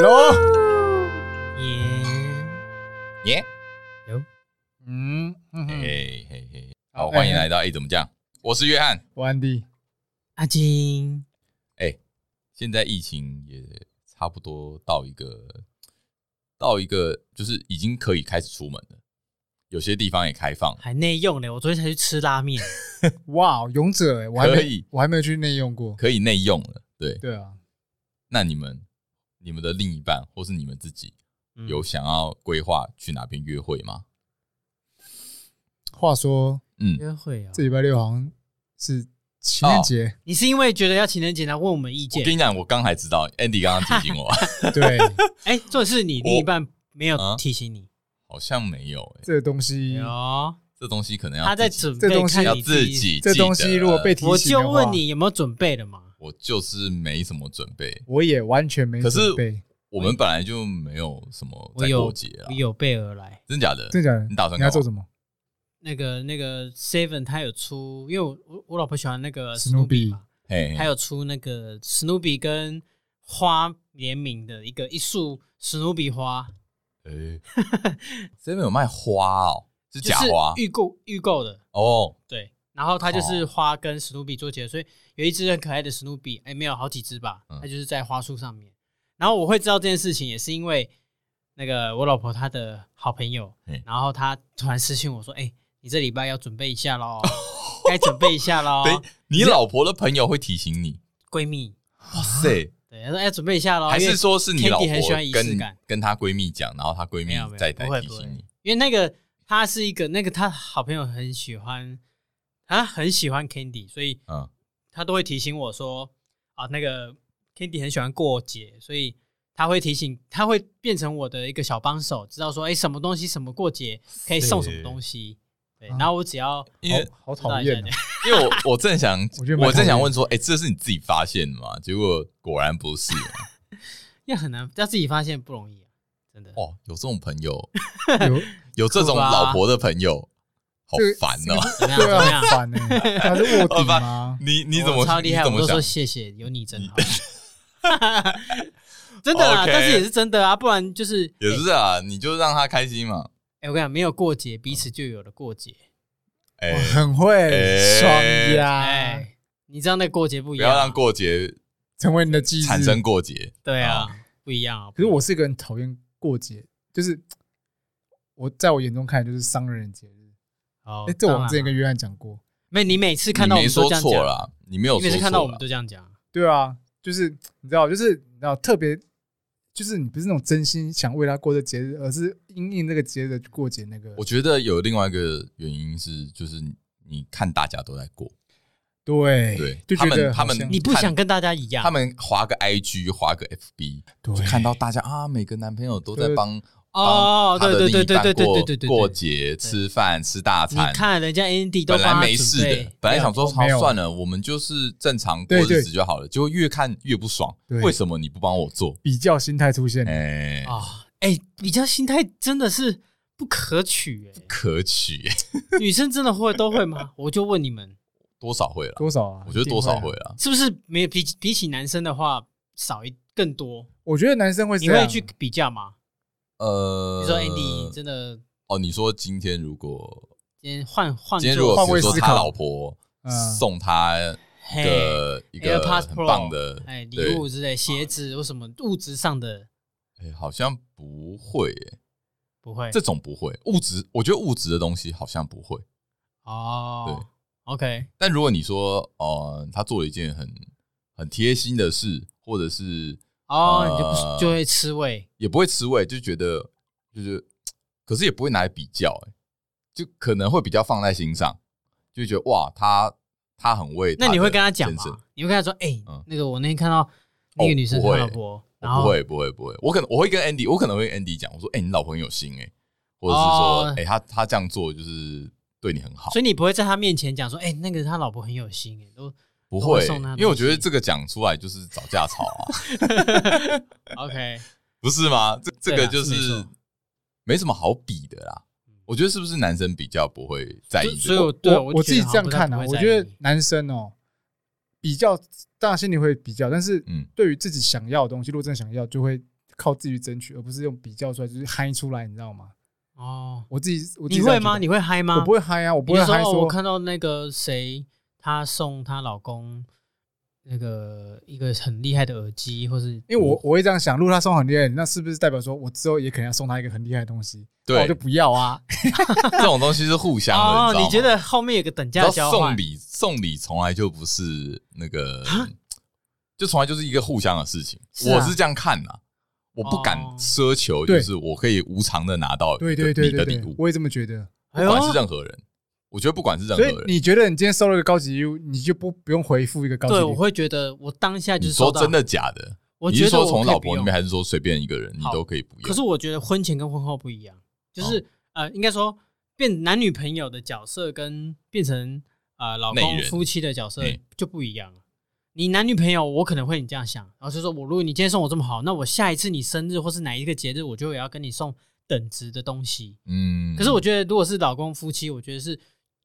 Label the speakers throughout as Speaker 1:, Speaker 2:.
Speaker 1: 喽！
Speaker 2: 耶，
Speaker 1: 嗯，嗯哼
Speaker 2: 嘿嘿嘿，
Speaker 1: 好
Speaker 2: 好，欢迎
Speaker 1: 哎
Speaker 2: 来到哎怎么讲？我是约翰。
Speaker 1: 我安迪，
Speaker 3: 阿金，
Speaker 2: 哎，现在疫情也差不多到一个到一个，就是已经可以开始出门了，有些地方也开放。
Speaker 3: 还内用呢，我昨天才去吃拉面，
Speaker 1: 哇，勇者哎，我还
Speaker 2: 可
Speaker 1: 没
Speaker 2: 以
Speaker 1: 我还没有去内用过。
Speaker 2: 可以内用了。对，
Speaker 1: 对啊，
Speaker 2: 那你们、你们的另一半或是你们自己
Speaker 3: 嗯
Speaker 2: 有想要规划去哪边约会吗？
Speaker 1: 话说
Speaker 2: 嗯，
Speaker 3: 约会哦
Speaker 1: 这。礼拜六好像是情人节，
Speaker 2: 哦
Speaker 3: 你是因为觉得要情人节来问我们意
Speaker 2: 我
Speaker 3: 见？
Speaker 2: 跟你讲，我刚才知道 Andy 刚刚提醒我，
Speaker 1: 对，
Speaker 3: 哎，这是你另一半没有
Speaker 2: 啊
Speaker 3: 提醒你
Speaker 2: 好像没有哎、
Speaker 1: 这东西，
Speaker 3: 哦，
Speaker 2: 这东西可能要
Speaker 3: 他在
Speaker 2: 自己
Speaker 3: 准
Speaker 1: 这
Speaker 3: 备
Speaker 1: 东西
Speaker 2: 嗯要
Speaker 3: 看你
Speaker 2: 自己
Speaker 1: 这
Speaker 2: 记得
Speaker 1: 东西如果被提
Speaker 3: 我
Speaker 1: 醒
Speaker 3: 就
Speaker 1: 的话
Speaker 3: 问，你有没有准备了嘛？
Speaker 2: 我就是没什么准备。
Speaker 1: 我也完全没
Speaker 2: 可是
Speaker 1: 准备，
Speaker 2: 我们本来就没有什么
Speaker 3: 我
Speaker 2: 在
Speaker 3: 有
Speaker 2: 过节啊
Speaker 3: 我，有备而来。
Speaker 2: 真假的？
Speaker 1: 真的假的？
Speaker 2: 你打算
Speaker 1: 你要
Speaker 2: 干嘛
Speaker 1: 做什么？
Speaker 3: 那个那个 Seven 他有出，因为我我我老婆喜欢那个
Speaker 1: Snoopy
Speaker 3: Snoopy 嘛，
Speaker 2: 嘿，
Speaker 3: 他有出那个 Snoopy 跟花联名的一个一束 Snoopy 花，
Speaker 2: 嘿哎这边有卖花哦，是
Speaker 3: 就
Speaker 2: 假
Speaker 3: 是
Speaker 2: 花
Speaker 3: 预购预购的，
Speaker 2: 哦。
Speaker 3: 对，然后它就是花跟史努比做结合，所以有一只很可爱的史努比，哎，没有好几只吧，
Speaker 2: 嗯
Speaker 3: 它就是在花束上面。然后我会知道这件事情，也是因为那个我老婆她的好朋友
Speaker 2: 嗯，
Speaker 3: 然后她突然私信我说：“哎，你这礼拜要准备一下喽，该准备一下 喽，
Speaker 2: 对，你老婆的朋友会提醒你，
Speaker 3: 闺蜜。
Speaker 2: 哇塞，”
Speaker 3: 对，她说：“哎，准备一下喽。”
Speaker 2: 还
Speaker 3: 因
Speaker 2: 是
Speaker 3: 为
Speaker 2: 说是你老
Speaker 3: Candy 很喜欢
Speaker 2: 婆
Speaker 3: 仪式
Speaker 2: 跟
Speaker 3: 感
Speaker 2: 跟她闺蜜讲，然后她闺
Speaker 3: 没有
Speaker 2: 蜜
Speaker 3: 没
Speaker 2: 再
Speaker 3: 有，
Speaker 2: 来
Speaker 3: 不会
Speaker 2: 提
Speaker 3: 不会
Speaker 2: 醒你？，
Speaker 3: 因为那个她是一个那个她好朋友很喜欢，她很喜欢 Candy，所以
Speaker 2: 嗯，
Speaker 3: 他都会提醒我说啊，那个 Candy 很喜欢过节，所以他会提醒，他会变成我的一个小帮手，知道说哎、诶什么东西什么过节可以送什么东西。对，
Speaker 1: 啊
Speaker 3: 然后我只要
Speaker 2: 因为
Speaker 1: 好好讨厌啊
Speaker 3: 知道一下，
Speaker 2: 因为我我正想
Speaker 1: 我觉得蛮讨厌
Speaker 2: 我正想问说，哎，这是你自己发现的吗？结果果然不是
Speaker 3: 因为很难，要自己发现不容易啊，真的。
Speaker 2: 哦，有这种朋友，
Speaker 1: 有
Speaker 2: 有这种
Speaker 3: 酷吧
Speaker 2: 老婆的朋友，好
Speaker 1: 这个
Speaker 2: 烦
Speaker 1: 这
Speaker 2: 哦
Speaker 1: 个。
Speaker 3: 怎么样？怎
Speaker 1: 对
Speaker 3: 么
Speaker 1: 啊，
Speaker 3: 样
Speaker 1: 很？烦呢。他是卧底
Speaker 2: 好
Speaker 1: 吗
Speaker 2: 吧？你你怎么
Speaker 3: 我哦超厉害？
Speaker 2: 你怎
Speaker 3: 我
Speaker 2: 么
Speaker 3: 都
Speaker 2: 想
Speaker 3: 说？谢谢，有你真好。 真的啊，
Speaker 2: OK
Speaker 3: 但是也是真的啊，不然就是
Speaker 2: 也是啊，你就让她开心嘛。
Speaker 3: 哎、我跟你讲，没有过节，彼此就有了过节。
Speaker 2: 哎
Speaker 1: 我，很会
Speaker 2: 哎
Speaker 1: 双
Speaker 3: 哎、
Speaker 1: 压，
Speaker 3: 你知道那过节不一
Speaker 2: 不
Speaker 3: 样啊、
Speaker 2: 要让过节
Speaker 1: 成为你的记忆。
Speaker 2: 产生过节。
Speaker 3: 对啊，不一样啊。
Speaker 1: 可是我是一个很讨厌过节，就是我在我眼中看来就是商人的节日。
Speaker 3: 哦，
Speaker 1: 哎，这我
Speaker 3: 当
Speaker 1: 们
Speaker 3: 然
Speaker 1: 之前跟
Speaker 3: 啊
Speaker 1: 约翰讲过，
Speaker 3: 没你每次
Speaker 2: 你
Speaker 3: 看到我
Speaker 2: 没
Speaker 3: 们都
Speaker 2: 说
Speaker 3: 这样
Speaker 2: 错
Speaker 3: 讲，
Speaker 2: 啦，你没有
Speaker 3: 你每
Speaker 2: 说
Speaker 3: 次看到我
Speaker 2: 错
Speaker 3: 们
Speaker 2: 啦。
Speaker 3: 都这样讲，
Speaker 1: 对啊，就是你知道，就是你知道特别。就是你不是那种真心想为他过的节日，而是因应那个节日去过节那个。
Speaker 2: 我觉得有另外一个原因是，就是你看大家都在过，
Speaker 1: 对
Speaker 2: 对
Speaker 1: 就觉得
Speaker 2: 他
Speaker 1: 好像
Speaker 2: 们他们
Speaker 3: 你不想跟大家一样，
Speaker 2: 他们划个 IG，划个 FB，
Speaker 1: 对
Speaker 2: 就看到大家啊，每个男朋友都在帮
Speaker 3: 哦，
Speaker 2: 帮
Speaker 3: 对
Speaker 2: 他的
Speaker 3: 对
Speaker 2: 另
Speaker 3: 对
Speaker 2: 一
Speaker 3: 对
Speaker 2: 半
Speaker 3: 对对
Speaker 2: 过
Speaker 3: 对对对，
Speaker 2: 过节、吃饭、吃大
Speaker 3: 你
Speaker 2: 餐。
Speaker 3: 看人家 Andy 都
Speaker 2: 本来
Speaker 3: 帮他
Speaker 2: 没
Speaker 3: 准
Speaker 2: 事的
Speaker 3: 备，啊
Speaker 2: 本来想说
Speaker 1: 没有
Speaker 2: 好
Speaker 1: 没有
Speaker 2: 算了，我们就是正常过
Speaker 1: 对对
Speaker 2: 日子就好了，结果越看越不爽。
Speaker 1: 对
Speaker 2: 为什么你不帮我做？
Speaker 1: 比较心态出现，
Speaker 2: 哎，
Speaker 3: 啊，哎，比较心态真的是不可取哎，
Speaker 2: 可取，
Speaker 3: 女生真的会都会吗？我就问你们，
Speaker 2: 多少会了？
Speaker 1: 多少啊？
Speaker 2: 我觉得多少
Speaker 1: 一定
Speaker 2: 会
Speaker 1: 啊。
Speaker 2: 啊。
Speaker 3: 是不是没有比比起男生的话少一更多？
Speaker 1: 我觉得男生会这
Speaker 3: 你
Speaker 1: 样啊
Speaker 3: 会去比较吗？
Speaker 2: 呃，
Speaker 3: 你说 Andy 真的
Speaker 2: 哦，你说今天如果
Speaker 3: 今天换换
Speaker 2: 今天
Speaker 3: 做
Speaker 2: 如果
Speaker 1: 换
Speaker 2: 比如
Speaker 1: 位
Speaker 2: 说
Speaker 1: 思
Speaker 2: 他
Speaker 1: 考
Speaker 2: 老婆
Speaker 1: 嗯
Speaker 2: 送他一
Speaker 3: 嘿
Speaker 2: 个一个
Speaker 3: AirPods
Speaker 2: 很
Speaker 3: Pro，
Speaker 2: 棒的
Speaker 3: 哎
Speaker 2: 对
Speaker 3: 礼物之类，鞋子或什么物质上的
Speaker 2: 哎好像不会耶，
Speaker 3: 不会。
Speaker 2: 这种不会物质，我觉得物质的东西好像不会。
Speaker 3: 哦，OK，
Speaker 2: 但如果你说呃，他做了一件很很贴心的事，或者是
Speaker 3: 哦，
Speaker 2: 呃
Speaker 3: 你就不是就会吃味
Speaker 2: 也不会吃味，就觉得就是，可是也不会拿来比较，哎，就可能会比较放在心上，就觉得哇，他他很为
Speaker 3: 那
Speaker 2: 他
Speaker 3: 你会
Speaker 2: 的
Speaker 3: 跟他讲
Speaker 2: 先
Speaker 3: 吗
Speaker 2: 生？
Speaker 3: 你会跟他说，哎
Speaker 2: 嗯，
Speaker 3: 那个我那天看到那个女生
Speaker 2: 哦
Speaker 3: 她
Speaker 2: 不会
Speaker 3: 老婆，然
Speaker 2: 我
Speaker 3: 后
Speaker 2: 不会，不会，不会。我可能我会跟 Andy，我可能会跟 Andy 讲，我说：“哎、你老婆很有心哎、或者是说，哎、
Speaker 3: 哦
Speaker 2: 他他这样做就是对你很好。
Speaker 3: 所以你不会在他面前讲说，哎，那个他老婆很有心，哎，都”
Speaker 2: 不
Speaker 3: 我
Speaker 2: 会
Speaker 3: 会送他，
Speaker 2: 因为我觉得
Speaker 3: 东西
Speaker 2: 这个讲出来就是找架吵啊，
Speaker 3: OK，
Speaker 2: 不是吗？这这
Speaker 3: 对
Speaker 2: 个
Speaker 3: 啦
Speaker 2: 就是
Speaker 3: 没
Speaker 2: 是
Speaker 3: 错嗯
Speaker 2: 没什么好比的啦。我觉得是不是男生比较不会在意、
Speaker 3: 所
Speaker 2: 这
Speaker 3: 以
Speaker 2: 个？
Speaker 3: 我对
Speaker 1: 我我自己这样看啊，我觉得男生哦，比较大家心里会比较，但是
Speaker 2: 嗯
Speaker 1: 对于自己想要的东西，如果真的想要，就会靠自己去争取，而不是用比较出来，就是嗨出来，你知道吗？
Speaker 3: 哦，
Speaker 1: 我自己，我自己这样
Speaker 3: 你会
Speaker 1: 觉
Speaker 3: 吗？
Speaker 1: 得
Speaker 3: 你会嗨吗？
Speaker 1: 我不会嗨啊，我不
Speaker 3: 你
Speaker 1: 会
Speaker 3: 就说
Speaker 1: 嗨
Speaker 3: 哦，我看到那个谁，她送她老公那个一个很厉害的耳机，或是
Speaker 1: 因为我我会这样想，如果他送很厉害，那是不是代表说我之后也可能要送他一个很厉害的东西？那
Speaker 2: 对
Speaker 1: 我就，不要啊。
Speaker 2: 这种东西是互相
Speaker 3: 哦，
Speaker 2: 的，
Speaker 3: 你
Speaker 2: 你
Speaker 3: 觉
Speaker 2: 知道吗？
Speaker 3: 得后面有个等
Speaker 2: 你
Speaker 3: 价
Speaker 2: 知道
Speaker 3: 交
Speaker 2: 送
Speaker 3: 换？
Speaker 2: 礼送礼从来就不是那个，就从来就是一个互相的事情。
Speaker 3: 是啊
Speaker 2: 我是这样看呐，我不敢
Speaker 3: 哦
Speaker 2: 奢求，
Speaker 1: 对
Speaker 2: 就是我可以无偿的拿到
Speaker 1: 对
Speaker 2: 一个
Speaker 1: 对对
Speaker 2: 你的
Speaker 1: 对
Speaker 2: 礼
Speaker 1: 对
Speaker 2: 物，，
Speaker 1: 我也这么觉得。
Speaker 3: 哎
Speaker 2: 不管是
Speaker 3: 呦，
Speaker 2: 任何人，我觉得不管是任何
Speaker 1: 所以
Speaker 2: 人，
Speaker 1: 你觉得你今天收了一个高级礼物，你就不不用回复一个高级
Speaker 3: 对，
Speaker 1: 礼
Speaker 3: 我
Speaker 1: 物？
Speaker 3: 会觉得我当下就是
Speaker 2: 你
Speaker 3: 收
Speaker 2: 说
Speaker 3: 到
Speaker 2: 真，的假的？
Speaker 3: 我
Speaker 2: 你
Speaker 3: 觉
Speaker 2: 是
Speaker 3: 得
Speaker 2: 说
Speaker 3: 我
Speaker 2: 从
Speaker 3: 可以
Speaker 2: 老
Speaker 3: 不
Speaker 2: 婆那
Speaker 3: 用
Speaker 2: 边，还是说随便一哦个人，你
Speaker 3: 好
Speaker 2: 都可以不用？
Speaker 3: 可是我觉得婚前跟婚后不一样，就是呃，应该说变男女朋友的角色跟变成呃老
Speaker 2: 内
Speaker 3: 公
Speaker 2: 人
Speaker 3: 夫妻的角色
Speaker 2: 嘿
Speaker 3: 就不一样了。你男女朋友，我可能会你这样想，然后就说我如果你今天送我这么好，那我下一次你生日或是哪一个节日，我就也要跟你送等值的东西。
Speaker 2: 嗯，
Speaker 3: 可是我觉得如果是老公夫妻，我觉得是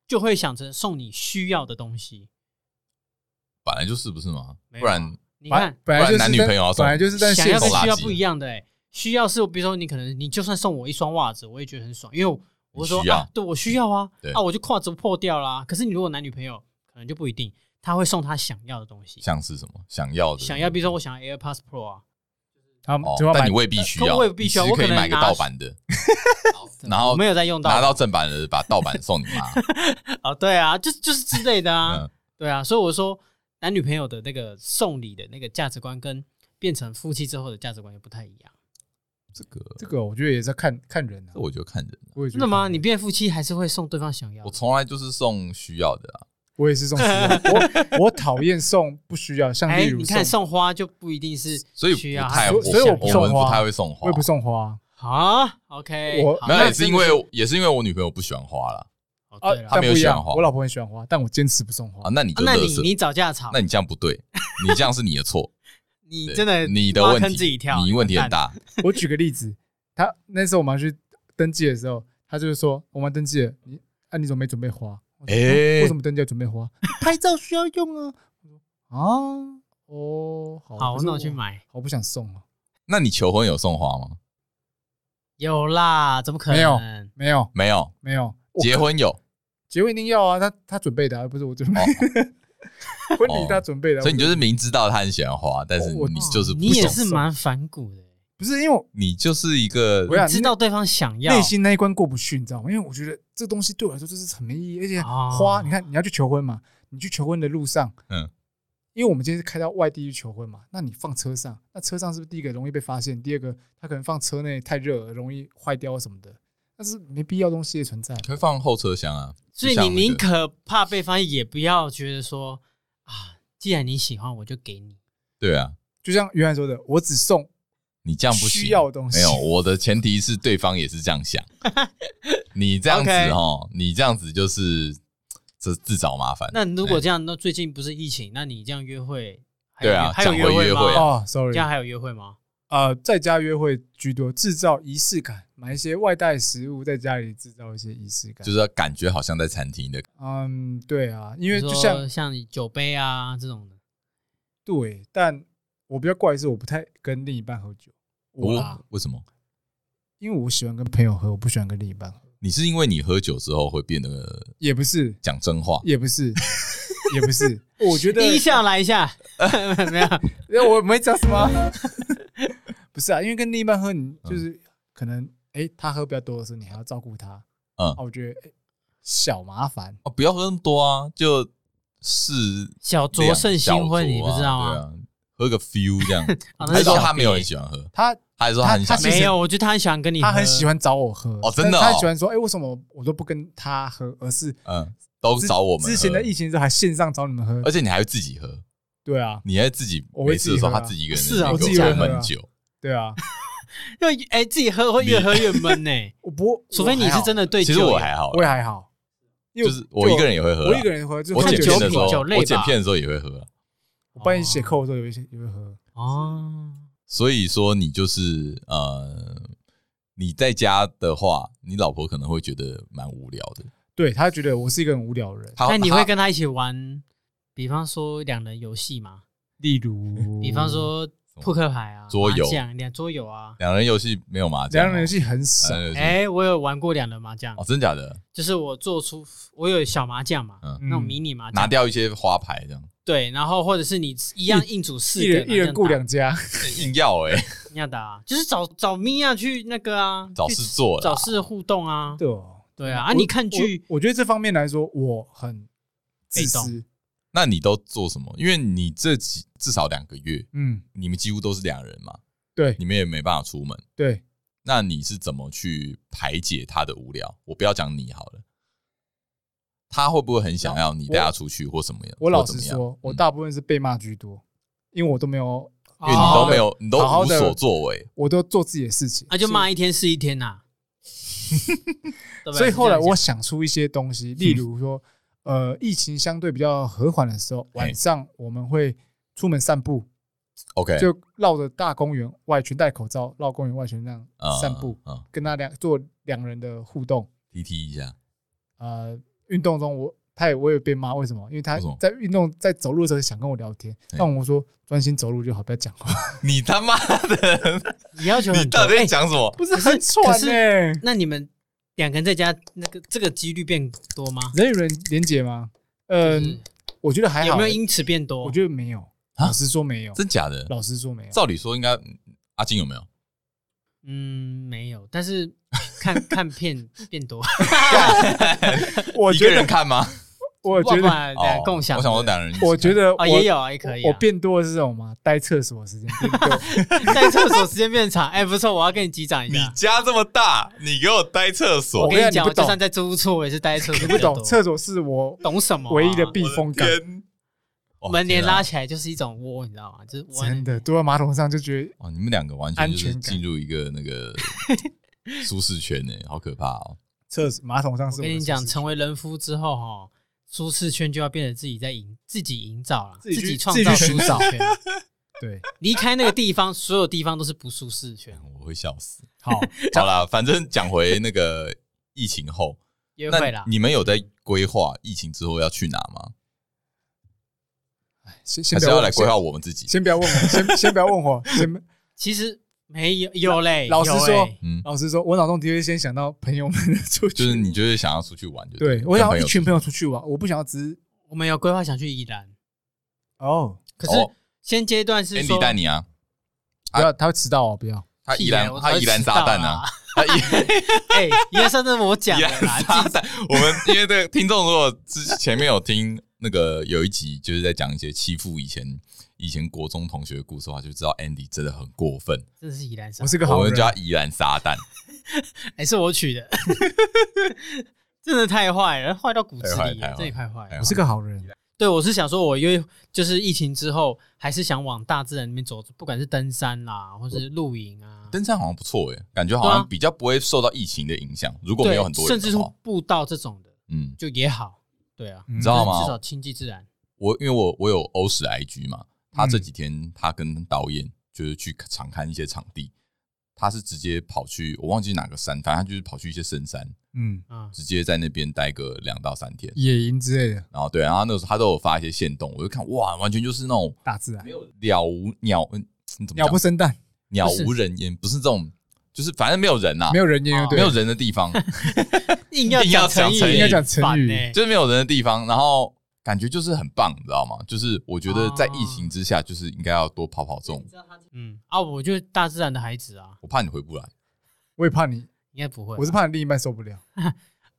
Speaker 3: 就会想成送你需要的东西。
Speaker 2: 本来就是不是吗？
Speaker 3: 没有啊
Speaker 2: 不然
Speaker 3: 你看，
Speaker 1: 本来就是在
Speaker 2: 不然男女朋友要送
Speaker 1: 本来就是在
Speaker 3: 想要
Speaker 1: 现实
Speaker 3: 跟
Speaker 2: 送。
Speaker 3: 需
Speaker 2: 垃
Speaker 3: 要
Speaker 2: 圾
Speaker 3: 不一样的、欸，需要是比如说你可能你就算送我一双袜子，我也觉得很爽，因为我我会说
Speaker 2: 你需要
Speaker 3: 啊，对我需要啊
Speaker 2: 对，
Speaker 3: 啊我就胯子破掉啦、可是你如果男女朋友，可能就不一定，他会送他想要的东西，
Speaker 2: 像是什么想要的，
Speaker 3: 想要比如说我想要 AirPods Pro 啊，
Speaker 1: 他们
Speaker 2: 哦
Speaker 1: 就要，
Speaker 2: 但
Speaker 1: 买
Speaker 2: 你未必需
Speaker 3: 可
Speaker 2: 要，
Speaker 3: 我也必须要
Speaker 2: 你其实可以
Speaker 3: 我可能
Speaker 2: 买个
Speaker 3: 拿
Speaker 2: 盗版 的， 然
Speaker 3: 我
Speaker 2: 后
Speaker 3: 没有在用到
Speaker 2: 哦拿到正版的，把盗版送你妈。
Speaker 3: 啊，对啊，就就是之类的啊，
Speaker 2: 嗯
Speaker 3: 对啊，所以我说男女朋友的那个送礼的那个价值观跟变成夫妻之后的价值观也不太一样，
Speaker 2: 这个
Speaker 1: 这个，我觉得也在看看人啊
Speaker 2: 这。我就看人，
Speaker 1: 我也觉
Speaker 3: 真
Speaker 1: 得
Speaker 3: 的吗？
Speaker 1: 看人
Speaker 3: 你变夫妻还是会送对方想要
Speaker 2: 我
Speaker 3: 的？
Speaker 2: 从来就是送需要的啊。
Speaker 1: 我也是送需要，我我讨厌送不需要，像
Speaker 3: 哎，
Speaker 1: 例如
Speaker 3: 你看送花就不一定是
Speaker 2: 所以
Speaker 3: 需要
Speaker 2: 不太，
Speaker 1: 所以所以我不送
Speaker 2: 我们
Speaker 1: 花
Speaker 2: 不太会送花，
Speaker 1: 我也不送花
Speaker 3: 啊，OK，
Speaker 1: 我
Speaker 3: 好
Speaker 2: 没
Speaker 1: 那
Speaker 2: 有也
Speaker 1: 真
Speaker 2: 是
Speaker 1: 的
Speaker 2: 因为也是因为我女朋友不喜欢花啦。
Speaker 3: 哦
Speaker 1: 啊
Speaker 3: 对，了
Speaker 2: 她
Speaker 1: 但
Speaker 2: 没
Speaker 1: 不
Speaker 2: 有
Speaker 1: 一
Speaker 2: 喜欢
Speaker 1: 样
Speaker 2: 花。
Speaker 1: 我老婆很喜欢花，但我坚持不送
Speaker 2: 啊
Speaker 1: 花。，
Speaker 2: 那你就
Speaker 3: 啊那
Speaker 2: 乐
Speaker 3: 你
Speaker 2: 色，
Speaker 3: 你找架吵
Speaker 2: 那，你这样不对， 你这样是你的错，
Speaker 3: 你
Speaker 2: 对
Speaker 3: 真的
Speaker 2: 你的
Speaker 3: 哎挖
Speaker 2: 问
Speaker 3: 坑
Speaker 2: 题，
Speaker 3: 自己跳，
Speaker 2: 你问题很
Speaker 3: 完蛋。
Speaker 2: 大。
Speaker 1: 我举个例子，他那时候我们要去登记的时候，他就是说我们要登记了，你啊你怎么没准备花？我说啊
Speaker 2: 哎
Speaker 1: 为什么登记要准备花？拍照需要用啊。我说啊，哦，好，
Speaker 3: 好，
Speaker 1: 可是
Speaker 3: 那我去。买。
Speaker 1: 我不想送啊，
Speaker 2: 那你求婚有送花吗？
Speaker 3: 有啦，怎么可能？
Speaker 1: 没有没有
Speaker 2: 没有，
Speaker 1: 没有， 我
Speaker 2: 结婚有，
Speaker 1: 结婚一定要啊，他他准备的、啊，不是我 准备，婚礼他准备的啊、
Speaker 2: 哦所以你就是明知道他很喜欢花，但是
Speaker 1: 我
Speaker 2: 你就是
Speaker 3: 哦
Speaker 2: 不
Speaker 3: 你也
Speaker 2: 送，
Speaker 3: 是蛮反骨的，
Speaker 1: 不是因为我
Speaker 2: 你就是一个
Speaker 1: 我想
Speaker 3: 知道对方想要
Speaker 1: 啊内心那一关过不去，你知道吗？因为我觉得这东西对我来说就是很没意义，而且
Speaker 3: 哦
Speaker 1: 花，你看你要去求婚嘛，你去求婚的路上，
Speaker 2: 嗯，
Speaker 1: 因为我们今天是开到外地去求婚嘛，那你放车上，那车上是不是第一个容易被发现？第二个，他可能放车内太热了，容易坏掉什么的，那是没必要东西的存在。
Speaker 2: 可以放后车厢啊。
Speaker 3: 所以
Speaker 2: 就
Speaker 3: 你
Speaker 2: 像那个
Speaker 3: 宁可怕被发现，也不要觉得说啊，既然你喜欢，我就给你。
Speaker 2: 对啊，
Speaker 1: 就像原来说的，我只送
Speaker 2: 你这样不行
Speaker 1: 需要的东西
Speaker 2: 没有，我的前提是对方也是这 样想。你这样子
Speaker 3: OK
Speaker 2: 哦，你这样子就是这自找麻烦。
Speaker 3: 那如果这样，那最近不是疫情，那你这样约会，还有
Speaker 2: 哎对啊
Speaker 3: 还有
Speaker 2: 讲回
Speaker 3: 约
Speaker 2: 约会
Speaker 3: 吗？
Speaker 2: 啊
Speaker 1: 哦
Speaker 3: 这
Speaker 1: ，sorry，
Speaker 3: 样还有约会吗？
Speaker 1: 呃，在家约会居多，制造仪式感，买一些外带食物，在家里制造一些仪式感。
Speaker 2: 就是要感觉好像在餐厅的，
Speaker 1: 嗯，对啊，因为
Speaker 3: 比
Speaker 1: 就
Speaker 3: 如说
Speaker 1: 像
Speaker 3: 像你酒杯啊这种的，
Speaker 1: 对，但我比较怪的是，我不太跟另一半喝酒。我啊
Speaker 2: 哦，为什么？
Speaker 1: 因为我喜欢跟朋友喝，我不喜欢跟另一半喝。
Speaker 2: 你是因为你喝酒之后会变得
Speaker 1: 也不是，
Speaker 2: 讲真话？
Speaker 1: 也不是，也不是。 我觉得，
Speaker 3: 一下来一下， 没有。
Speaker 1: 我没讲什么啊。 不是啊，因为跟另一半喝，
Speaker 2: 嗯
Speaker 1: 你就是可能，哎，他喝比较多的时候，你还要照顾他。
Speaker 2: 嗯
Speaker 1: 啊，我觉得诶小麻烦。
Speaker 2: 哦，不要喝那么多啊，就是
Speaker 3: 小酌胜新婚，你不知道
Speaker 2: 对
Speaker 3: 吗？
Speaker 2: 啊，喝个 feel 这 样。
Speaker 3: 啊
Speaker 2: 还是说他没
Speaker 3: 小
Speaker 2: 有
Speaker 3: 弟
Speaker 2: 很喜欢喝，
Speaker 1: 他
Speaker 2: 还是说他很
Speaker 1: 他
Speaker 2: 想喝
Speaker 1: 其实
Speaker 3: 没有，我觉得他很喜欢跟你，
Speaker 1: 他很喜。欢找我喝
Speaker 2: 哦真的哦
Speaker 1: 但是他喜欢说，哎，为什么我都不跟他喝，而是
Speaker 2: 嗯，都
Speaker 1: 之
Speaker 2: 找我们喝
Speaker 1: 之前的疫情的时候还线上找你们喝
Speaker 2: 而。且你还会自己喝，
Speaker 1: 对啊，
Speaker 2: 你还自己
Speaker 1: 我
Speaker 2: 没
Speaker 1: 会
Speaker 2: 事
Speaker 1: 自
Speaker 2: 的
Speaker 1: 己
Speaker 2: 时
Speaker 1: 喝
Speaker 2: 候，
Speaker 1: 啊
Speaker 2: 他自己一个人
Speaker 3: 是啊
Speaker 2: 在那边
Speaker 3: 我自
Speaker 1: 己
Speaker 2: 给
Speaker 1: 会
Speaker 2: 我
Speaker 1: 喝啊
Speaker 2: 闷酒，
Speaker 1: 对啊，
Speaker 3: 因为哎，自己喝会越喝越闷呢、
Speaker 1: 我不，
Speaker 3: 除非你是真
Speaker 1: 的，
Speaker 3: 的对
Speaker 2: 其
Speaker 3: 酒，
Speaker 2: 实我还好啦，
Speaker 1: 我也还好，因为
Speaker 2: 就是我一个人也会喝啦，
Speaker 1: 我一个人喝，就
Speaker 2: 我
Speaker 1: 喝
Speaker 2: 剪
Speaker 1: 酒
Speaker 2: 片的
Speaker 1: 品
Speaker 2: 时候，
Speaker 3: 酒类吧
Speaker 2: 我剪片的时候也会喝啊。
Speaker 1: 我帮你写扣的时候有一些也会喝，
Speaker 3: 哦，
Speaker 2: 所以说你就是呃，你在家的话，你老婆可能会觉得蛮无聊的。
Speaker 1: 对他觉得我是一个很无聊的人，
Speaker 2: 她
Speaker 3: 那你会
Speaker 2: 她
Speaker 3: 跟他一起玩，比方说两人游戏嘛，
Speaker 1: 例如
Speaker 3: 比方说
Speaker 2: 什么
Speaker 3: 扑克牌啊，
Speaker 2: 桌游
Speaker 3: 麻将两桌游啊。
Speaker 2: 两人游戏没有麻将哦，
Speaker 1: 两人游戏很少
Speaker 2: 两，人游戏
Speaker 3: 哎，我有玩过两轮麻将
Speaker 2: 哦，，真假的？
Speaker 3: 就是我做出我有小麻将嘛，
Speaker 2: 嗯
Speaker 3: 那种迷你麻
Speaker 2: 拿
Speaker 3: 将，
Speaker 2: 掉一些花牌这样，
Speaker 3: 对，然后或者是你一样硬组四
Speaker 1: 一
Speaker 3: 个，
Speaker 1: 人一人雇两家，
Speaker 2: 硬要哎，
Speaker 3: 你要打啊，就是找找米娅去那个啊，
Speaker 2: 找事做
Speaker 3: 去找
Speaker 2: 了，
Speaker 3: 事互动啊，
Speaker 1: 对哦。
Speaker 3: 对啊，啊，
Speaker 1: 我
Speaker 3: 你看剧
Speaker 1: 我，我觉得这方面来说，我很自
Speaker 3: 被
Speaker 1: 私。
Speaker 2: 那你都做什么？因为你这几至少两个月，
Speaker 1: 嗯，
Speaker 2: 你们几乎都是两人嘛，
Speaker 1: 对
Speaker 2: 你们也没办法出门。
Speaker 1: 对，
Speaker 2: 那你是怎么去排解他的无聊？我不要讲你好了，他会不会很想要你带他出去或什么样？
Speaker 1: 我
Speaker 2: 或
Speaker 1: 老
Speaker 2: 怎
Speaker 1: 实
Speaker 2: 么样
Speaker 1: 说，我
Speaker 2: 嗯
Speaker 1: 大部分是被骂居多，因为我都没有，
Speaker 2: 因为你都
Speaker 3: 哦
Speaker 2: 没有，你都
Speaker 1: 好好
Speaker 2: 无
Speaker 1: 地
Speaker 2: 所作为，
Speaker 1: 我都做自己的事情。
Speaker 3: 啊，就骂一天是一天 呐。对不对
Speaker 1: 所以后来
Speaker 3: 是这
Speaker 1: 我
Speaker 3: 样
Speaker 1: 想出一些东西，例如说，呃，疫情相对比较和缓的时候，晚上我们会出门散步，
Speaker 2: OK，嗯
Speaker 1: 就绕着大公园外圈戴口罩，绕公园外圈那样
Speaker 2: 嗯
Speaker 1: 散步，
Speaker 2: 嗯，
Speaker 1: 跟他两做两人的互动。
Speaker 2: 提提一下，
Speaker 1: 呃，运动中我他也我也被骂，为什么？因为他
Speaker 2: 为什么
Speaker 1: 在运动在走路的时候想跟我聊天，
Speaker 2: 对
Speaker 1: 但我说专心走路就好，不要讲话，
Speaker 2: 你他 妈的，
Speaker 3: 你要求
Speaker 2: 你
Speaker 3: 很多
Speaker 2: 到底在
Speaker 3: 哎
Speaker 2: 讲什么？
Speaker 1: 不是
Speaker 3: 可是
Speaker 1: 很 喘
Speaker 3: 可是
Speaker 1: 哎、
Speaker 3: 那你们两个人在家那个这个几率变多吗？
Speaker 1: 人与人连结吗？嗯、
Speaker 3: 就是
Speaker 1: 我觉得还好、欸
Speaker 3: 有没有因此变多？
Speaker 1: 我觉得没有，
Speaker 2: 啊
Speaker 1: 老实说没有，
Speaker 2: 真假的？
Speaker 1: 老实说没有。
Speaker 2: 照理说应该，嗯阿金有没有？
Speaker 3: 嗯，没有，但是看 看片变多，
Speaker 1: 我
Speaker 2: 一个
Speaker 1: 觉
Speaker 2: 人
Speaker 1: 得，
Speaker 2: 看 吗？
Speaker 1: 我觉得，
Speaker 3: 哇哇
Speaker 2: 哦
Speaker 3: 共享的。
Speaker 2: 我想说两人一起看，
Speaker 1: 我觉得
Speaker 3: 哦，
Speaker 1: 我
Speaker 3: 也有啊，也可以啊。
Speaker 1: 我变多的是这种嘛，待厕所的时间变 多。
Speaker 3: 在厕所时间变长，哎，不错，我要跟你击掌一
Speaker 2: 你
Speaker 3: 下。
Speaker 2: 家这么大，你给我待厕
Speaker 1: 我
Speaker 2: 所
Speaker 3: 我，
Speaker 1: 跟你
Speaker 3: 跟
Speaker 1: 讲你
Speaker 3: 你讲，
Speaker 1: 不
Speaker 3: 我就
Speaker 1: 懂
Speaker 3: 算在租屋处，我也是待在厕所
Speaker 1: 你
Speaker 3: 比较
Speaker 1: 不
Speaker 3: 多。
Speaker 1: 懂，厕所是我
Speaker 3: 懂什么啊？
Speaker 1: 唯一的避
Speaker 2: 我的
Speaker 1: 风港，
Speaker 2: 天
Speaker 3: 门帘。
Speaker 2: 哇
Speaker 3: 拉
Speaker 2: 天啊
Speaker 3: 起来就是一种窝，你知道吗？就是窝在那
Speaker 1: 真
Speaker 3: 边
Speaker 1: 的坐在马桶上就觉得
Speaker 2: 哦，你们两个完全就
Speaker 1: 安
Speaker 2: 是
Speaker 1: 全感
Speaker 2: 进入一个那个舒适圈呢，好可怕哦！
Speaker 1: 厕所马桶上是
Speaker 3: 我
Speaker 1: 的
Speaker 3: 跟你
Speaker 1: 舒
Speaker 3: 讲，
Speaker 1: 适
Speaker 3: 成为人夫之后哈，舒适圈就要变得自己在营自己营造了，
Speaker 1: 自己去
Speaker 3: 创造
Speaker 1: 自己去
Speaker 3: 舒
Speaker 1: 寻
Speaker 3: 适
Speaker 1: 找
Speaker 3: 圈。
Speaker 1: 对，
Speaker 3: 离开那个地方，所有地方都是不舒适 圈。
Speaker 2: 我会笑死。
Speaker 1: 好，
Speaker 2: 好啦，反正讲回那个疫情后，
Speaker 3: 约会
Speaker 2: 那
Speaker 3: 啦，
Speaker 2: 你们有在规划疫情之后要去哪吗？
Speaker 1: 先先不
Speaker 2: 还是要
Speaker 1: 问
Speaker 2: 来
Speaker 1: 我
Speaker 2: 规划我们自己？
Speaker 1: 先不要问我，先先不要问我，先
Speaker 3: 其实没有有嘞。
Speaker 1: 老实
Speaker 3: 有欸
Speaker 1: 说
Speaker 3: 嘞
Speaker 2: 嗯，
Speaker 1: 老实说，我脑中的确先想到朋友们的出去，
Speaker 2: 就是你就是想要出去玩就
Speaker 1: 对
Speaker 2: 了
Speaker 1: 我想要一
Speaker 2: 跟哦
Speaker 1: 群朋友出去玩，我不想要只是
Speaker 3: 我们有规划想去宜兰，
Speaker 1: 哦，
Speaker 3: 可
Speaker 2: 哦
Speaker 3: 是先阶段是
Speaker 2: 友出去
Speaker 3: 说
Speaker 2: Andy 带你啊，
Speaker 1: 不要他会迟到哦，不要，
Speaker 2: 他
Speaker 3: 屁
Speaker 2: 宜
Speaker 3: 耶
Speaker 2: 兰
Speaker 3: 我才
Speaker 2: 他
Speaker 3: 会
Speaker 2: 宜兰
Speaker 3: 迟
Speaker 2: 炸
Speaker 3: 到
Speaker 2: 弹啊
Speaker 3: 啊，
Speaker 2: 他宜
Speaker 3: 哎，宜兰上次我讲
Speaker 2: 宜
Speaker 3: 的
Speaker 2: 兰
Speaker 3: 啦，
Speaker 2: 炸
Speaker 3: 自己
Speaker 2: 弹。我们因为这个听众如果之前面有听那个有一集，就是在讲一些欺负以前以前国中同学的故事的话，就知道 Andy 真的很过分。
Speaker 3: 真的是宜兰上
Speaker 1: 我，是个
Speaker 2: 我
Speaker 1: 好
Speaker 2: 们
Speaker 1: 人
Speaker 2: 叫，他宜兰撒旦，
Speaker 3: 还是我取的， 真的太坏了，坏到骨子
Speaker 2: 太坏
Speaker 3: 里
Speaker 2: 太
Speaker 3: 了
Speaker 2: 坏，
Speaker 3: 真的太坏了
Speaker 2: 太坏。
Speaker 1: 我是个好人，
Speaker 3: 对，我是想说，我因为就是疫情之后，还是想往大自然里面走，不管是登山啦，或是露营啊，
Speaker 2: 登山好像不错诶，感觉好像
Speaker 3: 对啊
Speaker 2: 比较不会受到疫情的影响。如果
Speaker 3: 对，
Speaker 2: 没有很多人
Speaker 3: 甚至
Speaker 2: 的
Speaker 3: 是
Speaker 2: 话，
Speaker 3: 步道这种的，
Speaker 2: 嗯，
Speaker 3: 就也好。对啊，
Speaker 1: 你
Speaker 2: 你知
Speaker 3: 至
Speaker 2: 道
Speaker 3: 少
Speaker 2: 吗？
Speaker 3: 亲近自然。
Speaker 2: 我因为我我有欧史 IG 嘛，他
Speaker 1: 嗯
Speaker 2: 这几天他跟导演就是去常看一些场地，他是直接跑去我忘记哪个山，反正他就是跑去一些深山，
Speaker 1: 嗯，
Speaker 3: 啊，
Speaker 2: 直接在那边待个两到三天。
Speaker 1: 野营之类的，
Speaker 2: 然后对，然后那个时候他都有发一些线动，我就看哇，完全就是那种
Speaker 1: 大自然，
Speaker 2: 鸟无鸟，嗯，你怎么
Speaker 1: 鸟
Speaker 2: 讲
Speaker 1: 不生蛋，
Speaker 2: 鸟
Speaker 3: 不是
Speaker 2: 无人烟，不是这种，就是反正没有人呐、啊
Speaker 1: 没有人烟
Speaker 3: 哦，
Speaker 1: 对
Speaker 2: 没有，人的 地方，
Speaker 3: 硬要
Speaker 2: 硬要
Speaker 3: 讲成
Speaker 2: 讲成
Speaker 3: 语，
Speaker 2: 语
Speaker 1: 应该讲成语
Speaker 3: 烦欸
Speaker 2: 就是没有人的地方，然后感觉就是很棒，你知道吗？就是我觉得在疫
Speaker 1: 哦
Speaker 2: 情之下，就是应该要多跑跑这种，
Speaker 3: 嗯啊，我就是大自然的孩子啊，
Speaker 2: 我怕你回不来，
Speaker 1: 我也怕你，
Speaker 3: 应该不会吧。啊
Speaker 1: 我是怕你另一半受不了，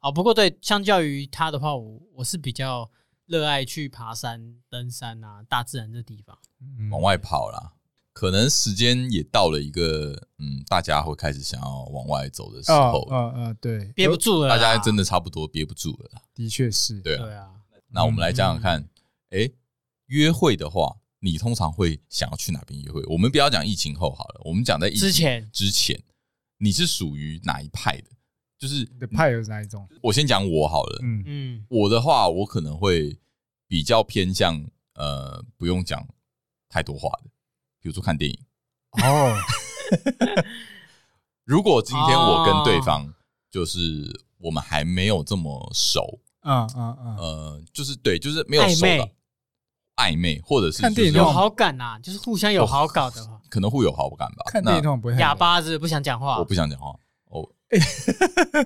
Speaker 3: 哦，不过对，相较于他的话，我我是比较热爱去爬山、登山啊，大自然这地方。
Speaker 1: 嗯
Speaker 2: 往外跑啦。可能时间也到了一个，嗯，大家会开始想要往外走的时
Speaker 1: 啊
Speaker 2: 候，
Speaker 1: 啊啊，对，啊
Speaker 3: 憋不
Speaker 1: 有
Speaker 3: 住了
Speaker 2: 大
Speaker 3: 啦，
Speaker 2: 家真的差不多憋不住了啦。
Speaker 1: 的确是，
Speaker 2: 对啊，
Speaker 3: 对啊，
Speaker 2: 那我们来讲讲看，诶，约会的话，你通常会想要去哪边约会？我们不要讲疫情后好了，我们讲在疫情
Speaker 3: 之前
Speaker 2: 之前，你是属于哪一派的？就是
Speaker 1: 你的派有哪一种？
Speaker 2: 我先讲我好了，
Speaker 1: 嗯
Speaker 3: 嗯，
Speaker 2: 我的话，我可能会比较偏向呃，不用讲太多话的，比如说看电影。
Speaker 1: 哦，
Speaker 2: 如果今天我跟
Speaker 3: 哦
Speaker 2: 对方就是我们还没有这么熟，
Speaker 1: 嗯嗯嗯，
Speaker 2: 哦呃，就是对，就是没有
Speaker 3: 暧
Speaker 2: 熟
Speaker 3: 昧
Speaker 2: 到暧昧，或者是
Speaker 1: 看电影
Speaker 2: 就是
Speaker 1: 那
Speaker 3: 有
Speaker 1: 种
Speaker 3: 好感呐、就是互相有
Speaker 1: 哦
Speaker 3: 好感的 话，
Speaker 2: 可能会有好感吧。
Speaker 1: 看电
Speaker 2: 那
Speaker 1: 影通常不会害怕，
Speaker 3: 哑巴子不想讲话
Speaker 2: 我，不想讲话，哦，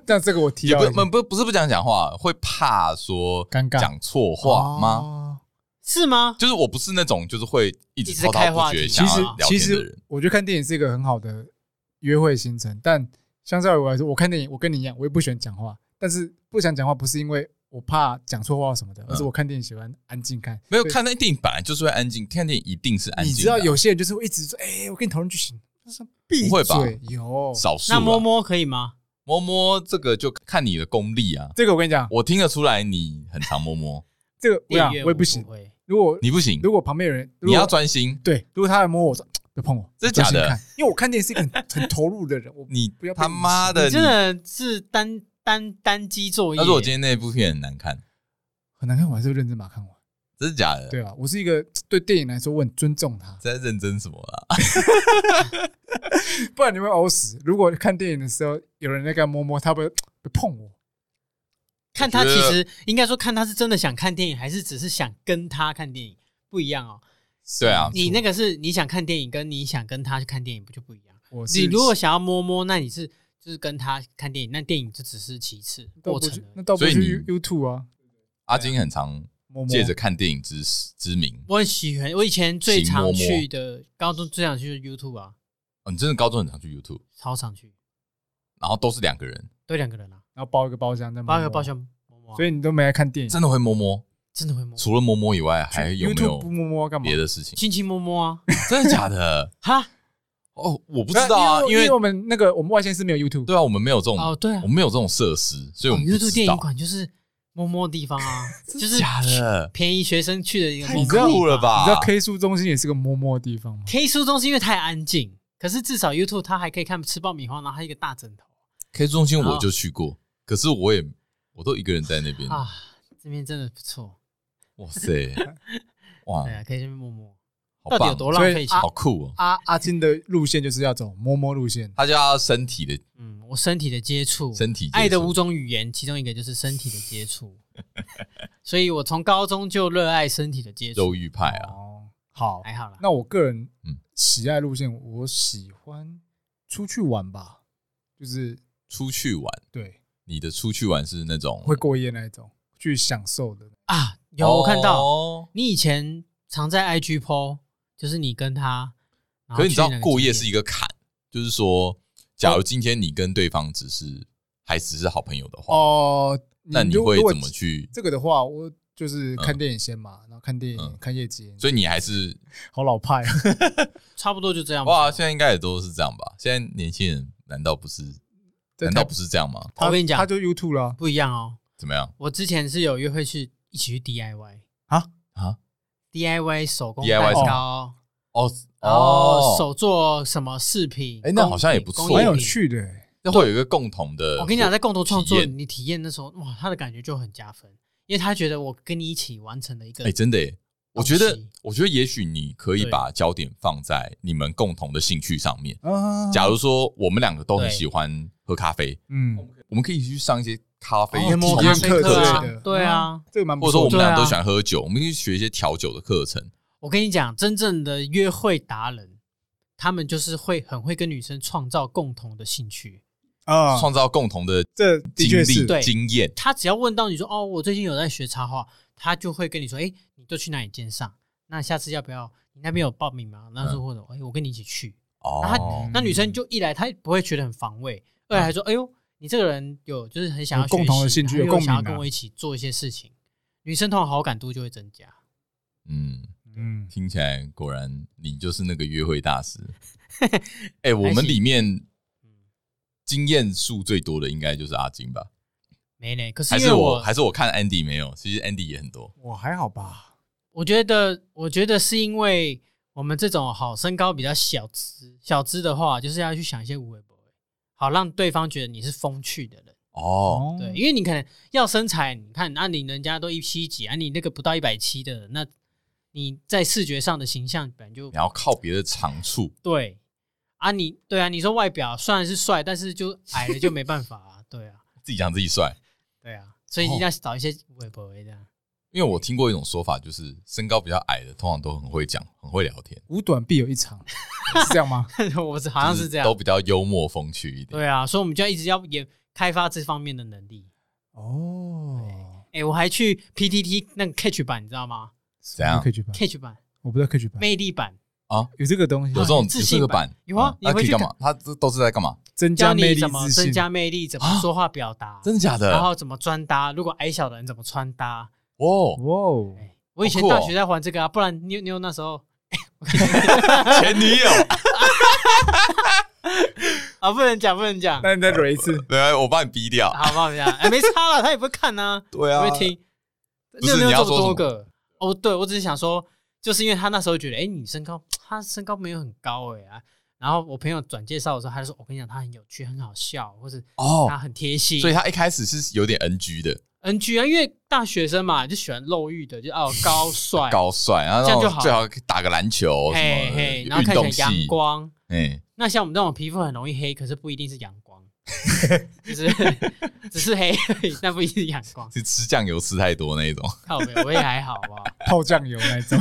Speaker 1: 但这个我提
Speaker 2: 也
Speaker 1: 到一
Speaker 2: 不
Speaker 1: 个
Speaker 2: 不不不是不想讲话，会怕说
Speaker 1: 尴尬
Speaker 2: 讲错话吗？
Speaker 1: 哦
Speaker 3: 是吗？
Speaker 2: 就是我不是那种就是会一直
Speaker 3: 一直
Speaker 2: 滔滔
Speaker 3: 开话
Speaker 2: 不绝
Speaker 3: 题
Speaker 2: 想
Speaker 1: 其
Speaker 2: 要
Speaker 1: 实
Speaker 2: 聊
Speaker 1: 其
Speaker 2: 天的人
Speaker 1: 实，，我觉得看电影是一个很好的约会行程，但相较于我来说，我看电影我跟你一样，我也不喜欢讲话，但是不想讲话不是因为我怕讲错话什
Speaker 2: 嗯
Speaker 1: 么的，而是我看电影喜欢安静看。
Speaker 2: 没有
Speaker 1: 所以
Speaker 2: 看那电影本来就是会安静，看电影一定是安静
Speaker 1: 你
Speaker 2: 的啊。
Speaker 1: 知道有些人就是会一直说，哎，我跟你讨论剧情，他说闭
Speaker 2: 不会吧
Speaker 1: 嘴，有
Speaker 2: 少数啊
Speaker 3: 那摸摸可以吗？
Speaker 2: 摸摸这个就看你的功力啊，
Speaker 1: 这个我跟你讲，
Speaker 2: 我听得出来你很常摸摸，
Speaker 1: 这个我
Speaker 3: 电
Speaker 1: 想
Speaker 3: 影院
Speaker 1: 我也
Speaker 3: 不
Speaker 1: 不行。
Speaker 3: 会
Speaker 1: 如果
Speaker 2: 你不行，
Speaker 1: 如果旁边有人，如
Speaker 2: 你
Speaker 1: 果
Speaker 2: 要专心。
Speaker 1: 对，如果他来摸我，我说别碰我，
Speaker 2: 真的假嗯
Speaker 1: 专
Speaker 2: 的
Speaker 1: 心看？因为我看电影是一个很很 投入的人，我
Speaker 2: 你
Speaker 1: 不要被
Speaker 2: 他妈的！
Speaker 3: 你
Speaker 2: 你
Speaker 3: 真的是单单单机作业。
Speaker 2: 但是我今天那部片很难看，
Speaker 1: 很难看，我还是会认真把它看完。
Speaker 2: 真的假的？
Speaker 1: 对啊，我是一个对电影来说我很尊重他，
Speaker 2: 在认真什么啊啦？
Speaker 1: 不然你会呕死。如果看电影的时候有人在干摸摸，他不会别碰我，
Speaker 3: 看他
Speaker 2: 我
Speaker 3: 其
Speaker 2: 觉得
Speaker 3: 实应该说看他是真的想看电影，还是只是想跟他看电影不一样哦。
Speaker 2: 对啊
Speaker 3: 你那个是你想看电影，跟你想跟他去看电影不就不一样？
Speaker 1: 我是
Speaker 3: 你如果想要摸摸，那你是就是跟他看电影，那电影就只是其次
Speaker 1: 倒
Speaker 3: 过
Speaker 1: 不
Speaker 3: 程
Speaker 1: 去，
Speaker 3: 而
Speaker 1: 那
Speaker 3: 已。
Speaker 1: 倒不
Speaker 2: 所以你
Speaker 1: 去 YouTube 啊，
Speaker 2: 阿金很常
Speaker 1: 摸摸
Speaker 2: 借着看电影之之名，
Speaker 3: 我很喜欢，我以前最
Speaker 2: 行
Speaker 3: 常
Speaker 2: 摸摸
Speaker 3: 去的高中最常去的 YouTube 啊，
Speaker 2: 哦，你真的高中很常去 YouTube，
Speaker 3: 超常去，
Speaker 2: 然后都是两个人，
Speaker 3: 对两个人啊，
Speaker 1: 然后包一个包厢
Speaker 2: 嗯
Speaker 1: 再摸摸
Speaker 3: 包个包，厢摸摸啊，
Speaker 1: 所以你都没来看电影，
Speaker 2: 真的会摸摸。
Speaker 3: 真的会摸，
Speaker 2: 除了摸摸以外，还有没
Speaker 1: YouTube 不
Speaker 2: 有
Speaker 1: 摸摸干嘛？
Speaker 2: 别的事情？
Speaker 3: 亲亲摸摸啊，
Speaker 2: 真的假的？
Speaker 3: 哈
Speaker 2: 哦，我不知道啊，
Speaker 1: 因
Speaker 2: 因为
Speaker 1: 我们那个我们外线是没有 YouTube，
Speaker 2: 对啊，我们没有这种，
Speaker 3: 哦对啊哦
Speaker 2: 我们没有这种设施，所以我们不
Speaker 3: YouTube
Speaker 2: 知
Speaker 3: 电影
Speaker 2: 道。
Speaker 3: 馆就是摸摸的地方啊， 就是
Speaker 2: 假的，
Speaker 3: 便宜学生去的一个
Speaker 2: 太
Speaker 3: 摸摸地
Speaker 2: 酷了
Speaker 3: 方
Speaker 2: 吧？
Speaker 1: 你知道 K 书中心也是个摸摸的地方吗？
Speaker 3: ？K 书中心因为太安静，可是至少 YouTube 它还可以看吃爆米花，然后还有一个大枕头
Speaker 2: K 中心我就去过，可是我也我都一个人在那边。
Speaker 3: 啊，这边真的不错。
Speaker 2: 哇塞，哇
Speaker 3: 对，啊，可以去摸摸，到
Speaker 2: 好
Speaker 3: 底有
Speaker 2: 棒，
Speaker 3: 多浪费
Speaker 1: 所
Speaker 3: 钱
Speaker 1: 以？
Speaker 2: 好酷哦！
Speaker 1: 阿阿金的路线就是要走摸摸路线，
Speaker 2: 他叫身体的
Speaker 3: 嗯，我身体的接触，
Speaker 2: 身体接触
Speaker 3: 爱的五种语言，其中一个就是身体的接触， 所以我从高中就热爱身体的接触
Speaker 2: 肉。欲派啊，
Speaker 1: 哦，好，
Speaker 3: 还好啦，
Speaker 1: 那我个人
Speaker 2: 嗯
Speaker 1: 喜爱路线，我喜欢出去玩吧，就是
Speaker 2: 出去玩，
Speaker 1: 对
Speaker 2: 你的出去玩是那种
Speaker 1: 会过夜那一种，去享受的。
Speaker 3: 啊，有我看到
Speaker 2: 哦
Speaker 3: 你以前常在 IG PO，就是你跟他，然后
Speaker 2: 可是你知道
Speaker 3: 去那个
Speaker 2: 过
Speaker 3: 景
Speaker 2: 夜
Speaker 3: 点哦
Speaker 2: 是一个坎，就是说，假如今天你跟对方只是还只是好朋友的话，
Speaker 1: 哦，
Speaker 2: 那你
Speaker 1: 如
Speaker 2: 会
Speaker 1: 如果
Speaker 2: 怎么去？
Speaker 1: 这个的话，我就是看
Speaker 2: 嗯
Speaker 1: 电影先嘛，然后看电影
Speaker 2: 嗯
Speaker 1: 看夜景，
Speaker 2: 所以你还是
Speaker 1: 好老派啊。
Speaker 3: 差不多就这样
Speaker 2: 哇，
Speaker 3: 吧。
Speaker 2: 现在应该也都是这样吧？现在年轻人难道不是
Speaker 1: 在
Speaker 2: 难道
Speaker 1: 台
Speaker 2: 不是这样吗？
Speaker 1: 他
Speaker 3: 我跟你讲
Speaker 1: 他就 YouTube 啦，
Speaker 3: 不一样哦，
Speaker 2: 怎么样
Speaker 3: 我之前是有约会去一起去 DIY
Speaker 2: 啊？
Speaker 3: DIY 手工
Speaker 2: DIY
Speaker 3: 蛋
Speaker 1: 什
Speaker 3: 糕，
Speaker 2: 哦
Speaker 3: 然后
Speaker 2: 哦，
Speaker 3: 手做什么饰品，
Speaker 2: 哎那
Speaker 3: 工
Speaker 2: 好像也
Speaker 3: 艺
Speaker 2: 不
Speaker 3: 工
Speaker 2: 错
Speaker 1: 蛮
Speaker 3: 艺
Speaker 1: 有
Speaker 3: 品
Speaker 1: 趣的欸。
Speaker 2: 那会有一个共同的。
Speaker 3: 我跟你讲，在共同创作，
Speaker 2: 体验
Speaker 3: 你体验那时候，哇，他的感觉就很加分，因为他觉得我跟你一起完成了一个
Speaker 2: 哎、，真的耶，我觉得
Speaker 3: 东西，
Speaker 2: 我觉得也许你可以
Speaker 3: 对
Speaker 2: 把焦点放在你们共同的兴趣上面。
Speaker 1: 啊，
Speaker 2: 假如说我们两个都很
Speaker 3: 嗯对
Speaker 2: 喜欢喝咖啡，
Speaker 1: 嗯，
Speaker 2: 我们可以去上一些咖啡
Speaker 1: 哦
Speaker 2: 体
Speaker 1: 摸
Speaker 3: 摸
Speaker 1: 咖
Speaker 3: 咖
Speaker 2: 验
Speaker 1: 啡
Speaker 3: 啡
Speaker 1: 课
Speaker 3: 课
Speaker 1: 之
Speaker 3: 啊
Speaker 1: 类的，
Speaker 3: 对啊，
Speaker 1: 这个蛮不
Speaker 2: 或者说
Speaker 1: 错
Speaker 2: 我
Speaker 1: 的。
Speaker 2: 们两个
Speaker 3: 对啊
Speaker 2: 都喜欢喝酒，我们可以去学一些调酒的课程。
Speaker 3: 我跟你讲，真正的约会达人，他们就是会很会跟女生创造共同的兴趣。
Speaker 1: 啊，
Speaker 2: 创造共同的
Speaker 1: 这的
Speaker 2: 经
Speaker 1: 确
Speaker 2: 历
Speaker 1: 是
Speaker 3: 对
Speaker 2: 经验。
Speaker 3: 他只要问到你说，哦，我最近有在学插画，他就会跟你说，哎，你都去哪里见上？那下次要不要？你那边有报名吗？那
Speaker 1: 嗯
Speaker 3: 时候或者，哎，我跟你一起去。那他
Speaker 2: 哦，
Speaker 3: 那女生就一来，她不会觉得很防卫，二来还说：“哎呦，你这个人有就是很想要
Speaker 1: 嗯有共同的
Speaker 3: 学习
Speaker 1: 兴趣
Speaker 3: 然后
Speaker 1: 有
Speaker 3: 又
Speaker 1: 共
Speaker 3: 想要
Speaker 1: 鸣啊
Speaker 3: 跟我一起做一些事情。”女生通常好感度就会增加。
Speaker 2: 嗯，
Speaker 1: 嗯，
Speaker 2: 听起来果然你就是那个约会 大师。哎、我
Speaker 3: 还
Speaker 2: 们
Speaker 3: 行
Speaker 2: 里面经验数最多的应该就是阿金吧？
Speaker 3: 没嘞，可是
Speaker 2: 还
Speaker 3: 因
Speaker 2: 是
Speaker 3: 为
Speaker 2: 我
Speaker 3: 我
Speaker 2: 还是我看 Andy 没有？其实 Andy 也很多。
Speaker 1: 我还好吧。
Speaker 3: 我觉得，我觉得是因为我们这种好身高比较小资，小资的话，就是要去想一些无微不微，好让对方觉得你是风趣的人。
Speaker 2: 哦，
Speaker 1: 哦
Speaker 3: 对，因为你可能要身材，你看，那、你人家都一七几，啊，你那个不到一百七的，那你在视觉上的形象本来就
Speaker 2: 你要靠别的长处，
Speaker 3: 对啊你，对啊，你说外表虽然是帅，但是就矮了就没办法啊，对啊，
Speaker 2: 自己讲自己帅。哦
Speaker 3: 对啊，所以一定要找一些微博的这样。
Speaker 2: 因为我听过一种说法，就是身高比较矮的通常都很会讲，很会聊天，
Speaker 1: 五短必有一长，是这样吗？
Speaker 3: 我是好像
Speaker 2: 就是
Speaker 3: 这样
Speaker 2: 都，比较幽默风趣一点。
Speaker 3: 对啊，所以我们就要一直要也开发这方面的能力。
Speaker 1: 哦，
Speaker 3: 哎、我还去 PTT 那个 Catch 版，你知道吗
Speaker 2: 怎样
Speaker 1: 科举版？
Speaker 3: ？Catch 版、
Speaker 1: 我不知道科举版
Speaker 3: 魅力版，
Speaker 1: 有这个东西
Speaker 2: 有，这种
Speaker 3: 自
Speaker 2: 有
Speaker 3: 信
Speaker 2: 这个
Speaker 3: 版
Speaker 2: 版
Speaker 3: 有啊
Speaker 2: 嗯
Speaker 3: 你
Speaker 2: 那
Speaker 3: 回
Speaker 2: 可以
Speaker 3: 去
Speaker 2: 干嘛？他这都是在干嘛？
Speaker 1: 增
Speaker 3: 教
Speaker 1: 加
Speaker 3: 你
Speaker 1: 魅力
Speaker 3: 怎么
Speaker 1: 自
Speaker 3: 增
Speaker 1: 信。
Speaker 3: 加魅力，怎么
Speaker 2: 啊
Speaker 3: 说话表达，
Speaker 2: 真的假的？
Speaker 3: 然
Speaker 2: 哇
Speaker 3: 后怎么穿搭，如果矮小的人怎么穿搭。
Speaker 2: 哦，
Speaker 1: 哇哦，
Speaker 3: 哎，我以前
Speaker 2: 好酷哦
Speaker 3: 大学在玩这个啊，不然妞妞那时候
Speaker 2: 前女友，
Speaker 3: 啊，不能讲，不能讲，
Speaker 1: 那你再蕊一次，
Speaker 2: 对，我帮你逼掉。
Speaker 3: 好不好？讲，哎，没差了，他也不会看呐，
Speaker 2: 对
Speaker 3: 不
Speaker 2: 啊
Speaker 3: 会，听。
Speaker 2: 不
Speaker 3: 妞
Speaker 2: 是
Speaker 3: 妞
Speaker 2: 你要
Speaker 3: 这么
Speaker 2: 说什
Speaker 3: 多
Speaker 2: 么
Speaker 3: 个，哦，对我只是想说，就是因为他那时候觉得，哎，你身高，他身高没有很高哎啊。然后我朋友转介绍的时候，他就说：“我跟你讲，他很有趣，很好笑，或者
Speaker 2: 哦
Speaker 3: 他，很贴心。
Speaker 2: 所以他一开始是有点 NG 的，
Speaker 3: NG 啊，因为大学生嘛，就喜欢露欲的，就 哦高帅，
Speaker 2: 高帅，然后
Speaker 3: 这样就
Speaker 2: 那种
Speaker 3: 好
Speaker 2: 最好打个篮球什
Speaker 3: 嘿嘿，然后
Speaker 2: 么运
Speaker 3: 看
Speaker 2: 动
Speaker 3: 起来
Speaker 2: 系
Speaker 3: 阳，光，
Speaker 2: 哎，
Speaker 3: 那像我们这种皮肤很容易黑，可是不一定是阳 光，就是只是黑而已，但不一定是阳光。
Speaker 2: 是吃酱油吃太多那一种。
Speaker 3: 靠背，我也还好，好不好？
Speaker 1: 泡酱油那一种。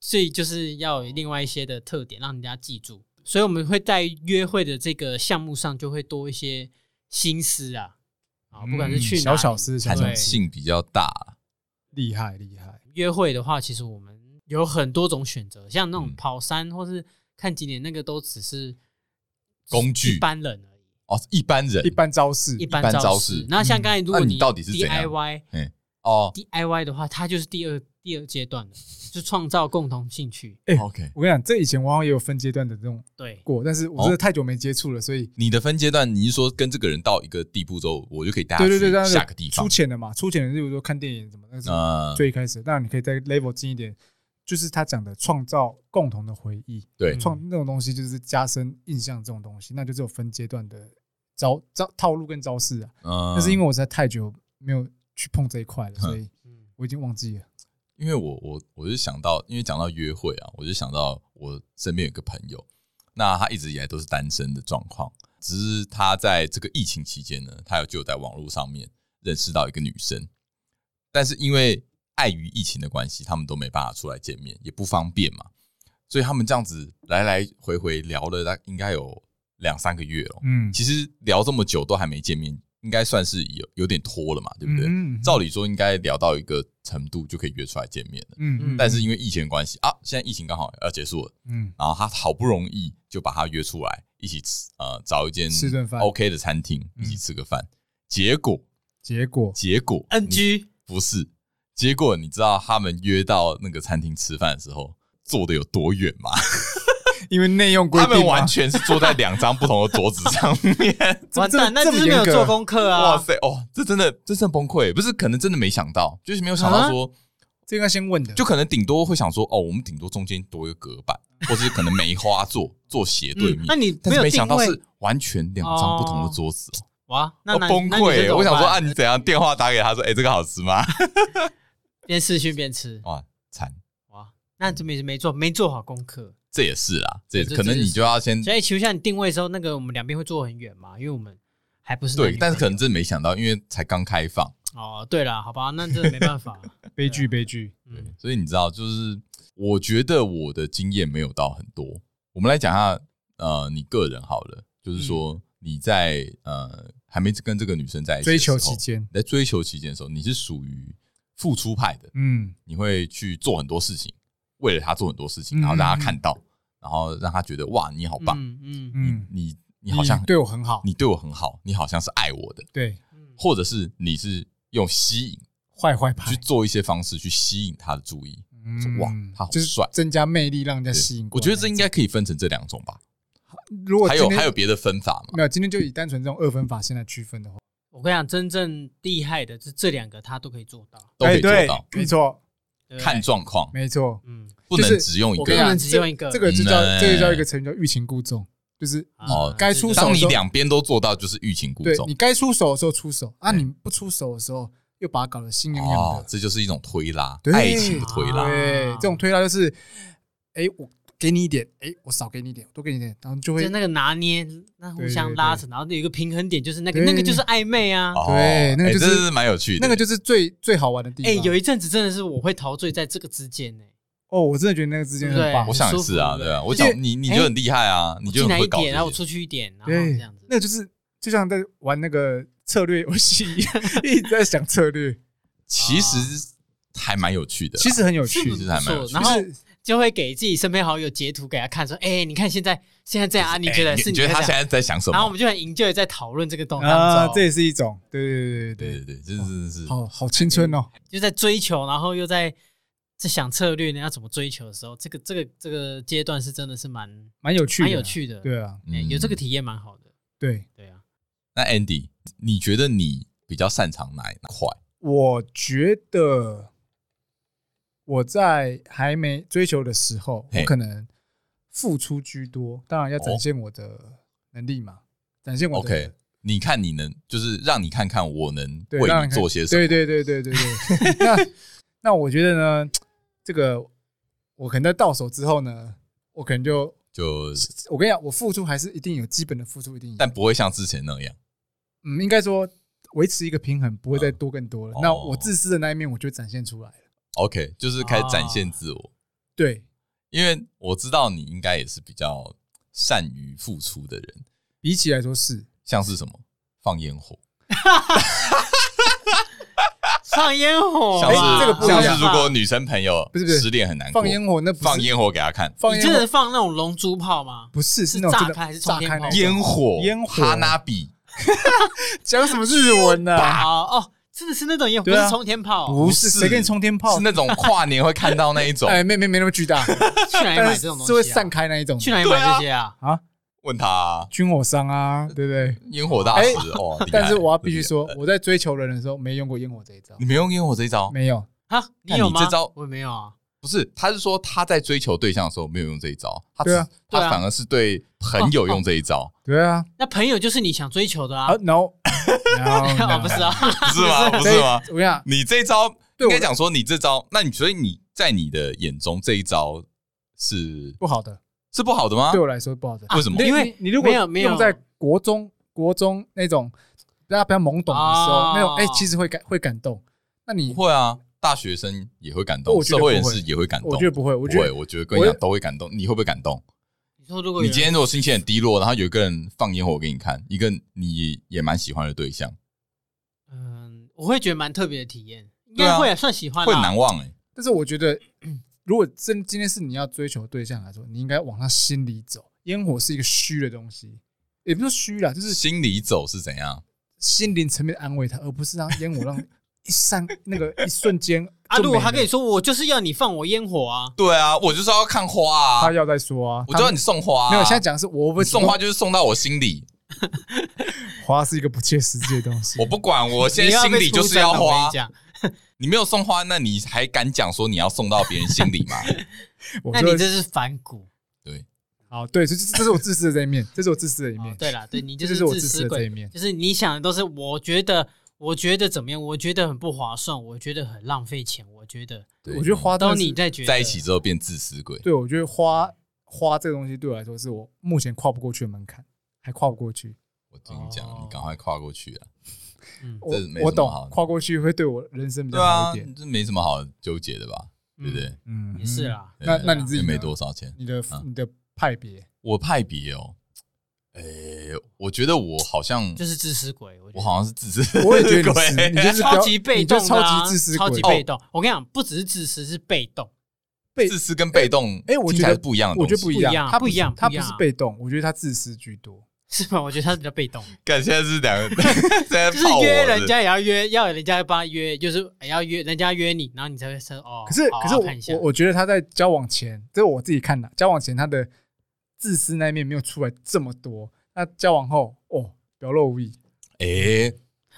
Speaker 3: 所以就是要有另外一些的特点，让人家记住。所以我们会在约会的这个项目上，就会多一些心思啊啊， 不管是去哪
Speaker 1: 嗯小
Speaker 3: 里、
Speaker 1: 小思小
Speaker 2: 弹
Speaker 1: 小
Speaker 3: 对
Speaker 1: 思
Speaker 2: 性比较大，
Speaker 1: 厉害厉害，
Speaker 3: 约会的话，其实我们有很多种选择，像那种
Speaker 2: 嗯
Speaker 3: 跑山或是看景点，那个都只是
Speaker 2: 工具
Speaker 3: 一般人而已。
Speaker 2: 哦，是一般人
Speaker 1: 一般招式
Speaker 3: 一般
Speaker 2: 般
Speaker 3: 招
Speaker 2: 招
Speaker 3: 式
Speaker 2: 式。嗯
Speaker 3: 那像刚才，如果
Speaker 2: 那你到底是怎样
Speaker 3: DIY
Speaker 2: 哦
Speaker 3: DIY 的话，它就是第二第二阶段的，就是创造共同兴趣。
Speaker 1: 哎
Speaker 2: ，OK。
Speaker 1: 我跟你讲，这以前往往也有分阶段的这种
Speaker 3: 对，
Speaker 1: 过，但
Speaker 2: 哦
Speaker 1: 是我真的太久没接触了，所以
Speaker 2: 你的分阶段，你是说跟这个人到一个地步之后，我就可以带他
Speaker 1: 对对对，
Speaker 2: 去
Speaker 1: 但是
Speaker 2: 下个地方
Speaker 1: 粗？浅的嘛，粗浅的，例如说看电影什么，那是
Speaker 2: 呃，
Speaker 1: 最一开始。当然你可以在 level 近一点，就是他讲的创造共同的回忆，
Speaker 2: 对
Speaker 3: 嗯
Speaker 1: 创那种东西就是加深印象这种东西，那就只有分阶段的招招套路跟招式啊。
Speaker 2: 嗯，
Speaker 1: 但是因
Speaker 2: 为
Speaker 1: 为我实在太久没有去碰这一块了，所以
Speaker 3: 嗯，
Speaker 1: 我已经忘记了。
Speaker 2: 因为我我我就想到，因为讲到约会啊，我就想到我身边有个朋友，那他一直以来都是单身的状况，只是他在这个疫情期间呢，他有就有在网络上面认识到一个女生，但是因为碍于疫情的关系，他们都没办法出来见面，也不方便嘛，所以他们这样子来来回回聊了，大应该有两三个月了。
Speaker 1: 嗯，
Speaker 2: 其实聊这么久都还没见面，应该算是有有点拖了嘛，对不对？
Speaker 1: 嗯
Speaker 2: 照理说应该聊到一个程度就可以约出来见面了，
Speaker 1: 嗯嗯，
Speaker 2: 但是因为疫情的关系啊，现在疫情刚好要结束了，
Speaker 1: 嗯
Speaker 2: 然后他好不容易就把他约出来一起吃，呃，找一间
Speaker 1: 吃顿饭嗯
Speaker 2: OK 的餐厅一起吃个饭，结果
Speaker 1: 结果
Speaker 2: 结果
Speaker 3: NG
Speaker 2: 不是，结果你知道他们约到那个餐厅吃饭的时候坐的有多远吗？
Speaker 1: 因为内用规
Speaker 2: 他
Speaker 1: 定嘛，
Speaker 2: 们完全是坐在两张不同的桌子上 面。
Speaker 1: 这
Speaker 3: 完蛋，
Speaker 1: 这这
Speaker 3: 那就
Speaker 1: 么
Speaker 3: 是没有
Speaker 1: 严格
Speaker 3: 做功课
Speaker 2: 哇
Speaker 3: 啊。
Speaker 2: 塞，哦，这真的，这真的崩溃，不是可能真的没想到，就是没有想
Speaker 1: 啊
Speaker 2: 到说，
Speaker 1: 这应该先问的，
Speaker 2: 就可能顶多会想说，哦，我们顶多中间多一个隔板，或者是可能梅花座 坐斜对面
Speaker 3: 嗯，，那你
Speaker 2: 但是
Speaker 3: 有
Speaker 2: 没
Speaker 3: 定
Speaker 2: 想到
Speaker 3: 位
Speaker 2: 是完全两张不同的桌子，哦
Speaker 3: 哇？那
Speaker 2: 哦
Speaker 3: 男
Speaker 2: 崩
Speaker 3: 那女生怎
Speaker 2: 溃。
Speaker 3: 么
Speaker 2: 我想说啊，
Speaker 3: 办
Speaker 2: 你怎样电话打给他说，哎，这个好吃吗？
Speaker 3: 边试训边吃
Speaker 2: 哇，惨，
Speaker 3: 哇，那这没没做没做好功课。
Speaker 2: 这也是啦，这也是
Speaker 3: 对这
Speaker 2: 可能
Speaker 3: 这也
Speaker 2: 你
Speaker 3: 是
Speaker 2: 就要先
Speaker 3: 所以请问一下，你定位的时候，那个我们两边会坐很远嘛？因为我们还不是男
Speaker 2: 对，
Speaker 3: 女
Speaker 2: 但是
Speaker 3: 朋
Speaker 2: 可
Speaker 3: 友
Speaker 2: 能真的没想到，因为才刚开放。
Speaker 3: 哦，对了，好吧，那真的没办法。
Speaker 1: 悲剧悲剧。
Speaker 2: 对
Speaker 3: 嗯，
Speaker 2: 所以你知道，就是我觉得我的经验没有到很多。我们来讲一下，呃，你个人好了，就是
Speaker 3: 嗯
Speaker 2: 说你在呃还没哦跟这个女生在一起的
Speaker 1: 追
Speaker 2: 时候
Speaker 1: 求期，间，
Speaker 2: 你在追求期间的时候，你是属于付出派的，
Speaker 1: 嗯，
Speaker 2: 你会去做很多事情，为了她做很多事情，
Speaker 1: 嗯
Speaker 2: 然后让她看到，然后让她觉得哇， 你好棒，
Speaker 3: 嗯嗯
Speaker 1: 嗯，
Speaker 2: 你你你好像
Speaker 1: 对我很好，
Speaker 2: 你对我很好，你好像是爱我的，
Speaker 1: 对
Speaker 3: 嗯，
Speaker 2: 或者是你是用吸引
Speaker 1: 坏坏牌
Speaker 2: 去，做一些方式去吸引她的注意。
Speaker 1: 嗯
Speaker 2: 说哇他好
Speaker 1: 就是
Speaker 2: 帅
Speaker 1: 增加魅力，让人家
Speaker 2: 对
Speaker 1: 吸引过
Speaker 2: 我
Speaker 1: 来。
Speaker 2: 觉得这应该可以分成这两种吧。
Speaker 1: 如果
Speaker 2: 还有
Speaker 1: 今天
Speaker 2: 还有别的分法吗？
Speaker 1: 没有，今天就以单纯这种二分法现在区分的话，
Speaker 3: 我跟你讲，真正厉害的是这两个，他都可以做到。
Speaker 2: 都可以做
Speaker 1: 哎
Speaker 2: 到，
Speaker 1: 对没错，
Speaker 3: 对不对
Speaker 2: 看状况，
Speaker 1: 没错。
Speaker 3: 嗯，
Speaker 2: 不
Speaker 1: 就是
Speaker 2: 能只用一
Speaker 1: 我
Speaker 2: 个
Speaker 1: 跟你
Speaker 3: 不
Speaker 1: 讲，
Speaker 3: 能
Speaker 2: 人。
Speaker 3: 只用一个
Speaker 1: 这这个就叫
Speaker 2: 嗯
Speaker 1: 这个叫一个成语叫欲擒故纵，就是
Speaker 3: 啊
Speaker 1: 你
Speaker 2: 哦
Speaker 1: 该出手
Speaker 2: 当
Speaker 1: 的时
Speaker 2: 你
Speaker 1: 候，
Speaker 2: 两边都做到，就是欲擒故
Speaker 1: 对
Speaker 2: 纵哎
Speaker 1: 你。该出手的时候出手，啊，你不出手的时候又把它搞得心痒痒
Speaker 2: 哦
Speaker 1: 的，。
Speaker 2: 这就是一种推拉，
Speaker 1: 对
Speaker 2: 爱情的推
Speaker 3: 啊
Speaker 2: 拉。
Speaker 1: 对，这种推拉就是，哎，我给你一点，哎，我少给你一点，多给你一点，然后就
Speaker 3: 就
Speaker 1: 会
Speaker 3: 是那个拿捏，那互
Speaker 1: 对
Speaker 3: 相
Speaker 1: 对
Speaker 3: 拉
Speaker 1: 对
Speaker 3: 扯，然后有一个平衡点，就是那个
Speaker 1: 对
Speaker 3: 那个就是暧昧啊。
Speaker 2: 哦
Speaker 1: 对那个
Speaker 2: 哎
Speaker 1: 就是
Speaker 2: 这是蛮有趣的，
Speaker 1: 那个就是最最好玩的地
Speaker 3: 哎、
Speaker 1: 方。
Speaker 3: 有一阵子真的是我会陶醉在这个之间呢、
Speaker 1: 哦，我真的觉得那个之间很
Speaker 3: 对
Speaker 1: 棒
Speaker 2: 我，想也
Speaker 3: 很舒服
Speaker 2: 是啊，
Speaker 3: 对
Speaker 2: 对啊，我
Speaker 1: 就
Speaker 2: 想
Speaker 1: 是
Speaker 2: 你你
Speaker 1: 哎
Speaker 2: 就很厉害啊，你
Speaker 3: 进
Speaker 2: 就很
Speaker 3: 来
Speaker 2: 会
Speaker 3: 一
Speaker 2: 搞
Speaker 3: 点，然后我
Speaker 2: 这
Speaker 3: 出
Speaker 2: 些。
Speaker 3: 去一点，然后
Speaker 1: 对
Speaker 3: 这样子。
Speaker 1: 那个就是就像在玩那个策略游戏一样， 一直在想策略，
Speaker 2: 啊其实还蛮有趣的啦，
Speaker 1: 其实很有
Speaker 3: 是
Speaker 1: 趣
Speaker 3: 不。
Speaker 2: 其实还蛮有
Speaker 3: 错，
Speaker 2: 趣
Speaker 3: 然
Speaker 1: 就
Speaker 3: 后
Speaker 1: 是
Speaker 3: 就会给自己身边好友截图给他看，说：“哎、你看现在现在这样啊，你
Speaker 2: 哎
Speaker 3: 觉得是
Speaker 2: 你觉
Speaker 3: 在
Speaker 2: 得他
Speaker 3: 这
Speaker 2: 现
Speaker 3: 样
Speaker 2: 在在想什
Speaker 3: 然后我
Speaker 2: 么？
Speaker 3: 们就很营救在讨论这个动
Speaker 1: 啊
Speaker 3: 当，
Speaker 1: 这
Speaker 3: 中，
Speaker 1: 也是一种，对对对
Speaker 2: 对
Speaker 1: 对
Speaker 2: 对对，这真的是
Speaker 1: 对，好好青春哦。
Speaker 3: 就在追求，然后又在在想策略呢，要怎么追求的时候，这个这个这个阶段是真的是蛮
Speaker 1: 蛮有趣的，
Speaker 3: 蛮有趣的，
Speaker 1: 对啊，
Speaker 3: 哎、有这个
Speaker 2: 嗯
Speaker 3: 体验蛮好的，
Speaker 1: 对，
Speaker 3: 对啊，
Speaker 2: 那 Andy，你觉得你比较擅长哪一哪块？
Speaker 1: 我觉得我在还没追求的时候，
Speaker 2: 嘿
Speaker 1: 我可能付出居多，当然要展现我的能力嘛，展现我的
Speaker 2: OK 你看你能，就是让你看看我能
Speaker 1: 对，
Speaker 2: 为
Speaker 1: 让
Speaker 2: 你
Speaker 1: 人看
Speaker 2: 做些什么。
Speaker 1: 对对对对对对。 那那我觉得呢，这个我可能在到手之后呢，我可能就
Speaker 2: 就
Speaker 1: 我跟你讲，我付出还是一定有基本的付出，一定有，
Speaker 2: 但不会像之前那样。
Speaker 1: 嗯，应该说维持一个平衡，不会再多更多了。
Speaker 2: 哦
Speaker 1: 那我自私的那一面，我就展现出来了。
Speaker 2: OK，就是开始展现自我，
Speaker 1: 对，
Speaker 2: 因为我知道你应该也是比较善于付出的人，
Speaker 1: 比起来说是，
Speaker 2: 像是什么放烟火，
Speaker 3: 放烟火
Speaker 2: 像
Speaker 3: 啊，
Speaker 2: 是、
Speaker 1: 哎这个不一
Speaker 2: 像
Speaker 1: 样
Speaker 2: 是如果女生朋友
Speaker 1: 不是不是
Speaker 2: 失恋很难过，
Speaker 1: 放烟火那不是
Speaker 2: 放烟火给她看，
Speaker 1: 放
Speaker 3: 你
Speaker 1: 烟
Speaker 3: 真的
Speaker 1: 火
Speaker 3: 放那种龙珠炮吗？
Speaker 1: 不是是
Speaker 3: 是
Speaker 1: 那种
Speaker 3: 炸
Speaker 1: 真的
Speaker 3: 开还是
Speaker 1: 炸
Speaker 3: 冲天
Speaker 1: 开那
Speaker 3: 炮
Speaker 1: 种
Speaker 2: 烟火
Speaker 1: 烟火
Speaker 2: 哈娜比，
Speaker 1: 讲什么日文呢？
Speaker 3: 哦哦，真的是那种烟火，
Speaker 1: 啊对
Speaker 3: 不
Speaker 1: 啊
Speaker 3: 是冲天炮 哦，
Speaker 1: 不是谁跟你冲天炮
Speaker 2: 啊是？那种跨年会看到那一种。
Speaker 1: 哎，没没没那么巨 大，
Speaker 3: 去哪里
Speaker 1: 但
Speaker 3: 买
Speaker 1: 是
Speaker 3: 这种东西、
Speaker 1: 是
Speaker 3: 啊？
Speaker 1: 会散开那一种
Speaker 3: 去哪里买这些啊？
Speaker 1: 啊，
Speaker 2: 问他啊
Speaker 1: 军火商啊，对不 对？
Speaker 2: 烟火大师、 哦，厉害
Speaker 1: 哎
Speaker 2: 哦
Speaker 1: 但是我要必须，
Speaker 2: 厉
Speaker 1: 说，我在追求人的时候没用过烟火这一招
Speaker 2: 害，你没用烟火这一招，
Speaker 1: 没有。
Speaker 3: 啊，你
Speaker 2: 看
Speaker 3: 有
Speaker 2: 你
Speaker 3: 吗？
Speaker 2: 这招
Speaker 3: 我也没有啊。
Speaker 2: 不是，他是说他在追求对象的时候没有用这一招，他只
Speaker 1: 对啊
Speaker 2: 他
Speaker 3: 对啊
Speaker 2: 反而是对朋友用这 一招，
Speaker 1: 对啊，
Speaker 3: 那朋友就是你想追求的啊
Speaker 1: 啊，no，
Speaker 3: 啊
Speaker 1: no，
Speaker 3: 不是啊，
Speaker 2: 是吗？不
Speaker 1: 所以
Speaker 2: 是吗？
Speaker 1: 我跟你讲，
Speaker 2: 你这一招
Speaker 1: 对
Speaker 2: 应
Speaker 1: 我
Speaker 2: 该讲说你这招，那你所以你在你的眼中这一招是
Speaker 1: 不好的，
Speaker 2: 是不好的吗
Speaker 1: 对？我来说不好的。
Speaker 2: 为什么
Speaker 1: 你？
Speaker 3: 啊因为
Speaker 1: 你你如果
Speaker 3: 没有没有
Speaker 1: 用在国中国中那种比较比较懵懂的时候，
Speaker 3: 哦
Speaker 1: 那种哎，其实会感会感动。那
Speaker 2: 不
Speaker 1: 你
Speaker 2: 会啊，大学生也会感动，
Speaker 1: 我觉
Speaker 2: 社
Speaker 1: 得
Speaker 2: 会人
Speaker 1: 不会
Speaker 2: 士也会感动。
Speaker 1: 我觉得不会，
Speaker 2: 不
Speaker 1: 我觉
Speaker 2: 会，
Speaker 1: 得
Speaker 2: 我觉得跟你讲
Speaker 1: 我啊
Speaker 2: 都会感动。你会不会感动？
Speaker 3: 你说如果
Speaker 2: 你
Speaker 3: 有人
Speaker 2: 今天如果心情很低落，然后有一个人放烟火给你看，一个你也蛮喜欢的对象，
Speaker 3: 嗯，我会觉得蛮特别的体验，应
Speaker 2: 对啊
Speaker 3: 该会啊算喜欢
Speaker 2: 会
Speaker 3: 啦
Speaker 2: 难忘哎、
Speaker 1: 但是我觉得，如果真今天是你要追求的对象来说，你应该往他心里走。烟火是一个虚的东西，也不是虚啦，就是
Speaker 2: 心里走是怎样？
Speaker 1: 心灵层面的安慰他，而不是让烟火让一闪那个一瞬间
Speaker 3: 啊。
Speaker 1: 就
Speaker 3: 如果
Speaker 1: 没
Speaker 3: 他
Speaker 1: 了
Speaker 3: 跟你说我就是要你放我烟火啊，
Speaker 2: 对啊，我就是要看花啊
Speaker 1: 他，要再说啊，
Speaker 2: 我就要
Speaker 1: 他
Speaker 2: 你送花、啊。
Speaker 1: 没有。现在讲的是我
Speaker 2: 你
Speaker 1: 不
Speaker 2: 送花，就是送到我心里，
Speaker 1: 花是一个不切实际的东西。
Speaker 2: 我不管，我现
Speaker 3: 你
Speaker 2: 在
Speaker 3: 要
Speaker 2: 心
Speaker 3: 被
Speaker 2: 里
Speaker 3: 出
Speaker 2: 就是
Speaker 3: 征
Speaker 2: 要
Speaker 3: 了我跟
Speaker 2: 花
Speaker 3: 你。讲，
Speaker 2: 你没有送花，那你还敢讲说你要送到别人心里 吗？
Speaker 1: 我
Speaker 3: 那
Speaker 1: 就
Speaker 3: 你这是反骨。
Speaker 2: 对，
Speaker 1: 好，对，这这这是我自私的这一面，这是我自私的一
Speaker 3: 哦
Speaker 1: 面。
Speaker 3: 对啦，对你就
Speaker 1: 这
Speaker 3: 是
Speaker 1: 是我
Speaker 3: 自
Speaker 1: 自私
Speaker 3: 私
Speaker 1: 的这
Speaker 3: 鬼
Speaker 1: 一，面
Speaker 3: 就是你想的都是我觉得，我觉得怎么样？我觉得很不划算，我觉得很浪费钱，我觉得
Speaker 1: 我觉得花
Speaker 3: 都
Speaker 1: 真的是
Speaker 3: 你在觉得
Speaker 2: 在一起，之后变自私鬼，
Speaker 1: 对我觉得花花这个东西对我来说是我目前跨不过去的门槛，还跨不过去。
Speaker 2: 我跟你讲，
Speaker 3: 哦
Speaker 2: 你赶快跨过去啊！
Speaker 3: 嗯
Speaker 1: 我
Speaker 2: 这没什么
Speaker 1: 我
Speaker 2: 好
Speaker 1: 懂，跨过去会对我人生比较
Speaker 2: 对
Speaker 1: 好
Speaker 2: 啊
Speaker 1: 一点。，
Speaker 2: 这没什么好纠结的吧？对不？对？
Speaker 1: 嗯
Speaker 3: 嗯也是。啦，
Speaker 1: 那
Speaker 2: 对
Speaker 1: 那你自己
Speaker 2: 也
Speaker 1: 呢
Speaker 2: 没多少钱，
Speaker 1: 你的
Speaker 2: 啊
Speaker 1: 你的派别，
Speaker 2: 我派别哦，诶，我觉得我好像
Speaker 3: 就是自私鬼，我觉得。
Speaker 2: 我好像是自私，
Speaker 1: 我也觉 得你
Speaker 2: 鬼
Speaker 1: 是，你就是
Speaker 3: 超级被动、
Speaker 1: 你就
Speaker 3: 啊，
Speaker 1: 超级自私
Speaker 3: 超
Speaker 1: 鬼
Speaker 3: 级被动。我跟你讲，不只是自私，是被动。
Speaker 1: 被
Speaker 2: 自私跟被动，
Speaker 1: 哎我觉得
Speaker 2: 听起来是不一样的东
Speaker 1: 我
Speaker 2: 西，
Speaker 1: 觉得不一
Speaker 3: 不一样
Speaker 1: 样，他
Speaker 3: 不一样
Speaker 1: 他
Speaker 3: 不一
Speaker 1: 不
Speaker 3: 样哦
Speaker 1: 是被动，我觉得他自私居多。
Speaker 3: 是吧？我觉得他比较被动，
Speaker 2: 干现在是两 个，现在
Speaker 3: 就是
Speaker 2: 泡我
Speaker 3: 约
Speaker 2: 是不
Speaker 3: 人
Speaker 2: 是
Speaker 3: 家也要约，要人家帮他约，就是也要约人家约你，然后你才会说哦。
Speaker 1: 可是
Speaker 3: 好啊
Speaker 1: 可是
Speaker 3: 看一下
Speaker 1: 我我我觉得他在交往前，这我自己看的，交往前他的自私那一面没有出来这么多，那交往后哦表露无遗。
Speaker 2: 诶，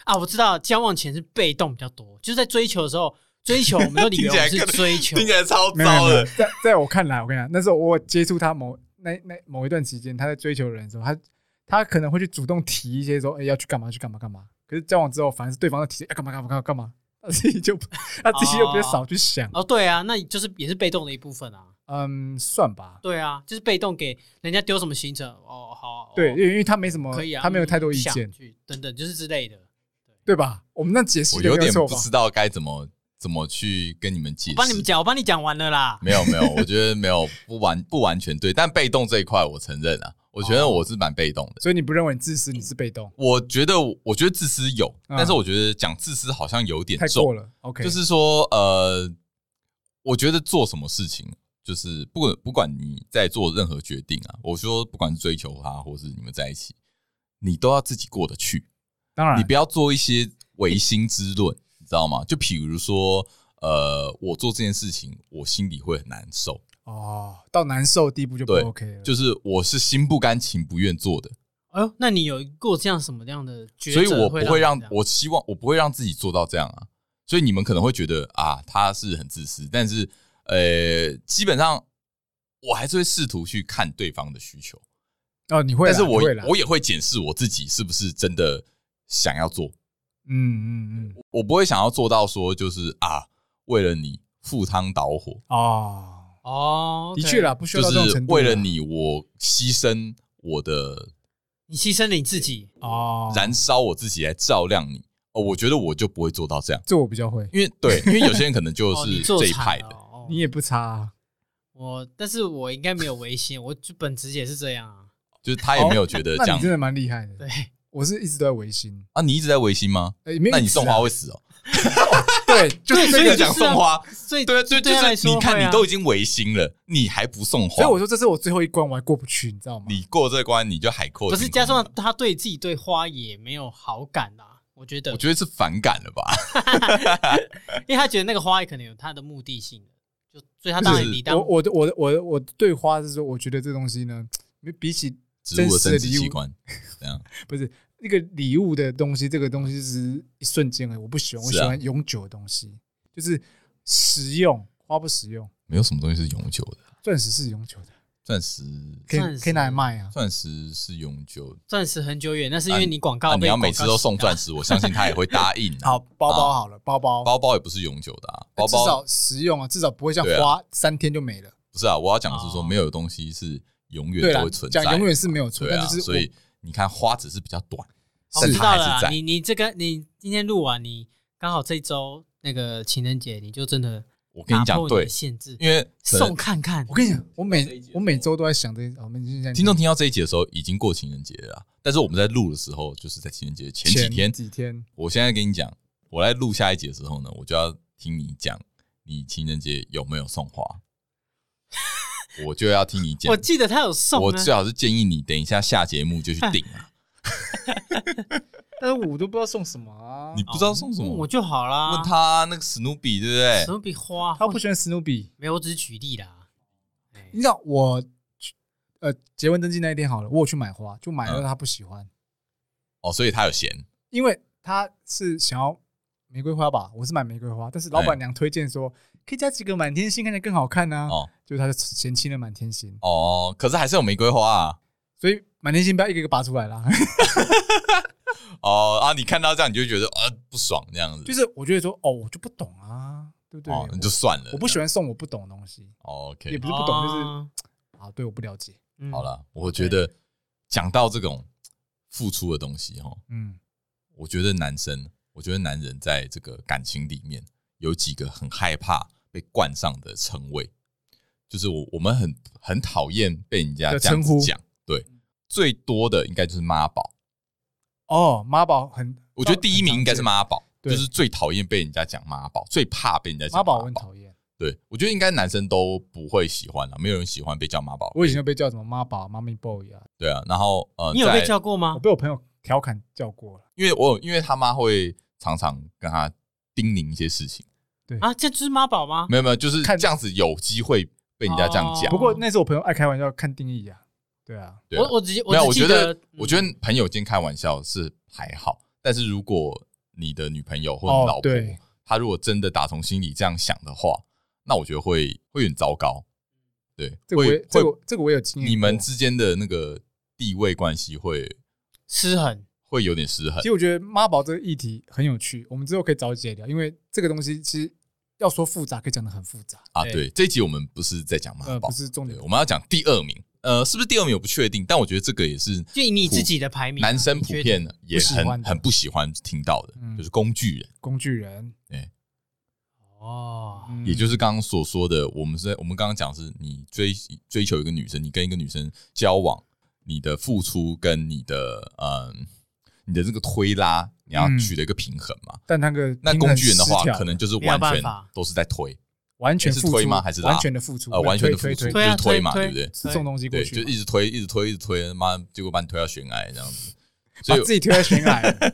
Speaker 3: 啊，我知道交往前是被动比较多，就是在追求的时候，追求我们都以为我们
Speaker 2: 听起
Speaker 3: 是
Speaker 2: 来
Speaker 3: 追求
Speaker 2: 听，起来超
Speaker 1: 没有没有
Speaker 2: 糟
Speaker 1: 没有
Speaker 2: 的，
Speaker 1: 在在我看来，我跟你讲，那时候我接触他某那那某一段期间，他在追求人的时候，他他可能会去主动提一些说，哎、要去干嘛去干嘛干嘛。可是交往之后，反而是对方在提要哎干嘛干嘛干嘛干
Speaker 3: 哦
Speaker 1: 嘛，他自己就他自己就比较少去想。
Speaker 3: 哦，对啊，那你就是也是被动的一部分啊。
Speaker 1: 嗯，算吧。
Speaker 3: 对啊，就是被动给人家丢什么行程哦，好啊，哦
Speaker 1: 对，因为因为他没什么，
Speaker 3: 可以啊，
Speaker 1: 他没有太多意
Speaker 3: 嗯想
Speaker 1: 见，
Speaker 3: 去等等，就是之类的。
Speaker 1: 对吧？我们那解析
Speaker 2: 我
Speaker 1: 的
Speaker 2: 有
Speaker 1: 没
Speaker 2: 点
Speaker 1: 错
Speaker 2: 不
Speaker 1: 吧？
Speaker 2: 知道该怎么怎么去跟你们
Speaker 3: 我
Speaker 2: 解释。
Speaker 3: 帮你们讲，我帮你讲完了啦。
Speaker 2: 没有没有，我觉得没有不完不完全对，但被动这一块我承认啊，我觉
Speaker 1: 哦
Speaker 2: 得我是蛮被动的。
Speaker 1: 所以你不认为自私，你是被动，
Speaker 2: 我觉得我觉得自私有，
Speaker 1: 啊
Speaker 2: 但是我觉得讲自私好像有点
Speaker 1: 太
Speaker 2: 重
Speaker 1: 过，了。OK，
Speaker 2: 就是说呃，我觉得做什么事情。就是不管不管你在做任何决定啊，我说不管是追求他，或是你们在一起，你都要自己过得去。
Speaker 1: 当然
Speaker 2: 你不要做一些违心之论，你知道吗？就比如说，呃，我做这件事情，我心里会很难受，
Speaker 1: 哦，到难受的地步就不
Speaker 2: 对
Speaker 1: OK 了。
Speaker 2: 就是我是心不甘情不愿做的，
Speaker 3: 哎呦，那你有过这样什么样的抉择？
Speaker 2: 所以我不会让
Speaker 3: 你这样
Speaker 2: 我希望我不会让自己做到这样啊。所以你们可能会觉得啊，他是很自私，但是呃，基本上我还是会试图去看对方的需求，
Speaker 1: 哦，你会啦，
Speaker 2: 但是我
Speaker 1: 你会啦，
Speaker 2: 我也会检视我自己是不是真的想要做，
Speaker 1: 嗯嗯嗯，
Speaker 2: 我不会想要做到说就是啊，为了你赴汤蹈火。
Speaker 1: 哦，
Speaker 3: 哦，
Speaker 1: 的
Speaker 3: OK
Speaker 1: 确啦，，不需要
Speaker 2: 就
Speaker 1: 到这种
Speaker 2: 是
Speaker 1: 程度啦。
Speaker 2: 为了你，我牺牲我的
Speaker 3: 你牺牲了你自己，
Speaker 1: 哦，
Speaker 2: 燃烧我自己来照亮你。哦，我觉得我就不会做到这样，
Speaker 1: 这我比较会，
Speaker 2: 因为对，因为有些人可能就
Speaker 3: 哦
Speaker 2: 是
Speaker 3: 你做
Speaker 2: 这一
Speaker 3: 惨
Speaker 2: 派
Speaker 3: 了
Speaker 2: 的。
Speaker 3: 哦
Speaker 1: 你也不差啊。
Speaker 3: 我，但是我应该没有违心，我就本职也是这样啊。
Speaker 2: 就是他也没有觉得
Speaker 1: 哦那
Speaker 2: 呃这
Speaker 1: 你
Speaker 2: 样
Speaker 1: 真的蛮厉害的。
Speaker 3: 对，
Speaker 1: 我是一直都在维新，
Speaker 2: 啊，你一直在违心吗？
Speaker 1: 哎，没有
Speaker 2: 那
Speaker 1: 一
Speaker 2: 你
Speaker 1: 直啊
Speaker 2: 送花会死哦。
Speaker 1: 对，就是
Speaker 3: 对所
Speaker 1: 这个
Speaker 3: 以
Speaker 2: 你
Speaker 3: 就是
Speaker 2: 讲送花，
Speaker 3: 所以
Speaker 2: 对啊，就就
Speaker 3: 对他来
Speaker 2: 是
Speaker 3: 说
Speaker 2: 你看
Speaker 3: 会啊
Speaker 2: 你都已经违心了，你还不送
Speaker 1: 所
Speaker 2: 花
Speaker 1: 以，我说这是我最后一关，我还过不去，你知道吗？
Speaker 2: 你过这关你就海阔
Speaker 3: 不
Speaker 2: 天空。
Speaker 3: 是加上他对自己对花也没有好感啦，我觉得
Speaker 2: 我，觉得是反感了吧？
Speaker 3: 因为他觉得那个花也可能有他的目的性的，就所以他当
Speaker 2: 就
Speaker 3: 然
Speaker 2: 是
Speaker 3: 理当
Speaker 1: 我我的我的我的我对花是说，我觉得这东西呢，比起
Speaker 2: 植物
Speaker 1: 真
Speaker 2: 的生
Speaker 1: 实的
Speaker 2: 殖
Speaker 1: 礼物
Speaker 2: 器官这样。
Speaker 1: 不是那个礼物的东西，这个东西是一瞬间的，我不喜欢，我
Speaker 2: 是
Speaker 1: 喜
Speaker 2: 啊
Speaker 1: 欢永久的东西，就是实用，花不实用，
Speaker 2: 没有什么东西是永久的，
Speaker 1: 钻石是永久的，
Speaker 2: 钻石
Speaker 1: 可以
Speaker 3: 钻石
Speaker 1: 可以拿来卖啊。
Speaker 2: 钻石是永久的。
Speaker 3: 钻石很久远，那是因
Speaker 2: 啊
Speaker 3: 为你广
Speaker 2: 啊，
Speaker 3: 告
Speaker 2: 你
Speaker 3: 被
Speaker 2: 要
Speaker 3: 广告
Speaker 2: 每次都送
Speaker 3: 洗到
Speaker 2: 钻石，我相信他也会答应、啊。
Speaker 1: 好，包包 好了，包包，
Speaker 2: 包包也不是永久的、啊，包
Speaker 1: 哎至
Speaker 2: 包
Speaker 1: 少实用啊，至少不会像
Speaker 2: 对啊
Speaker 1: 花三天就没了。
Speaker 2: 不是啊。我要讲的是说，
Speaker 3: 哦
Speaker 2: 没有东西是永
Speaker 1: 对
Speaker 2: 远
Speaker 1: 啦
Speaker 2: 都会，存在
Speaker 1: 讲
Speaker 2: 的，
Speaker 1: 永远是没有错，
Speaker 2: 对
Speaker 1: 但
Speaker 2: 啊。
Speaker 1: 就是
Speaker 2: 所以你看，花只是比较短，
Speaker 3: 哦我
Speaker 2: 但
Speaker 3: 知
Speaker 2: 它
Speaker 3: 道了
Speaker 2: 还是
Speaker 3: 啦，
Speaker 2: 在。
Speaker 3: 你你这个你今天录完，你刚好这周那个情人节，你就真的
Speaker 2: 我跟
Speaker 3: 打
Speaker 2: 你讲，
Speaker 3: 破你
Speaker 2: 对
Speaker 3: 的，限制，
Speaker 2: 因为可能
Speaker 3: 送看看
Speaker 1: 我。跟你讲，我每我每周都在想这些，我们现在
Speaker 2: 听众听到这一集的时候已经过情人节了啊，但是我们在录的时候，就是在情人节前几
Speaker 1: 前
Speaker 2: 天。
Speaker 1: 几天，
Speaker 2: 我现在跟你讲，我在录下一集的时候呢，我就要听你讲你情人节有没有送花， 我就要听你讲
Speaker 3: 我。记得他有送
Speaker 2: 我
Speaker 3: 啊，
Speaker 2: 最好是建议你等一下下节目就去订啊。
Speaker 1: 但是我都不知道送什么啊
Speaker 2: 你不知道送什么，
Speaker 3: 问哦我就好啦。
Speaker 2: 问他哎那个史努比，对不对
Speaker 3: 什？么比花，
Speaker 1: 他不喜欢史努比。
Speaker 3: 没有，我只是举例啦。哎
Speaker 1: 你知道我去呃结婚登记那一天好了，我有去买花，就买了
Speaker 2: 嗯
Speaker 1: 他不喜欢，
Speaker 2: 哦，所以他有嫌，
Speaker 1: 因为他是想要玫瑰花吧，我是买玫瑰花，但是老
Speaker 2: 哎
Speaker 1: 板娘推荐说可以加几个满天星，看起来更好看
Speaker 3: 嗯
Speaker 1: 呢、
Speaker 2: 哦
Speaker 1: 就他就嫌弃了满天星，
Speaker 2: 哦，可是还是有玫瑰花啊。
Speaker 1: 所以满天星不要一个一个拔出来啦。
Speaker 2: 哦啊，你看到这样你就觉得啊不爽这样子，
Speaker 1: 就是我觉得说哦，我就不懂啊，对不对？
Speaker 2: 哦
Speaker 1: 我
Speaker 2: 你就算了。
Speaker 1: 我不喜欢送我不懂的东西
Speaker 2: 这样。哦
Speaker 1: 也
Speaker 2: ，OK，
Speaker 1: 不是不懂，就是
Speaker 3: 哦
Speaker 1: 啊，对，我不了解。
Speaker 3: 嗯
Speaker 2: 好了，我觉得讲到这种付出的东西哈，
Speaker 1: 嗯，
Speaker 2: 我觉得男生，我觉得男人在这个感情里面有几个很害怕被冠上的称谓，就是我我们很很讨厌被人家
Speaker 1: 的
Speaker 2: 这样
Speaker 1: 称
Speaker 2: 子
Speaker 1: 呼
Speaker 2: 讲，对，最多的应该就是妈宝。
Speaker 1: 哦，妈宝很，
Speaker 2: 我觉得第一名应该是妈宝，
Speaker 1: 对
Speaker 2: 就是最讨厌被人家讲妈宝，最怕被人家讲
Speaker 1: 妈宝，
Speaker 2: 宝。
Speaker 1: 我很讨厌。
Speaker 2: 对，我觉得应该男生都不会喜欢啊了，没有人喜欢被叫妈宝。
Speaker 1: 我以前就被叫什么妈宝、妈咪 boy 啊，
Speaker 2: 对啊，然后呃，
Speaker 3: 你有被
Speaker 2: 在，
Speaker 3: 叫过吗
Speaker 1: 我？被我朋友调侃叫过了。
Speaker 2: 因为我有因为他妈会常常跟他叮咛一些事情，
Speaker 3: 啊，这就是妈宝吗？
Speaker 2: 没有没有，就是
Speaker 1: 看哦
Speaker 2: 这样子有机会被人家这样讲。
Speaker 1: 不过那时候我朋友爱开玩笑，看定义啊，对啊，
Speaker 2: 对啊
Speaker 3: 我我只
Speaker 2: 没有，我
Speaker 3: 只记
Speaker 2: 觉得我
Speaker 3: 嗯
Speaker 2: 觉得朋友间开玩笑是还好，但是如果你的女朋友或你
Speaker 1: 哦
Speaker 2: 老婆
Speaker 1: 对，
Speaker 2: 她如果真的打从心里这样想的话，那我觉得会会很糟糕。对，
Speaker 1: 这个我
Speaker 2: 会
Speaker 1: 也这
Speaker 2: 会
Speaker 1: 个我这个我有经验过。
Speaker 2: 你们之间的那个地位关系会
Speaker 3: 失衡，
Speaker 2: 会有点失衡
Speaker 1: 其。实我觉得妈宝这个议题很有趣，我们之后可以早一起聊，因为这个东西其实要说复杂，可以讲的很复杂。
Speaker 2: 啊，
Speaker 3: 对
Speaker 2: 对，这一集我们不是在讲妈
Speaker 1: 呃，
Speaker 2: 宝
Speaker 1: 不，是重
Speaker 2: 啊对，
Speaker 1: 点
Speaker 2: 我，们要讲第二名，呃，是不是第二名我不确定，但我觉得这个也是
Speaker 3: 就以你自己的
Speaker 1: 啊
Speaker 3: 排名，啊
Speaker 2: 男生普
Speaker 3: 你觉得
Speaker 2: 遍也
Speaker 1: 不喜欢
Speaker 2: 很
Speaker 1: 的
Speaker 2: 很不喜欢听到的，
Speaker 1: 嗯
Speaker 2: 就是工具人，
Speaker 1: 工具人，
Speaker 3: 哦，
Speaker 1: 嗯
Speaker 2: 也就是刚刚所说的，我们是在我们刚刚讲是你追追求一个女生，你跟一个女生交往，你的付出跟你的嗯你的这个推拉，你要
Speaker 1: 嗯
Speaker 2: 取得一个平衡嘛。
Speaker 1: 但那个
Speaker 2: 那
Speaker 1: 平
Speaker 2: 工
Speaker 1: 衡
Speaker 2: 具人的话
Speaker 1: 失，调
Speaker 2: 可能
Speaker 1: 了
Speaker 2: 就是
Speaker 3: 没有
Speaker 2: 完
Speaker 3: 办
Speaker 2: 全
Speaker 3: 法
Speaker 2: 都是在推，
Speaker 1: 完全
Speaker 2: 是
Speaker 1: 付
Speaker 2: 推
Speaker 1: 出
Speaker 2: 吗还是拉
Speaker 1: 完全的付出？
Speaker 2: 呃，完全的付
Speaker 1: 推推
Speaker 2: 出，
Speaker 1: 推
Speaker 2: 就
Speaker 3: 对啊
Speaker 2: 是推嘛，
Speaker 3: 推
Speaker 2: 对不对？
Speaker 1: 是送东西过
Speaker 2: 对，
Speaker 1: 去
Speaker 2: 就
Speaker 1: 嘛，
Speaker 2: 一直推，一直推，一直推，妈，结果把你推到悬崖这样 子。所
Speaker 1: 把
Speaker 2: 以
Speaker 1: 自己推到悬崖 了。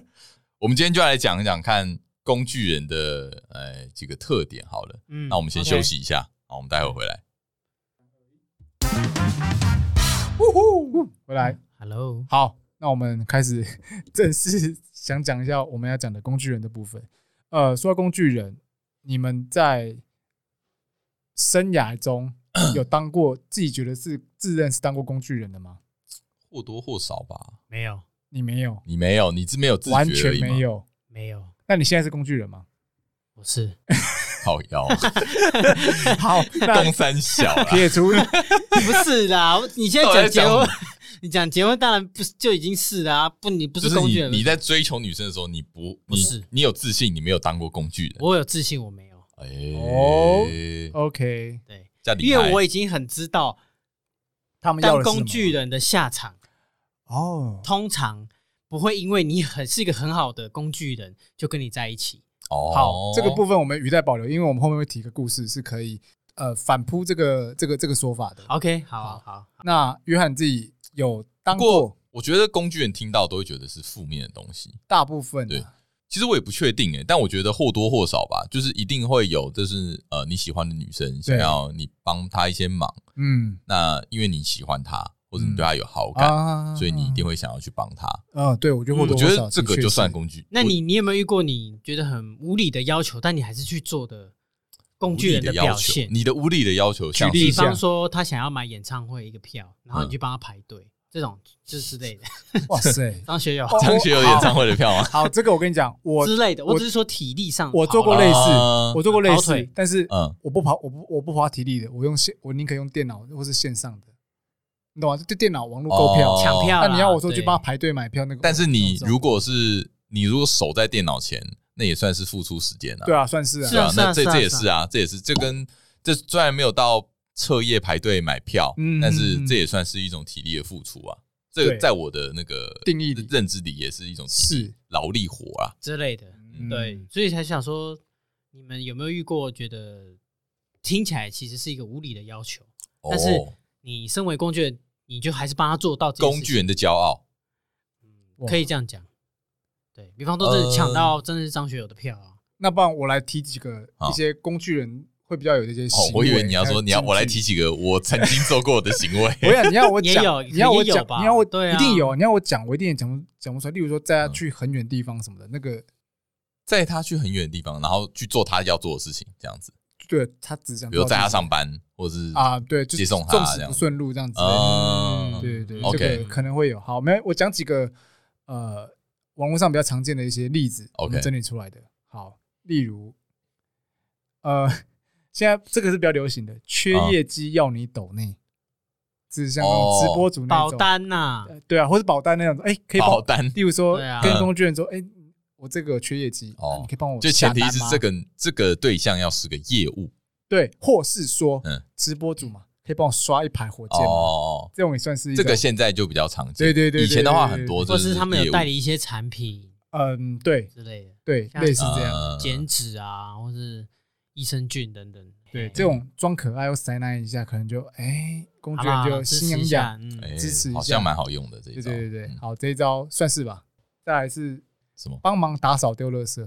Speaker 2: 我们今天就来讲一讲看工具人的呃几个特点好了。
Speaker 3: 嗯
Speaker 2: 那我们先
Speaker 3: OK
Speaker 2: 休息一下，好，我们待会儿回来。
Speaker 1: 呜呼，回来。
Speaker 3: Hello，
Speaker 1: 好，那我们开始 正式 想讲一下我们要讲的工具人的部分。呃，说到工具人，你们在生涯中有 当过自己觉得是自认是当过工具人的吗？
Speaker 2: 或多或少吧，
Speaker 3: 没有
Speaker 1: 你没有，
Speaker 2: 你没有，你是没有自觉
Speaker 1: 完
Speaker 2: 而
Speaker 1: 全
Speaker 2: 已吗
Speaker 1: 没，有。
Speaker 3: 没有，
Speaker 1: 那你现在是工具人 吗？
Speaker 3: 我是
Speaker 2: 靠腰，
Speaker 1: 好， 那
Speaker 2: 东三小啦，
Speaker 1: 撇除
Speaker 3: 不是啦？我你现在
Speaker 2: 到
Speaker 3: 讲
Speaker 2: 底在
Speaker 3: 结
Speaker 2: 讲
Speaker 3: 婚，你讲结婚当然不是就已经是啦、不你不
Speaker 2: 就是是
Speaker 3: 工具
Speaker 2: 你
Speaker 3: 人，
Speaker 2: 你在追求女生的时候，你不
Speaker 3: 不
Speaker 2: 你
Speaker 3: 是
Speaker 2: 你有自信，你没有当过工具人，
Speaker 3: 我有自信，我没有，
Speaker 1: 哦
Speaker 2: 哎，
Speaker 1: OK，
Speaker 3: 对，
Speaker 2: 这样厉
Speaker 3: 因
Speaker 2: 害
Speaker 3: 为我已经很知道
Speaker 1: 他们要
Speaker 3: 当
Speaker 1: 的是什么
Speaker 3: 工具人的下场，
Speaker 1: 哦，
Speaker 3: 通常不会因为你很是一个很好的工具人就跟你在一起。
Speaker 2: 哦，
Speaker 1: 好，这个部分我们语带保留，因为我们后面会提一个故事是可以呃反扑这个这个这个说法的。
Speaker 3: OK，好啊好好，
Speaker 1: 那约翰自己有当
Speaker 2: 不过我觉得工具人听到都会觉得是负面的东西，
Speaker 1: 大部分
Speaker 2: 对
Speaker 1: 的，
Speaker 2: 其实我也不确定诶、欸但我觉得或多或少吧，就是一定会有，就是呃你喜欢的女生想要你帮她一些忙，
Speaker 1: 嗯
Speaker 2: 那因为你喜欢她，或者你对她有好感，
Speaker 1: 啊
Speaker 2: 所以你一定会想要去帮她。
Speaker 1: 嗯，对我觉得或
Speaker 2: 我
Speaker 1: 多
Speaker 2: 觉
Speaker 1: 或
Speaker 2: 得
Speaker 1: 少
Speaker 2: 这
Speaker 1: 的
Speaker 2: 个
Speaker 1: 确
Speaker 2: 就是算工具。
Speaker 3: 那你你有没有遇过你觉得很无理的要求，但你还是去做的工
Speaker 2: 无
Speaker 3: 具
Speaker 2: 理
Speaker 3: 人
Speaker 2: 的
Speaker 3: 表
Speaker 2: 要求
Speaker 3: 现，？
Speaker 2: 你的无理的要求像嗯
Speaker 1: 举例
Speaker 2: 是
Speaker 3: 比
Speaker 1: 一下
Speaker 3: 方说他想要买演唱会一个票，然后你去帮他排队，这种就是之类的。。
Speaker 1: 哇塞
Speaker 3: 张 学友
Speaker 1: 哦
Speaker 2: 张学友演唱会 的票吗？
Speaker 1: 好，这个我跟你讲，我
Speaker 3: 之类的，
Speaker 1: 我
Speaker 3: 我只是说体力上的
Speaker 1: 我做过
Speaker 3: 好啦
Speaker 1: 类似
Speaker 2: 啊，
Speaker 1: 我做过类
Speaker 3: 跑
Speaker 1: 似
Speaker 3: 腿，
Speaker 1: 但是
Speaker 2: 嗯，
Speaker 1: 我不跑，我不我不花体力的，我用线，我宁可用电脑或是线上的，你懂吗？就电脑网络购票
Speaker 2: 哦，
Speaker 3: 抢票啦。
Speaker 1: 那你要我说去
Speaker 3: 对
Speaker 1: 帮他排队买票那个，
Speaker 2: 但是
Speaker 1: 我
Speaker 2: 你
Speaker 1: 不知道
Speaker 2: 如果是你如果守在电脑前，那也算是付出时间啊。
Speaker 1: 对啊，算是啊
Speaker 3: 是，啊
Speaker 2: 那这
Speaker 3: 是啊
Speaker 2: 这也
Speaker 3: 是啊
Speaker 2: 是啊，这也是这跟这虽然没有到彻夜排队买票
Speaker 1: 嗯，
Speaker 2: 但是这也算是一种体力的付出啊。这
Speaker 1: 对
Speaker 2: 个在我的那个
Speaker 1: 定义里
Speaker 2: 认知里也是一种体力
Speaker 1: 是
Speaker 2: 劳力活啊。
Speaker 3: 之类的，
Speaker 1: 嗯
Speaker 3: 对，所以才想说，你们有没有遇过觉得听起来其实是一个无理的要求，但是
Speaker 2: 哦
Speaker 3: 你身为工具人，你就还是帮他做到这件事情
Speaker 2: 工具人的骄傲，
Speaker 1: 哇
Speaker 3: 可以这样讲。对比方说，
Speaker 2: 呃
Speaker 3: 真的抢到真的是张学友的票啊，
Speaker 1: 那不然我来提几个
Speaker 2: 好
Speaker 1: 一些工具人会比较有的一些
Speaker 2: 哦
Speaker 1: 行，为。
Speaker 2: 我以为你要
Speaker 1: 还有
Speaker 2: 说你要
Speaker 1: 禁
Speaker 2: 我来
Speaker 1: 忌。
Speaker 2: 提。几个我曾经做过的行为
Speaker 1: 我想你要我
Speaker 3: 也有
Speaker 1: 讲，你要我
Speaker 3: 也有
Speaker 1: 讲
Speaker 3: 吧，
Speaker 1: 你要我
Speaker 3: 对啊
Speaker 1: 一定有，你要我讲，我一定也讲不讲不出来。例如说带他去很远地方什么的，那
Speaker 2: 嗯
Speaker 1: 个
Speaker 2: 载他去很远的地方，然后去做他要做的事情，这样子，
Speaker 1: 对他只想
Speaker 2: 比如载他
Speaker 1: 到
Speaker 2: 上班，或者是
Speaker 1: 这个啊，对，就
Speaker 2: 接送他
Speaker 1: 纵使
Speaker 2: 这样
Speaker 1: 不顺路这样子。
Speaker 2: 啊，
Speaker 1: 对对对，
Speaker 2: OK
Speaker 1: 这个可能会有。好，没有我讲几个呃网络上比较常见的一些例子
Speaker 2: OK
Speaker 1: 我们整理出来的。好，例如呃， 现在这个是比较流行
Speaker 2: 啊
Speaker 1: 的，缺业绩要你抖内，就是像那
Speaker 2: 哦
Speaker 1: 种直播主那
Speaker 3: 保
Speaker 1: 种，
Speaker 3: 单呐、
Speaker 1: 呃对啊，或是保单那种，哎，可以帮
Speaker 2: 保
Speaker 1: 我
Speaker 2: 单，
Speaker 1: 例如说
Speaker 3: 对啊
Speaker 1: 跟工具人说，哎、我这个缺业绩，
Speaker 2: 哦
Speaker 1: 啊你可以帮我
Speaker 2: 就前提
Speaker 1: 下单
Speaker 2: 是
Speaker 1: 吗
Speaker 2: 这个这个对象要是个业务
Speaker 1: 对，或是说，
Speaker 2: 嗯
Speaker 1: 直播主嘛，可以帮我刷一排火箭吗？
Speaker 2: 哦，
Speaker 1: 这种也算是一
Speaker 2: 这
Speaker 1: 种
Speaker 2: 个现在就比较常见，
Speaker 1: 对对对对
Speaker 2: 以前的话很多
Speaker 3: 或
Speaker 2: 就是
Speaker 3: 他们
Speaker 2: 业
Speaker 3: 有
Speaker 2: 务
Speaker 3: 代理一些产品
Speaker 1: 嗯，对
Speaker 3: 之类的，
Speaker 1: 对，
Speaker 3: 像
Speaker 1: 类似这样，
Speaker 2: 呃
Speaker 3: 减脂啊，或是益生菌等等。哎
Speaker 1: 对
Speaker 3: 嘿
Speaker 1: 这种装可爱又塞奶一下，可能就哎、工
Speaker 3: 好
Speaker 1: 具
Speaker 3: 啦
Speaker 1: 人就
Speaker 3: 支持
Speaker 1: 心
Speaker 3: 一
Speaker 1: 痒
Speaker 3: 下
Speaker 1: 痒，，
Speaker 3: 嗯，
Speaker 2: 哎
Speaker 1: 支持一下
Speaker 2: 好像蛮好用的这一
Speaker 1: 对
Speaker 2: 招，
Speaker 1: 对对对，
Speaker 2: 嗯
Speaker 1: 好，这一招算是吧。再来是
Speaker 2: 什么？
Speaker 1: 帮忙打扫丢垃圾，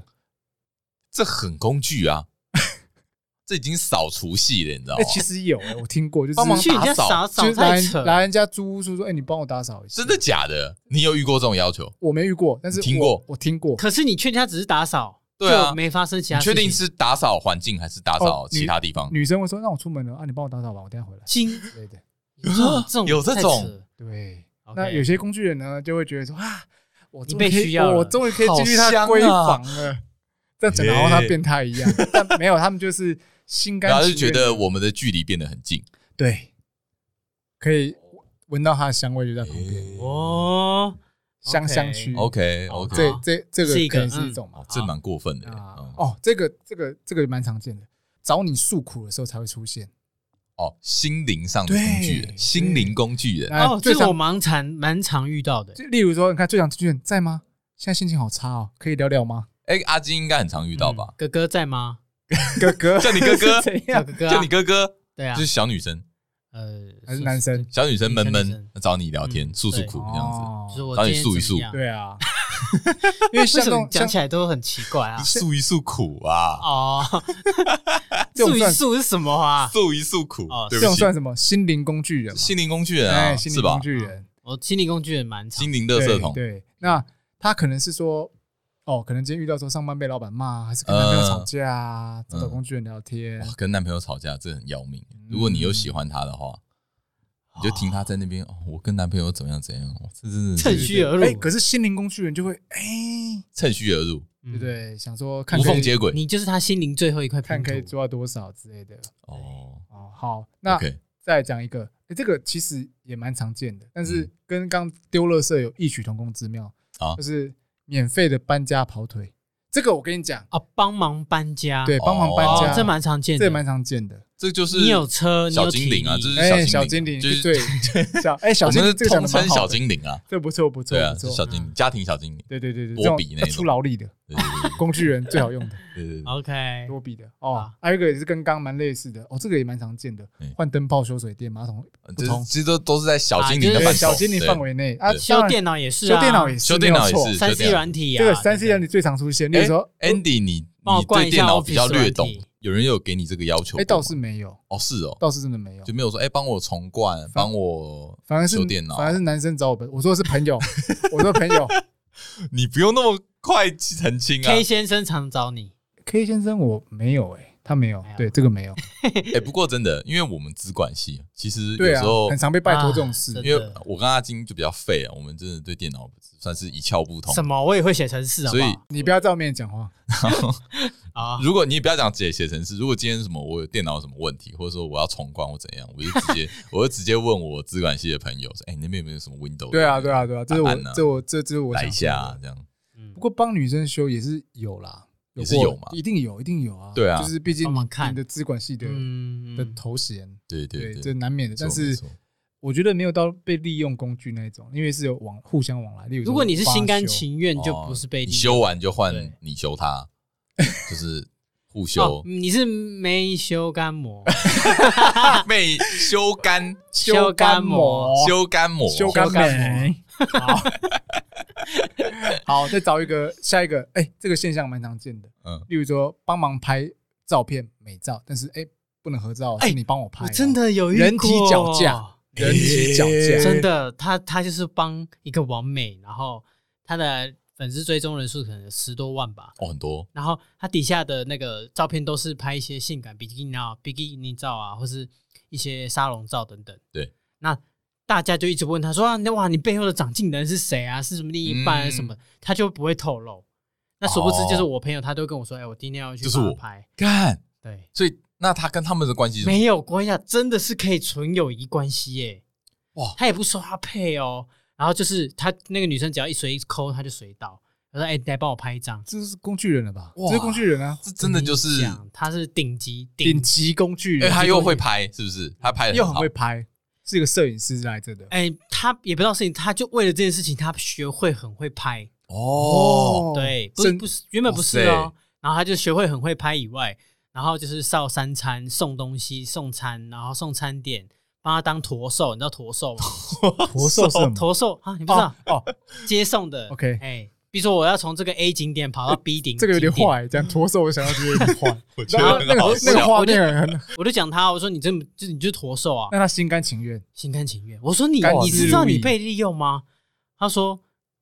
Speaker 2: 这很工具啊， 这已经扫除系了，你知道
Speaker 1: 哎、
Speaker 2: 吗？
Speaker 1: 其实有、哎，我听过，就是
Speaker 2: 帮忙
Speaker 3: 去人家
Speaker 2: 打扫
Speaker 3: 扫
Speaker 1: 就是
Speaker 3: 扫
Speaker 1: 来
Speaker 3: 太
Speaker 1: 人
Speaker 3: 扯了，
Speaker 1: 来人家租屋处说，哎、你帮我打扫一下，
Speaker 2: 真的假的？你有遇过这种要求？
Speaker 1: 我没遇过，但是
Speaker 2: 你听
Speaker 1: 我
Speaker 2: 过
Speaker 1: 我听过，
Speaker 3: 可是你劝他只是打扫，
Speaker 2: 对啊
Speaker 3: 就没发生其
Speaker 2: 你
Speaker 3: 他事
Speaker 2: 确
Speaker 3: 情。
Speaker 2: 定是打扫环境还是打扫
Speaker 1: 哦
Speaker 2: 其他地方？
Speaker 1: 女生会说：“让我出门了啊，你帮我打扫吧，我等一下回来
Speaker 3: 金
Speaker 1: 之类的。
Speaker 3: 有这种这种
Speaker 2: 有这
Speaker 3: 太
Speaker 2: 种
Speaker 3: 扯”
Speaker 1: 对，
Speaker 3: OK
Speaker 1: 那有些工具人呢，就会觉得说：“啊，我终于
Speaker 3: 你被
Speaker 1: 可以
Speaker 3: 需要了
Speaker 1: 我终于可以进入他的
Speaker 2: 好香啊
Speaker 1: 闺房了。”这样讲的好像他变态一样，但没有，他们就是心甘
Speaker 2: 然后
Speaker 1: 情
Speaker 2: 就
Speaker 1: 愿。
Speaker 2: 觉得我们的距离变得很近。
Speaker 1: 对，可以闻到它的香味就在旁边，
Speaker 3: 哦，
Speaker 1: 香香区。
Speaker 2: OK
Speaker 3: 哦
Speaker 2: OK，
Speaker 1: 这这这
Speaker 3: 是
Speaker 1: 个
Speaker 3: 一个
Speaker 1: 可以是一种嘛
Speaker 2: 哦，？这蛮过分的耶。
Speaker 1: 啊
Speaker 2: 嗯，
Speaker 1: 哦，这个这个这个蛮常见的，找你诉苦的时候才会出现。
Speaker 2: 哦，心灵上的工具
Speaker 1: 对
Speaker 2: 人，心灵工具人，
Speaker 1: 那
Speaker 3: 哦，
Speaker 1: 哎最
Speaker 3: 这个我
Speaker 1: 常
Speaker 3: 蛮常蛮常遇到的，
Speaker 1: 就例如说，你看最常出现在吗？现在心情好差哦，可以聊聊吗？
Speaker 2: 哎，阿金应该很常遇到
Speaker 1: 嗯
Speaker 2: 吧？
Speaker 3: 嗯哥哥在吗？
Speaker 1: 哥哥，
Speaker 2: 叫你哥哥
Speaker 1: 是怎
Speaker 3: 叫
Speaker 1: 样？
Speaker 3: 哥哥啊，
Speaker 2: 就你哥哥，
Speaker 3: 对啊
Speaker 2: 就，是小女生，
Speaker 3: 呃，
Speaker 1: 还是男生？
Speaker 2: 小女生闷
Speaker 3: 女生
Speaker 2: 闷找你聊天，
Speaker 3: 嗯
Speaker 2: 诉诉
Speaker 3: 对
Speaker 2: 苦这样子。
Speaker 3: 就是
Speaker 1: 哦，
Speaker 3: 我
Speaker 2: 找你
Speaker 3: 今天
Speaker 2: 诉
Speaker 3: 怎
Speaker 2: 一
Speaker 3: 么
Speaker 2: 诉
Speaker 3: 样
Speaker 1: 对啊， 因为
Speaker 3: 为
Speaker 1: 像
Speaker 3: 什
Speaker 1: 那
Speaker 3: 么
Speaker 1: 种
Speaker 3: 你讲起
Speaker 1: 来，
Speaker 3: 来都很奇怪啊
Speaker 2: 你？诉一诉苦啊，
Speaker 3: 哦，
Speaker 1: 这种
Speaker 3: 诉一
Speaker 1: 算
Speaker 3: 诉是什么啊？
Speaker 2: 诉一诉苦
Speaker 3: 哦，
Speaker 2: 对
Speaker 1: 这种
Speaker 2: 不起
Speaker 1: 算，什么心灵工具人嘛？
Speaker 2: 心灵工具人
Speaker 1: 哎，
Speaker 2: 啊，
Speaker 1: 心
Speaker 2: 是
Speaker 1: 灵
Speaker 2: 吧
Speaker 1: 工？具人，
Speaker 3: 我心理工具人蛮常
Speaker 2: 心灵垃圾桶，
Speaker 1: 对对，那他可能是说，哦，可能今天遇到说上班被老板骂，还是跟男朋友吵架啊，找找工具人聊天
Speaker 2: 哇，，跟男朋友吵架这很要命。如果你有喜欢他的话，你就听他在那边，哦，我跟男朋友怎么样怎样，哦这真的
Speaker 3: 趁
Speaker 2: 是
Speaker 3: 虚而入
Speaker 1: 哎，可是心灵工具人就会哎，
Speaker 2: 趁虚而入，
Speaker 1: 对不
Speaker 3: 嗯
Speaker 1: 对？想说看
Speaker 2: 无
Speaker 1: 可以
Speaker 2: 缝接轨。
Speaker 3: 你就是他心灵最后一块拼
Speaker 1: 看可以
Speaker 3: 图。
Speaker 1: 做到多少之类的。
Speaker 2: 哦
Speaker 1: 哦，好，那
Speaker 2: ，OK，
Speaker 1: 再讲一个，哎，这个其实也蛮常见的，但是跟刚丢垃圾有异曲同工之妙
Speaker 2: 嗯啊
Speaker 1: 就是免费的搬家跑腿。这个我跟你讲，
Speaker 3: 哦，帮忙搬家，
Speaker 1: 对，帮忙搬
Speaker 2: 哦
Speaker 1: 家，
Speaker 3: 这蛮常见
Speaker 1: 这
Speaker 3: 的
Speaker 1: 也。蛮常见的。
Speaker 2: 这就是
Speaker 3: 你有车，你
Speaker 2: 小
Speaker 3: 有
Speaker 2: 精灵啊，
Speaker 3: 体
Speaker 2: 这
Speaker 3: 力
Speaker 2: 是
Speaker 1: 哎，
Speaker 2: 小
Speaker 1: 小
Speaker 2: 精
Speaker 1: 精
Speaker 2: 灵，
Speaker 1: 灵
Speaker 2: 就是
Speaker 1: 对 小哎小
Speaker 2: 我
Speaker 1: 精
Speaker 2: 们
Speaker 1: 灵这
Speaker 2: 是
Speaker 1: 个讲
Speaker 2: 通
Speaker 1: 的蛮
Speaker 2: 称
Speaker 1: 好
Speaker 2: 小
Speaker 1: 的，
Speaker 2: 精灵啊，
Speaker 1: 这不错不错
Speaker 2: 对啊，
Speaker 1: 不
Speaker 2: 是
Speaker 1: 错，
Speaker 2: 小精灵，家庭小精灵，
Speaker 1: 对对对对，
Speaker 2: 多
Speaker 1: 这种
Speaker 2: 比那
Speaker 1: 要
Speaker 2: 种
Speaker 1: 出劳力的
Speaker 2: 对对
Speaker 1: 工具人最好 用的
Speaker 2: 对对对对，
Speaker 3: OK，
Speaker 1: 多比的哦
Speaker 3: 啊，
Speaker 1: 还有一个也是跟刚刚蛮类似的哦，这个也蛮常见的
Speaker 2: 嗯，
Speaker 1: 换灯泡、修水电、马桶不
Speaker 2: 这
Speaker 1: 通，
Speaker 2: 其实都都是在小精灵
Speaker 3: 啊就
Speaker 2: 的
Speaker 3: 是
Speaker 2: 范
Speaker 1: 对
Speaker 2: 畴，
Speaker 1: 小精灵
Speaker 2: 对
Speaker 1: 范。围内啊，
Speaker 2: 对
Speaker 1: 当
Speaker 3: 修
Speaker 1: 然
Speaker 3: 电脑也是啊，
Speaker 1: 修电脑也是，
Speaker 2: 修电脑
Speaker 1: 没有错
Speaker 2: 也是
Speaker 3: 三
Speaker 2: 修
Speaker 3: C
Speaker 2: 电脑
Speaker 3: 软体啊，
Speaker 1: 这个三 C
Speaker 3: 对
Speaker 1: 软
Speaker 3: 不对
Speaker 1: 体最常出现，例
Speaker 2: 哎
Speaker 1: 如说，
Speaker 2: ，Andy，你
Speaker 3: 帮我
Speaker 2: 你
Speaker 3: 灌
Speaker 2: 对
Speaker 3: 一
Speaker 2: 电
Speaker 3: 下
Speaker 2: 脑比较
Speaker 3: Office
Speaker 2: 略
Speaker 3: 软
Speaker 2: 懂
Speaker 3: 体，
Speaker 2: 有人有给你这个要求过吗？
Speaker 1: 哎，倒是没有，
Speaker 2: 哦，是哦，
Speaker 1: 倒是真的没有
Speaker 2: 就。没有说哎，帮我重灌，帮我
Speaker 1: 反而是
Speaker 2: 修电脑
Speaker 1: 反而是男生找我们，我说的是朋友，我说 朋友
Speaker 2: 你不用那么快澄清啊。
Speaker 3: K 先生常找你，
Speaker 1: K 先生，我没有哎、他没有
Speaker 3: 没，有
Speaker 1: 对这个没有，
Speaker 2: 哎、不过真的，因为我们资管系，其实有
Speaker 1: 对
Speaker 2: 时
Speaker 1: 啊
Speaker 2: 候，，
Speaker 1: 很常被拜托这种
Speaker 3: 啊
Speaker 1: 事，
Speaker 2: 因为
Speaker 3: 真的
Speaker 2: 我跟阿金就比较废啊，我们真的对电脑算是一窍不通。
Speaker 3: 什么我也会写程式，好
Speaker 2: 所
Speaker 3: 不
Speaker 2: 以
Speaker 3: 好
Speaker 1: 你不要在我面前讲话，
Speaker 3: 啊，
Speaker 2: 如果你也不要讲写写程式，如果今天什么我有电脑有什么问题，或者说我要重灌或怎样，我就 直接我就直接问我资管系的朋友说，哎、你那边有没有什么 Windows？
Speaker 1: 对啊，对啊，，对啊，这是我
Speaker 2: 按啊，
Speaker 1: 这我这这是我
Speaker 2: 来
Speaker 1: 想
Speaker 2: 一下啊、这样。
Speaker 3: 嗯
Speaker 1: 不过帮女生修也是有啦，
Speaker 2: 也
Speaker 1: 过
Speaker 2: 是有嘛
Speaker 1: 一定有，一定有啊，
Speaker 2: 对啊
Speaker 1: 就是毕竟
Speaker 3: 帮忙看
Speaker 1: 你的资管系的
Speaker 3: 嗯
Speaker 1: 的头衔，
Speaker 2: 对
Speaker 1: 对，
Speaker 2: 对，
Speaker 1: 这难免的，
Speaker 2: 没错
Speaker 1: 但
Speaker 2: 没
Speaker 1: 是
Speaker 2: 错
Speaker 1: 我觉得没有到被利用工具那一种，因为是有往互相往来，例如说
Speaker 3: 如果你是心甘
Speaker 1: 帮修
Speaker 3: 情愿，就不是被
Speaker 2: 哦你
Speaker 3: 利
Speaker 2: 修完就换
Speaker 3: 对
Speaker 2: 你修它，就是互
Speaker 3: 哦
Speaker 2: 修，
Speaker 3: 你是没修干膜，
Speaker 2: 被修干
Speaker 1: 修干膜
Speaker 2: 修干膜
Speaker 1: 哦修干
Speaker 3: 干
Speaker 1: 美。 好，好，再找一个下一个，哎，这个现象蛮常见的，
Speaker 2: 嗯
Speaker 1: 例如说帮忙拍照片美照，但是哎不能合照，
Speaker 3: 哎
Speaker 1: 是你帮我拍
Speaker 3: 我
Speaker 1: 哦，
Speaker 3: 真的有遇过哎
Speaker 1: 人体脚架，人体脚架，
Speaker 3: 真的，他他就是帮一个完美，然后他的粉丝追踪人数可能有十多万吧，
Speaker 2: 哦，很多
Speaker 3: 然后他底下的那个照片都是拍一些性感比基尼啊、比基尼照啊，或是一些沙龙照等等。
Speaker 2: 对，
Speaker 3: 那大家就一直问他说啊，那哇，你背后的掌镜人是谁啊？是什么另一半啊？
Speaker 2: 嗯
Speaker 3: 什么？他就不会透露。那殊不知
Speaker 2: 哦
Speaker 3: 就是我朋友，他都跟我说，哎，我今天要去
Speaker 2: 就是
Speaker 3: 帮他
Speaker 2: 我
Speaker 3: 拍。
Speaker 2: 干，
Speaker 3: 对，
Speaker 2: 所以那他跟他们的关系是什么
Speaker 3: 没有关系啊，真的是可以纯友谊关系耶。
Speaker 2: 哇
Speaker 3: 他也不收他配哦，然后就是他那个女生只要一随抠，他就随到。他说：“哎、你来帮我拍一张。
Speaker 1: 这是工具人了吧？
Speaker 2: 哇
Speaker 1: 这是工具人啊，
Speaker 2: 这真的就是，
Speaker 3: 这样”他是顶级
Speaker 1: 顶
Speaker 3: 顶
Speaker 1: 级工具
Speaker 2: 因
Speaker 1: 人，
Speaker 2: 为他又哎会拍，是不是？他拍的
Speaker 1: 又
Speaker 2: 很
Speaker 1: 很
Speaker 2: 好
Speaker 1: 会，拍，是一个摄影师来着的。
Speaker 3: 哎、他也不知道事情，他就为了这件事情，他学会很会拍。
Speaker 2: 哦，
Speaker 3: 对，不是
Speaker 1: 真
Speaker 3: 不是，原本不是
Speaker 2: 哇
Speaker 3: 哦。然后他就学会很会拍以外，然后就是烧三餐、送东西、送餐，然后送餐点，帮他当驼兽，你知道驼兽吗？
Speaker 1: 驼兽是什么？
Speaker 3: 驼兽啊，你不知道
Speaker 1: 哦哦，
Speaker 3: 接送的。
Speaker 1: OK 呃
Speaker 3: 哎，比如说我要从这个 A 景点跑到 B 景，
Speaker 1: 这个有点
Speaker 3: 景点，
Speaker 1: 坏，这样驼兽我想到觉得有点坏。
Speaker 2: 我觉
Speaker 1: 然
Speaker 2: 得
Speaker 1: 后那
Speaker 2: 很好
Speaker 1: 个那个
Speaker 2: 笑。
Speaker 1: 画面很，
Speaker 3: 我就讲他，我说你这么就你就是驼兽啊，
Speaker 1: 让他心甘情愿。
Speaker 3: 心甘情愿。我说你
Speaker 1: 甘之
Speaker 3: 你知道
Speaker 1: 如饴
Speaker 3: 你被利用吗？他说，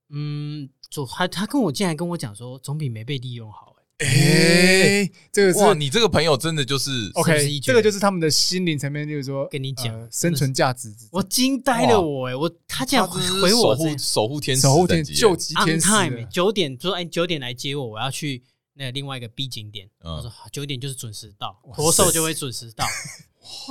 Speaker 3: 嗯，就他他跟我竟然跟我讲说，总比没被利用好、欸。
Speaker 1: 哎，这个
Speaker 2: 哇，
Speaker 1: 是哦
Speaker 2: 你这个朋友真的就是
Speaker 3: 是不是
Speaker 1: OK，
Speaker 3: 一绝
Speaker 1: 这个就是他们的心灵层面，就是说
Speaker 3: 跟你讲
Speaker 1: 呃生存价值之
Speaker 3: 我惊呆了我、欸，我他竟然
Speaker 2: 他
Speaker 3: 回
Speaker 2: 真的是
Speaker 3: 回
Speaker 2: 守
Speaker 3: 我这
Speaker 2: 护守护天使
Speaker 1: 守护
Speaker 2: 等
Speaker 1: 天
Speaker 2: 级耶
Speaker 1: 救急
Speaker 3: on
Speaker 1: 天使
Speaker 3: time 欸
Speaker 1: 的
Speaker 3: 九点说哎九点来接我，我要去那另外一个 B 景点，
Speaker 2: 嗯
Speaker 3: 我说好九点就是准时到，
Speaker 1: 哇
Speaker 3: 驼兽就会准时 到。哦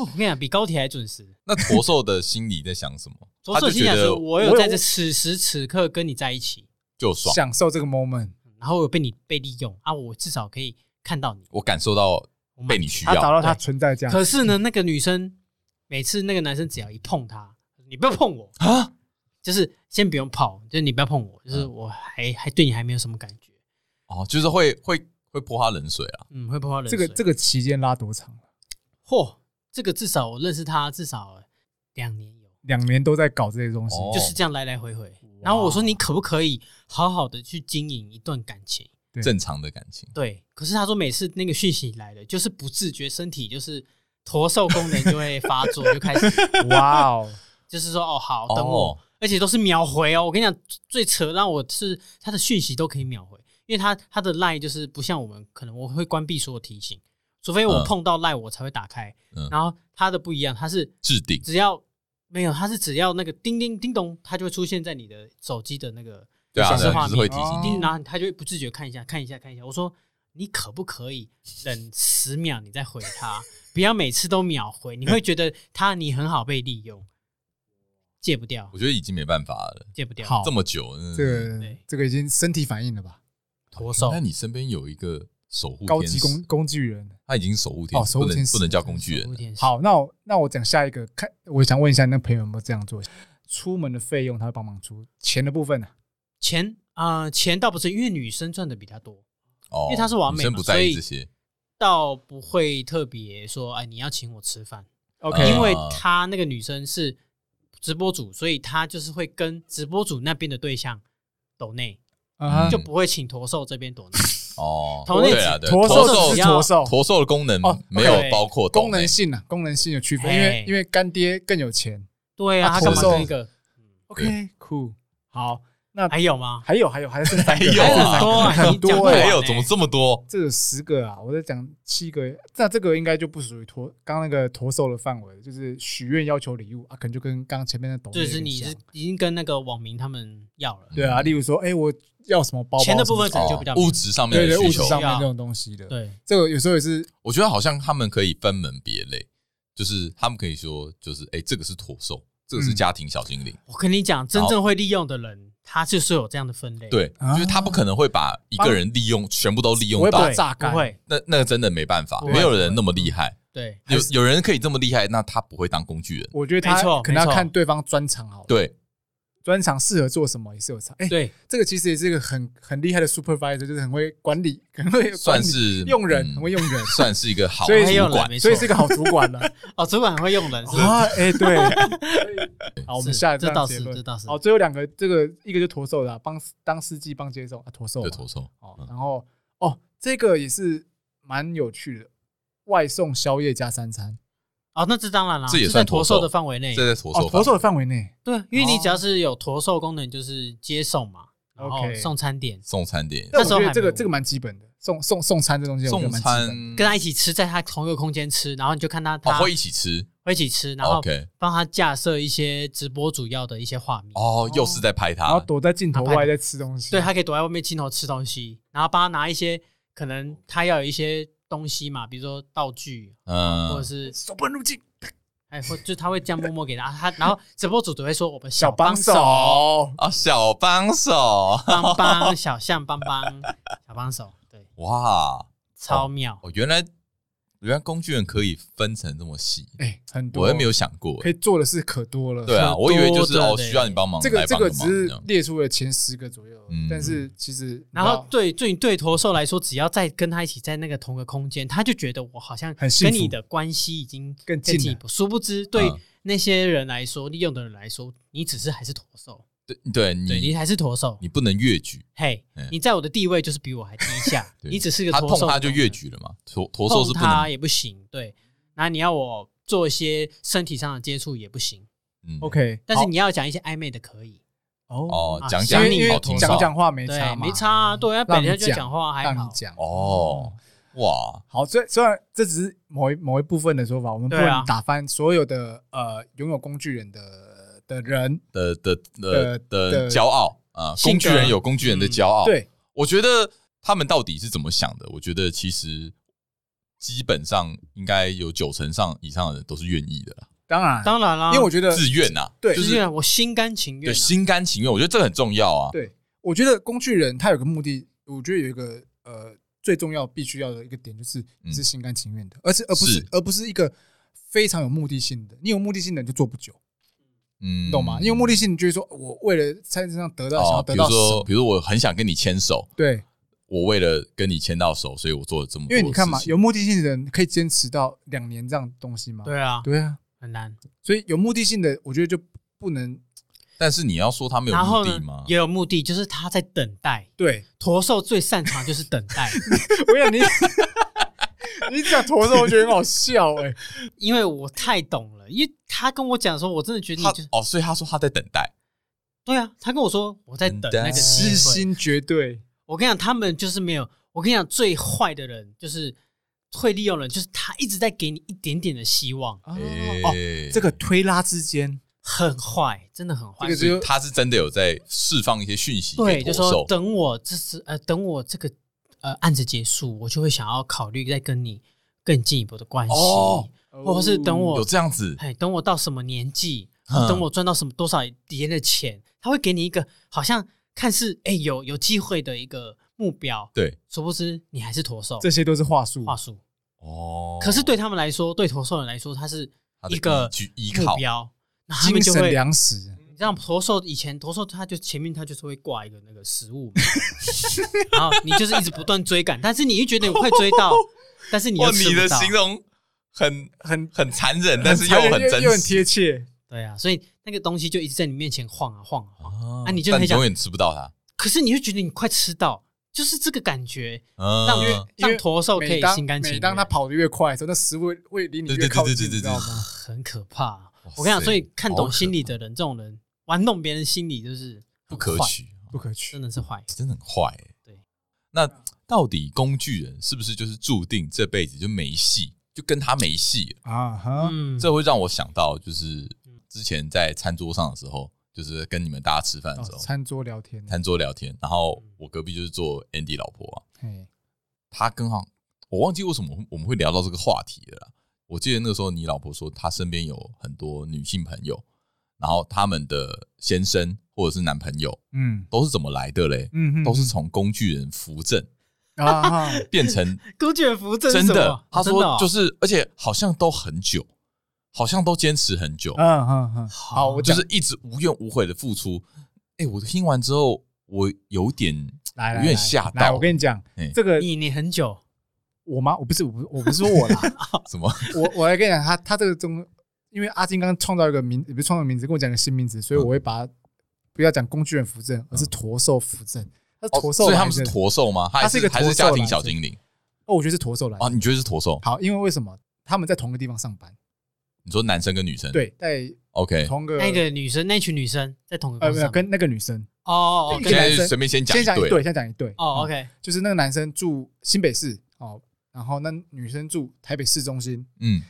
Speaker 3: 我跟你讲，比高铁还准时。
Speaker 2: 那驼兽的心里在想什么？
Speaker 3: 左手
Speaker 2: 他就
Speaker 3: 心
Speaker 2: 觉
Speaker 3: 想
Speaker 2: 得
Speaker 3: 说：“我有在这此时此刻跟你在一起，
Speaker 2: 就爽，
Speaker 1: 享受这个 moment。
Speaker 3: 然后我被你被利用啊，我至少可以看到你。
Speaker 2: 我感受到
Speaker 3: 我满
Speaker 2: 被你需
Speaker 1: 他找
Speaker 2: 要，
Speaker 1: 到他存在价值，
Speaker 3: 可是呢，那个女生每次那个男生只要一碰她，你不要碰我
Speaker 2: 啊，
Speaker 3: 就是先不用跑，就是你不要碰我，
Speaker 2: 嗯
Speaker 3: 就是我还还对你还没有什么感觉，
Speaker 2: 哦，就是会会会泼他冷水啊，
Speaker 3: 嗯，会不会冷
Speaker 1: 这
Speaker 3: 水？
Speaker 1: 个这个期间拉多长？
Speaker 3: 嚯，这个至少我认识他至少两年有，
Speaker 1: 两年都在搞这些东西，
Speaker 2: 哦
Speaker 3: 就是这样来来回回。然后我说你可不可以好好的去经营一段感情？
Speaker 1: 对
Speaker 2: 正常的感情，
Speaker 3: 对，可是他说每次那个讯息来了，就是不自觉身体就是驼兽功能就会发作，就开始
Speaker 1: 哇哦！
Speaker 3: 就是说哦好
Speaker 2: 哦
Speaker 3: 等我，而且都是秒回哦。我跟你讲，最扯让我是他的讯息都可以秒回，因为他他的 line 就是不像我们，可能我会关闭所有提醒，除非我
Speaker 2: 嗯
Speaker 3: 碰到 line 我才会打开。
Speaker 2: 嗯
Speaker 3: 然后他的不一样，他是
Speaker 2: 置顶
Speaker 3: 只要没有，他是只要那个叮叮叮咚，它就会出现在你的手机的那个
Speaker 2: 对啊，
Speaker 3: 显示
Speaker 2: 人
Speaker 3: 画
Speaker 2: 就是会
Speaker 3: 面，
Speaker 2: 提醒
Speaker 1: 哦
Speaker 2: 你，
Speaker 3: 叮，然后他就会不自觉看一下看一下看一下。我说你可不可以等十秒你再回他，不要每次都秒回，你会觉得他你很好被利用，戒不掉
Speaker 2: 我，觉得已经没办法了，
Speaker 3: 戒不掉。
Speaker 1: 好
Speaker 2: 这么久，嗯
Speaker 1: 这个
Speaker 3: 对
Speaker 1: 这个已经身体反应了吧？
Speaker 3: 驼手
Speaker 2: 那你身边有一个守护
Speaker 1: 高
Speaker 2: 天
Speaker 1: 级
Speaker 2: 使
Speaker 1: 工工具人。
Speaker 2: 他已经守护天
Speaker 1: 哦
Speaker 2: 使，
Speaker 1: 守护
Speaker 2: 不能
Speaker 1: 天使
Speaker 2: 不能叫工具
Speaker 3: 守
Speaker 2: 人
Speaker 3: 护
Speaker 2: 了，
Speaker 3: 天使，
Speaker 1: 好，那我那我讲下一个，看我想问一下，那朋友有没有这样做？出门的费用他会帮忙出，钱的部分呢、
Speaker 3: 钱啊、呃钱倒不是，因为女生赚的比他多，
Speaker 2: 哦，
Speaker 3: 因为他是完美嘛
Speaker 2: 女生不在
Speaker 3: 所
Speaker 2: 意
Speaker 3: 以
Speaker 2: 这些，
Speaker 3: 倒不会特别说哎你要请我吃饭。
Speaker 1: o
Speaker 2: 呃
Speaker 1: k
Speaker 3: 因为他那个女生是直播主，所以他就是会跟直播主那边的对象抖内，
Speaker 2: 嗯
Speaker 1: 啊
Speaker 3: 就不会请驼兽这边抖内。
Speaker 2: 哦，
Speaker 3: 头内
Speaker 2: 对啊，对，
Speaker 1: 驼
Speaker 3: 驼
Speaker 1: 兽
Speaker 3: 兽
Speaker 1: 只
Speaker 3: 只
Speaker 1: 是驼
Speaker 3: 要
Speaker 1: 兽，
Speaker 2: 驼兽的功能
Speaker 1: 哦
Speaker 2: 没有
Speaker 3: 对
Speaker 2: 包括斗内
Speaker 1: 功能性啊，功能性的区分，因为
Speaker 3: 嘿
Speaker 1: 因为干爹更有钱。
Speaker 3: 对啊，
Speaker 1: 啊
Speaker 3: 他干嘛
Speaker 1: 驼兽
Speaker 3: 跟一个？
Speaker 1: OK，酷，好，
Speaker 3: 还有吗？
Speaker 1: 还有还有还有剩 三个，
Speaker 2: 还有啊
Speaker 1: 剩三
Speaker 3: 很
Speaker 1: 个
Speaker 3: 多啊，
Speaker 1: 很
Speaker 3: 你讲不
Speaker 1: 多
Speaker 3: 完
Speaker 1: 欸
Speaker 2: 还
Speaker 3: 欸
Speaker 2: 有哎怎么这么多？
Speaker 1: 这有十个啊，我在讲七个，那这个应该就不属于驼刚那个驼兽的范围，就是许愿要求礼物啊，可能就跟刚前面的抖内有
Speaker 3: 就
Speaker 1: 点
Speaker 3: 是
Speaker 1: 像，
Speaker 3: 你是已经跟那个网民他们要了，
Speaker 1: 对啊，例如说，哎，我要什么包包
Speaker 3: 钱的
Speaker 1: 什么
Speaker 3: 部分可能就比较
Speaker 2: 嗯哦物质上面
Speaker 1: 对
Speaker 2: 的
Speaker 1: 对
Speaker 2: 需
Speaker 1: 物质
Speaker 2: 求，
Speaker 1: 上面
Speaker 3: 需要
Speaker 1: 这种东西的，
Speaker 3: 对，
Speaker 1: 这个有时候也是
Speaker 2: 我觉得好像他们可以分门别类，就是他们可以说，就是哎，这个是驼兽，这个是
Speaker 1: 嗯
Speaker 2: 家庭小精灵，
Speaker 3: 我跟你讲，真正会利用的人，他就是有这样的分类，，
Speaker 2: 对，
Speaker 1: 啊
Speaker 2: 就是他不可能会把一个人利用全部都利
Speaker 1: 不
Speaker 2: 用
Speaker 1: 会把
Speaker 2: 到
Speaker 1: 它，榨干，
Speaker 3: 不会，
Speaker 2: 那那个真的没办法，
Speaker 3: 不会
Speaker 2: 没有人那么厉害，
Speaker 3: 对，
Speaker 2: 有有人可以这么厉害，那他不会当工具人，
Speaker 1: 我觉得
Speaker 3: 没
Speaker 1: 他
Speaker 3: 错
Speaker 1: 可能要
Speaker 3: 没错
Speaker 1: 看对方专长好了，
Speaker 2: 对，
Speaker 1: 专长适合做什么也是有差。哎，
Speaker 3: 对，
Speaker 1: 这个其实也是一个很很厉害的 supervisor，就是很会管理，很会管理
Speaker 2: 算是
Speaker 1: 用人，
Speaker 2: 嗯
Speaker 1: 很会用 人，
Speaker 2: 算是一个好
Speaker 1: 所以
Speaker 2: 主
Speaker 3: 会用
Speaker 2: 管
Speaker 3: 人，没错
Speaker 1: 所以是个好主管 了
Speaker 3: 哦，主管很会用人，是不是
Speaker 1: 啊！哎，对，好，我们
Speaker 3: 是
Speaker 1: 下一
Speaker 3: 这
Speaker 1: 段
Speaker 3: 倒
Speaker 1: 结
Speaker 3: 是，
Speaker 1: 论
Speaker 3: 这。倒是
Speaker 1: 好，，最后两个，这个一个就驼兽的啊，帮当司机帮接送啊，驼兽嘛
Speaker 2: 对嗯驼兽，
Speaker 1: 哦，然后哦，这个也是蛮有趣的，外送宵夜加三餐
Speaker 3: 哦，那这当然了，
Speaker 2: 这也
Speaker 3: 是
Speaker 2: 算
Speaker 3: 在驼
Speaker 2: 驼兽
Speaker 3: 的范围内，
Speaker 2: 这在驼
Speaker 1: 哦，
Speaker 2: 兽
Speaker 1: 驼
Speaker 2: 吧
Speaker 1: 兽的范围内，
Speaker 3: 对啊，因为你
Speaker 1: 哦
Speaker 3: 只要是有驼兽功能，就是接送嘛，然后
Speaker 1: OK
Speaker 3: 送餐点，
Speaker 2: 送餐点，
Speaker 1: 但
Speaker 3: 那
Speaker 1: 我
Speaker 3: 时候
Speaker 1: 觉得这
Speaker 3: 还没
Speaker 1: 个
Speaker 3: 有
Speaker 1: 这个蛮基本的，送送送餐这东西我觉得
Speaker 2: 送
Speaker 1: 蛮基
Speaker 2: 餐
Speaker 1: 本的，
Speaker 3: 跟他一起吃，在他同一个空间吃，然后你就看他
Speaker 2: 哦
Speaker 3: 他
Speaker 2: 会一起吃哦
Speaker 3: 会一起吃，然后
Speaker 2: ，OK，
Speaker 3: 帮他架设一些直播主要的一些画面，
Speaker 2: 哦又是在拍
Speaker 1: 然后
Speaker 2: 他，
Speaker 1: 躲在镜头外在吃东西，
Speaker 3: 对，他可以躲在外面镜头吃东西，然后帮他拿一些可能他要有一些东西嘛，比如说道具或者
Speaker 2: 嗯，
Speaker 3: 是
Speaker 1: 手不能入镜，
Speaker 3: 哎，或就是他会这样默默给他，他然后直播主只会说我们
Speaker 1: 小
Speaker 3: 帮
Speaker 1: 帮手，
Speaker 2: 啊小帮手，
Speaker 3: 帮帮小象帮帮小帮手，对，
Speaker 2: 哇，
Speaker 3: 超妙，
Speaker 2: 哦原来原来工具人可以分成这么细，
Speaker 1: 哎，很多，
Speaker 2: 我也没有想过
Speaker 1: 可，以做的事可多了，
Speaker 2: 对啊，
Speaker 3: 很多
Speaker 2: 我以为就是
Speaker 3: 的
Speaker 2: 哦
Speaker 3: 嘞
Speaker 2: 需要你帮忙
Speaker 1: 这个
Speaker 2: 来
Speaker 1: 这
Speaker 2: 帮
Speaker 1: 个
Speaker 2: 个
Speaker 1: 只
Speaker 2: 忙
Speaker 1: 是
Speaker 2: 这样
Speaker 1: 列出了前十个左右
Speaker 2: 嗯，
Speaker 1: 但是其实
Speaker 3: 然后对对你对驼兽来说，只要在跟他一起在那个同个空间，他就觉得我好像
Speaker 1: 很幸
Speaker 3: 跟
Speaker 1: 福
Speaker 3: 你的关系已经
Speaker 1: 更近
Speaker 3: 更
Speaker 1: 了
Speaker 3: 进一步。殊不知，对
Speaker 2: 嗯
Speaker 3: 那些人来说，利用的人来说，你只是还是驼兽，
Speaker 2: 对
Speaker 3: 对
Speaker 2: 对
Speaker 3: 你
Speaker 2: 你
Speaker 3: 还是驼兽。
Speaker 2: 你不能越矩，
Speaker 3: 嘿
Speaker 2: 嗯，
Speaker 3: 你在我的地位就是比我还低 下，
Speaker 2: 对
Speaker 3: 你只是个
Speaker 2: 他
Speaker 3: 驼
Speaker 2: 碰
Speaker 3: 兽，
Speaker 2: 他就越，矩了嘛，驼驼兽
Speaker 3: 碰
Speaker 2: 是不
Speaker 3: 他
Speaker 2: 能，
Speaker 3: 也不行。对，那你要我做一些身体上的接触也不行，
Speaker 2: 嗯
Speaker 1: ，OK，
Speaker 3: 但是
Speaker 1: 好
Speaker 3: 你要讲一些暧昧的可以，
Speaker 1: 哦，
Speaker 2: 哦
Speaker 3: 啊
Speaker 2: 讲
Speaker 1: 因
Speaker 2: 讲
Speaker 1: 为
Speaker 3: 你
Speaker 1: 因
Speaker 2: 好
Speaker 1: 为
Speaker 2: 听
Speaker 1: 讲
Speaker 2: 少
Speaker 1: 讲话没
Speaker 3: 对
Speaker 1: 差，嘛，
Speaker 3: 没差啊，对啊，
Speaker 1: 让
Speaker 3: 本
Speaker 1: 你
Speaker 3: 来就
Speaker 1: 讲
Speaker 3: 讲话还
Speaker 1: 让你
Speaker 3: 好，
Speaker 1: 讲
Speaker 2: 哦
Speaker 1: 嗯
Speaker 2: 哇
Speaker 1: 好，虽虽然这只是某一某一部分的说法，我们不
Speaker 3: 对啊
Speaker 1: 能打翻所有的呃拥有工具人的的人。
Speaker 2: 的的的
Speaker 1: 的
Speaker 2: 的
Speaker 1: 的
Speaker 2: 骄傲啊，
Speaker 1: 性格嗯
Speaker 2: 工具人有工具人的骄傲，
Speaker 1: 对，
Speaker 2: 我觉得他们到底是怎么想的？我觉得其实基本上应该有九成上以上的人都是愿意的啦，
Speaker 1: 当然，
Speaker 3: 当然啦，
Speaker 1: 因为我觉得，
Speaker 2: 自愿呐，
Speaker 1: 呃对
Speaker 2: 就是
Speaker 3: 自愿啊我心甘情愿
Speaker 2: 对
Speaker 3: 啊，
Speaker 2: 心甘情愿，我觉得这个很重要啊。
Speaker 1: 对我觉得工具人他有个目的，我觉得有一个呃最重要必须要的一个点就是你是心甘情愿的，而是而不是
Speaker 2: 嗯是
Speaker 1: 而不是一个非常有目的性的。你有目的性的你就做不久，
Speaker 2: 嗯
Speaker 1: 你懂吗？你有目的性，你就是说我为了在身上得到想要
Speaker 2: 哦，
Speaker 1: 得
Speaker 2: 比
Speaker 1: 到
Speaker 2: 如
Speaker 1: 什么
Speaker 2: 说，比如我很想跟你牵手，
Speaker 1: 对，
Speaker 2: 我为了跟你牵到手，所以我做了这么
Speaker 1: 因
Speaker 2: 多事情。
Speaker 1: 为你看嘛，有目的性的人可以坚持到两年这样的东西嘛。
Speaker 3: 对啊，
Speaker 1: 对啊，
Speaker 3: 很难。
Speaker 1: 所以有目的性的，我觉得就不能
Speaker 2: 但是你要说他没有
Speaker 3: 然
Speaker 2: 目
Speaker 3: 后
Speaker 2: 的
Speaker 3: 呢
Speaker 2: 吗，？
Speaker 3: 也有目的，就是他在等待。
Speaker 1: 对。
Speaker 3: 驼兽最擅长就是等 待，
Speaker 1: 我想你， 你讲驼兽，我觉得很好笑 哎、
Speaker 3: 因为我太懂了，因为他跟我讲说，我真的觉得你
Speaker 2: 他
Speaker 3: 就是
Speaker 2: 哦，所以他说他在等待，
Speaker 3: 对啊，他跟我说我在等
Speaker 2: 等待
Speaker 3: 那个机
Speaker 1: 知
Speaker 3: 会
Speaker 1: 心绝对。
Speaker 3: 我跟你讲，他们就是没有。我跟你讲，最坏的人就是会利用人，就是他一直在给你一点点的希望，
Speaker 1: 哦
Speaker 2: 哎
Speaker 1: 这个推拉之间，
Speaker 3: 很坏，真的很坏。
Speaker 1: 这个
Speaker 2: 所以
Speaker 1: 就
Speaker 2: 他是真的有在释放一些讯息
Speaker 3: 对，就
Speaker 2: 给驼
Speaker 3: 说
Speaker 2: 兽，
Speaker 3: 等我这次呃，等我这个呃案子结束，我就会想要考虑再跟你更进一步的关系，
Speaker 2: 哦
Speaker 3: 或者是等我
Speaker 2: 有这样子，
Speaker 3: 哎，等我到什么年纪，
Speaker 2: 嗯
Speaker 3: 等我赚到什么多少年的钱，他会给你一个好像看似哎有有机会的一个目标，
Speaker 2: 对
Speaker 3: 殊不知你还是驼兽
Speaker 1: 这些都是话术，
Speaker 3: 话术。
Speaker 2: 哦。
Speaker 3: 可是对他们来说，对驼兽人来说，它是
Speaker 2: 他的
Speaker 3: 一个
Speaker 2: 依据依
Speaker 3: 目
Speaker 2: 靠，
Speaker 3: 标，那他们
Speaker 1: 精
Speaker 3: 就
Speaker 1: 神
Speaker 3: 会。
Speaker 1: 粮食。
Speaker 3: 你知道驼兽以前驼兽，它就前面它就是会挂一个那个食物嘛，然后你就是一直不断追赶，但是你又觉得你快追到，但是你又
Speaker 2: 哇，
Speaker 3: 吃
Speaker 2: 你
Speaker 3: 不
Speaker 2: 的
Speaker 3: 到，
Speaker 2: 形容很
Speaker 1: 很
Speaker 2: 很残忍，但是又
Speaker 1: 残忍
Speaker 2: 真
Speaker 1: 又很
Speaker 2: 实
Speaker 1: 贴切，
Speaker 3: 对啊，所以那个东西就一直在你面前晃啊晃啊晃，
Speaker 2: 啊
Speaker 3: 啊你就
Speaker 2: 但
Speaker 3: 很想
Speaker 2: 永远吃不到它。
Speaker 3: 可是你又觉得你快吃到，就是这个感觉，
Speaker 2: 嗯
Speaker 3: 让
Speaker 1: 因为
Speaker 3: 让驼兽可
Speaker 1: 每
Speaker 3: 以
Speaker 1: 当
Speaker 3: 心甘情
Speaker 1: 每
Speaker 3: 愿。
Speaker 1: 当他跑得越快的时候，那食物会离你
Speaker 2: 对
Speaker 1: 越
Speaker 2: 对
Speaker 1: 靠
Speaker 2: 对
Speaker 1: 近，
Speaker 2: 对对
Speaker 1: 你知
Speaker 2: 对
Speaker 1: 道
Speaker 2: 对
Speaker 1: 吗？
Speaker 3: 啊很可怕，
Speaker 2: 哇
Speaker 3: 我跟你讲，
Speaker 2: 塞
Speaker 3: 所以看
Speaker 2: 好
Speaker 3: 懂
Speaker 2: 可
Speaker 3: 心理的人，这种人玩弄别人心理就是
Speaker 2: 不
Speaker 3: 很
Speaker 2: 可
Speaker 3: 坏，
Speaker 2: 取，
Speaker 1: 不可取
Speaker 3: 真。的是坏。
Speaker 2: 真的很坏、欸。
Speaker 3: 对，
Speaker 2: 那到底工具人是不是就是注定这辈子就没戏，就跟他没戏了？
Speaker 1: 啊哈，
Speaker 3: 嗯，
Speaker 2: 这会让我想到，就是之前在餐桌上的时候，就是跟你们大家吃饭的时
Speaker 1: 哦
Speaker 2: 候，
Speaker 1: 餐桌聊天，
Speaker 2: 嗯餐桌聊天，然后我隔壁就是坐 Andy 老婆啊，
Speaker 1: 嘿，
Speaker 2: 她刚好我忘记为什么我们我们会聊到这个话题了啦。我记得那个时候你老婆说她身边有很多女性朋友，然后他们的先生或者是男朋友
Speaker 1: 嗯
Speaker 2: 都是怎么来的嘞？
Speaker 1: 嗯，嗯
Speaker 2: 都是从工具人扶正
Speaker 1: 啊哈，
Speaker 2: 变成
Speaker 3: 勾卷福这是
Speaker 2: 真
Speaker 3: 什
Speaker 2: 的
Speaker 3: 么，
Speaker 2: 他
Speaker 3: 真的
Speaker 2: 说
Speaker 3: 哦
Speaker 2: 就是，而且好像都很久，好像都坚持很久，
Speaker 1: 嗯嗯嗯，好，我
Speaker 2: 就
Speaker 1: 讲
Speaker 2: 是一直无怨无悔的付出。哎，我听完之后，我有点
Speaker 1: 来来，
Speaker 2: 有点
Speaker 1: 来
Speaker 2: 吓
Speaker 1: 来，
Speaker 2: 到
Speaker 1: 我跟你讲
Speaker 2: 嘿，
Speaker 1: 这个
Speaker 3: 你你很久，
Speaker 1: 我吗？我不是，我不是，我不是说我啦，
Speaker 2: 什么？
Speaker 1: 我我来跟你讲，他他这个中，因为阿金刚创造一个名，也不是创造名字，跟我讲一个新名字，所以
Speaker 2: 嗯
Speaker 1: 我会把它不要讲工具人扶正，而是驼兽扶正。他是驼兽
Speaker 2: 哦所
Speaker 1: 来
Speaker 2: 以
Speaker 1: 的，
Speaker 2: 他们是驼兽吗？还
Speaker 1: 他是一个
Speaker 2: 还是
Speaker 1: 驼兽
Speaker 2: 家
Speaker 1: 来
Speaker 2: 庭
Speaker 1: 着
Speaker 2: 小精灵
Speaker 1: 哦，我觉得是驼兽来
Speaker 2: 啊？
Speaker 1: 的。
Speaker 2: 你觉得是驼兽？
Speaker 1: 好，因为为什么他们在同一个地方上班？
Speaker 2: 你说男生跟女生？
Speaker 1: 对，在
Speaker 2: ，OK。
Speaker 1: 同个
Speaker 3: 那个女生，那群女生在同一个
Speaker 1: 呃，
Speaker 3: 公
Speaker 1: 没
Speaker 3: 司
Speaker 1: 有
Speaker 3: 上班
Speaker 1: 跟那个女生，
Speaker 3: 哦哦哦，
Speaker 1: 一
Speaker 2: 现
Speaker 1: 个
Speaker 3: 跟
Speaker 1: 男生
Speaker 2: 在随便先讲
Speaker 1: 先讲一
Speaker 2: 对
Speaker 1: 对，，先讲一对。
Speaker 3: 哦
Speaker 1: 嗯
Speaker 3: ，OK，
Speaker 1: 就是那个男生住新北市哦，然后那女生住台北市中心，
Speaker 2: 嗯，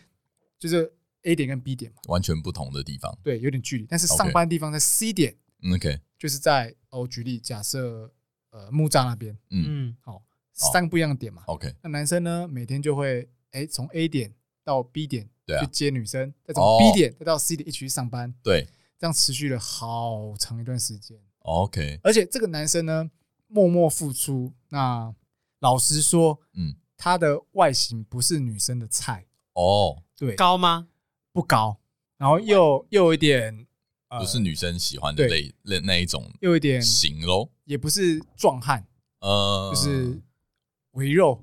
Speaker 1: 就是 A 点跟 B 点嘛，
Speaker 2: 完全不同的地方。
Speaker 1: 对，有点距离，但是
Speaker 2: OK
Speaker 1: 上班地方在 C 点，
Speaker 2: 嗯 OK，
Speaker 1: 就是在哦，我举例假设呃木栅那边。
Speaker 2: 嗯
Speaker 3: 嗯，
Speaker 1: 哦，三个不一样的点嘛。
Speaker 2: ，OK，
Speaker 1: 那男生呢，每天就会哎从 A 点到 B 点
Speaker 2: 对啊
Speaker 1: 去接女生，再从
Speaker 2: 哦
Speaker 1: B 点再到 C 点一起去上班，
Speaker 2: 对
Speaker 1: 这样持续了好长一段时间。
Speaker 2: ，OK，
Speaker 1: 而且这个男生呢，默默付出。那老实说，
Speaker 2: 嗯，
Speaker 1: 他的外形不是女生的菜，
Speaker 2: 哦，
Speaker 1: 对，
Speaker 3: 高吗？
Speaker 1: 不高，然后又又有一点呃，
Speaker 2: 不是女生喜欢的类类那一种
Speaker 1: 又有一点
Speaker 2: 型喽。
Speaker 1: 也不是壮汉，
Speaker 3: 嗯
Speaker 2: 呃，
Speaker 1: 就是围肉，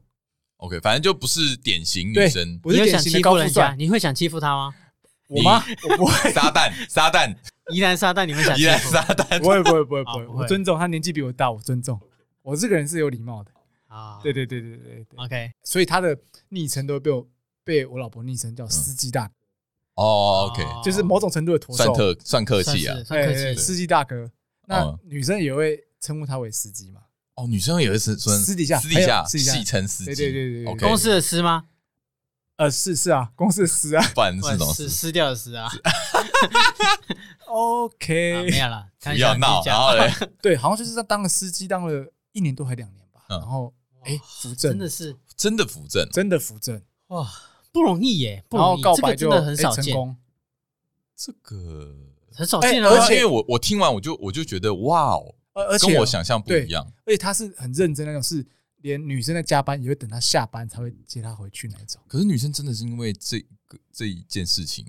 Speaker 2: OK，反正就不是典型女
Speaker 1: 对
Speaker 2: 生，
Speaker 1: 不是
Speaker 3: 你会
Speaker 1: 典
Speaker 3: 想
Speaker 1: 型的
Speaker 3: 欺
Speaker 1: 高
Speaker 3: 负
Speaker 1: 富
Speaker 3: 人家？
Speaker 1: 帅。
Speaker 3: 你会想欺负他吗？
Speaker 1: 我吗？我不会。
Speaker 2: 撒旦， 撒旦，
Speaker 3: 宜兰沙 旦，你会想
Speaker 2: 依
Speaker 3: 欺
Speaker 2: 然
Speaker 3: 负？
Speaker 2: 撒旦。
Speaker 1: 不会不会不会不
Speaker 3: 啊
Speaker 1: 会，
Speaker 3: 不会
Speaker 1: 我尊重他年纪比我大，我尊重。我这个人是有礼貌的，
Speaker 3: 啊，
Speaker 1: 对对对对对对，
Speaker 3: ，OK，
Speaker 1: 所以他的昵称都被我被我老婆昵称叫司机大，
Speaker 2: 哦，OK，
Speaker 3: 嗯哦
Speaker 1: 就是某种程度的驼
Speaker 2: 算
Speaker 1: 兽，
Speaker 2: 特算客
Speaker 3: 算
Speaker 2: 气啊
Speaker 3: 是。算
Speaker 1: 哎
Speaker 3: 客
Speaker 1: 哎
Speaker 3: 气，哦
Speaker 1: 司机大哥。那
Speaker 2: 嗯
Speaker 1: 女生也会称呼他为司机嘛？
Speaker 2: 哦，女生也会是说
Speaker 1: 私底下
Speaker 2: 私底
Speaker 1: 还
Speaker 2: 下
Speaker 1: 有私底下
Speaker 2: 戏称司机，
Speaker 1: 对对对对对
Speaker 2: OK，
Speaker 3: 公司的司吗？
Speaker 1: 呃，是是啊， 公司的司 啊。
Speaker 2: 不然是什么
Speaker 3: 撕撕掉的撕啊，啊
Speaker 1: 哦 OK，
Speaker 3: 没有 啦，开玩
Speaker 2: 不
Speaker 3: 笑
Speaker 2: 要闹，啊
Speaker 3: 自己
Speaker 2: 然
Speaker 3: 讲
Speaker 2: 后嘞，
Speaker 1: 对，好像就是他当了司机，当了一年多还两年吧。
Speaker 2: 嗯
Speaker 1: 然后哎扶正
Speaker 3: 真，的是
Speaker 2: 真的扶正，
Speaker 1: 真的扶正，
Speaker 3: 哇，不容易耶，不
Speaker 1: 然后
Speaker 3: 容易，
Speaker 1: 告
Speaker 3: 这
Speaker 1: 白
Speaker 3: 个
Speaker 1: 就
Speaker 3: 真的很
Speaker 1: 哎
Speaker 3: 少
Speaker 1: 成
Speaker 3: 见，
Speaker 1: 功，
Speaker 2: 这个，
Speaker 3: 很少
Speaker 2: 哎、
Speaker 3: 见啊。
Speaker 2: 而且因为我我听完我就我就觉得哇哦，
Speaker 1: 而而且
Speaker 2: 跟我
Speaker 1: 哦
Speaker 2: 想象不一样，
Speaker 1: 而且他是很认真那种，是连女生在加班也会等他下班才会接他回去那一种，
Speaker 2: 可是女生真的是因为这个这一件事情，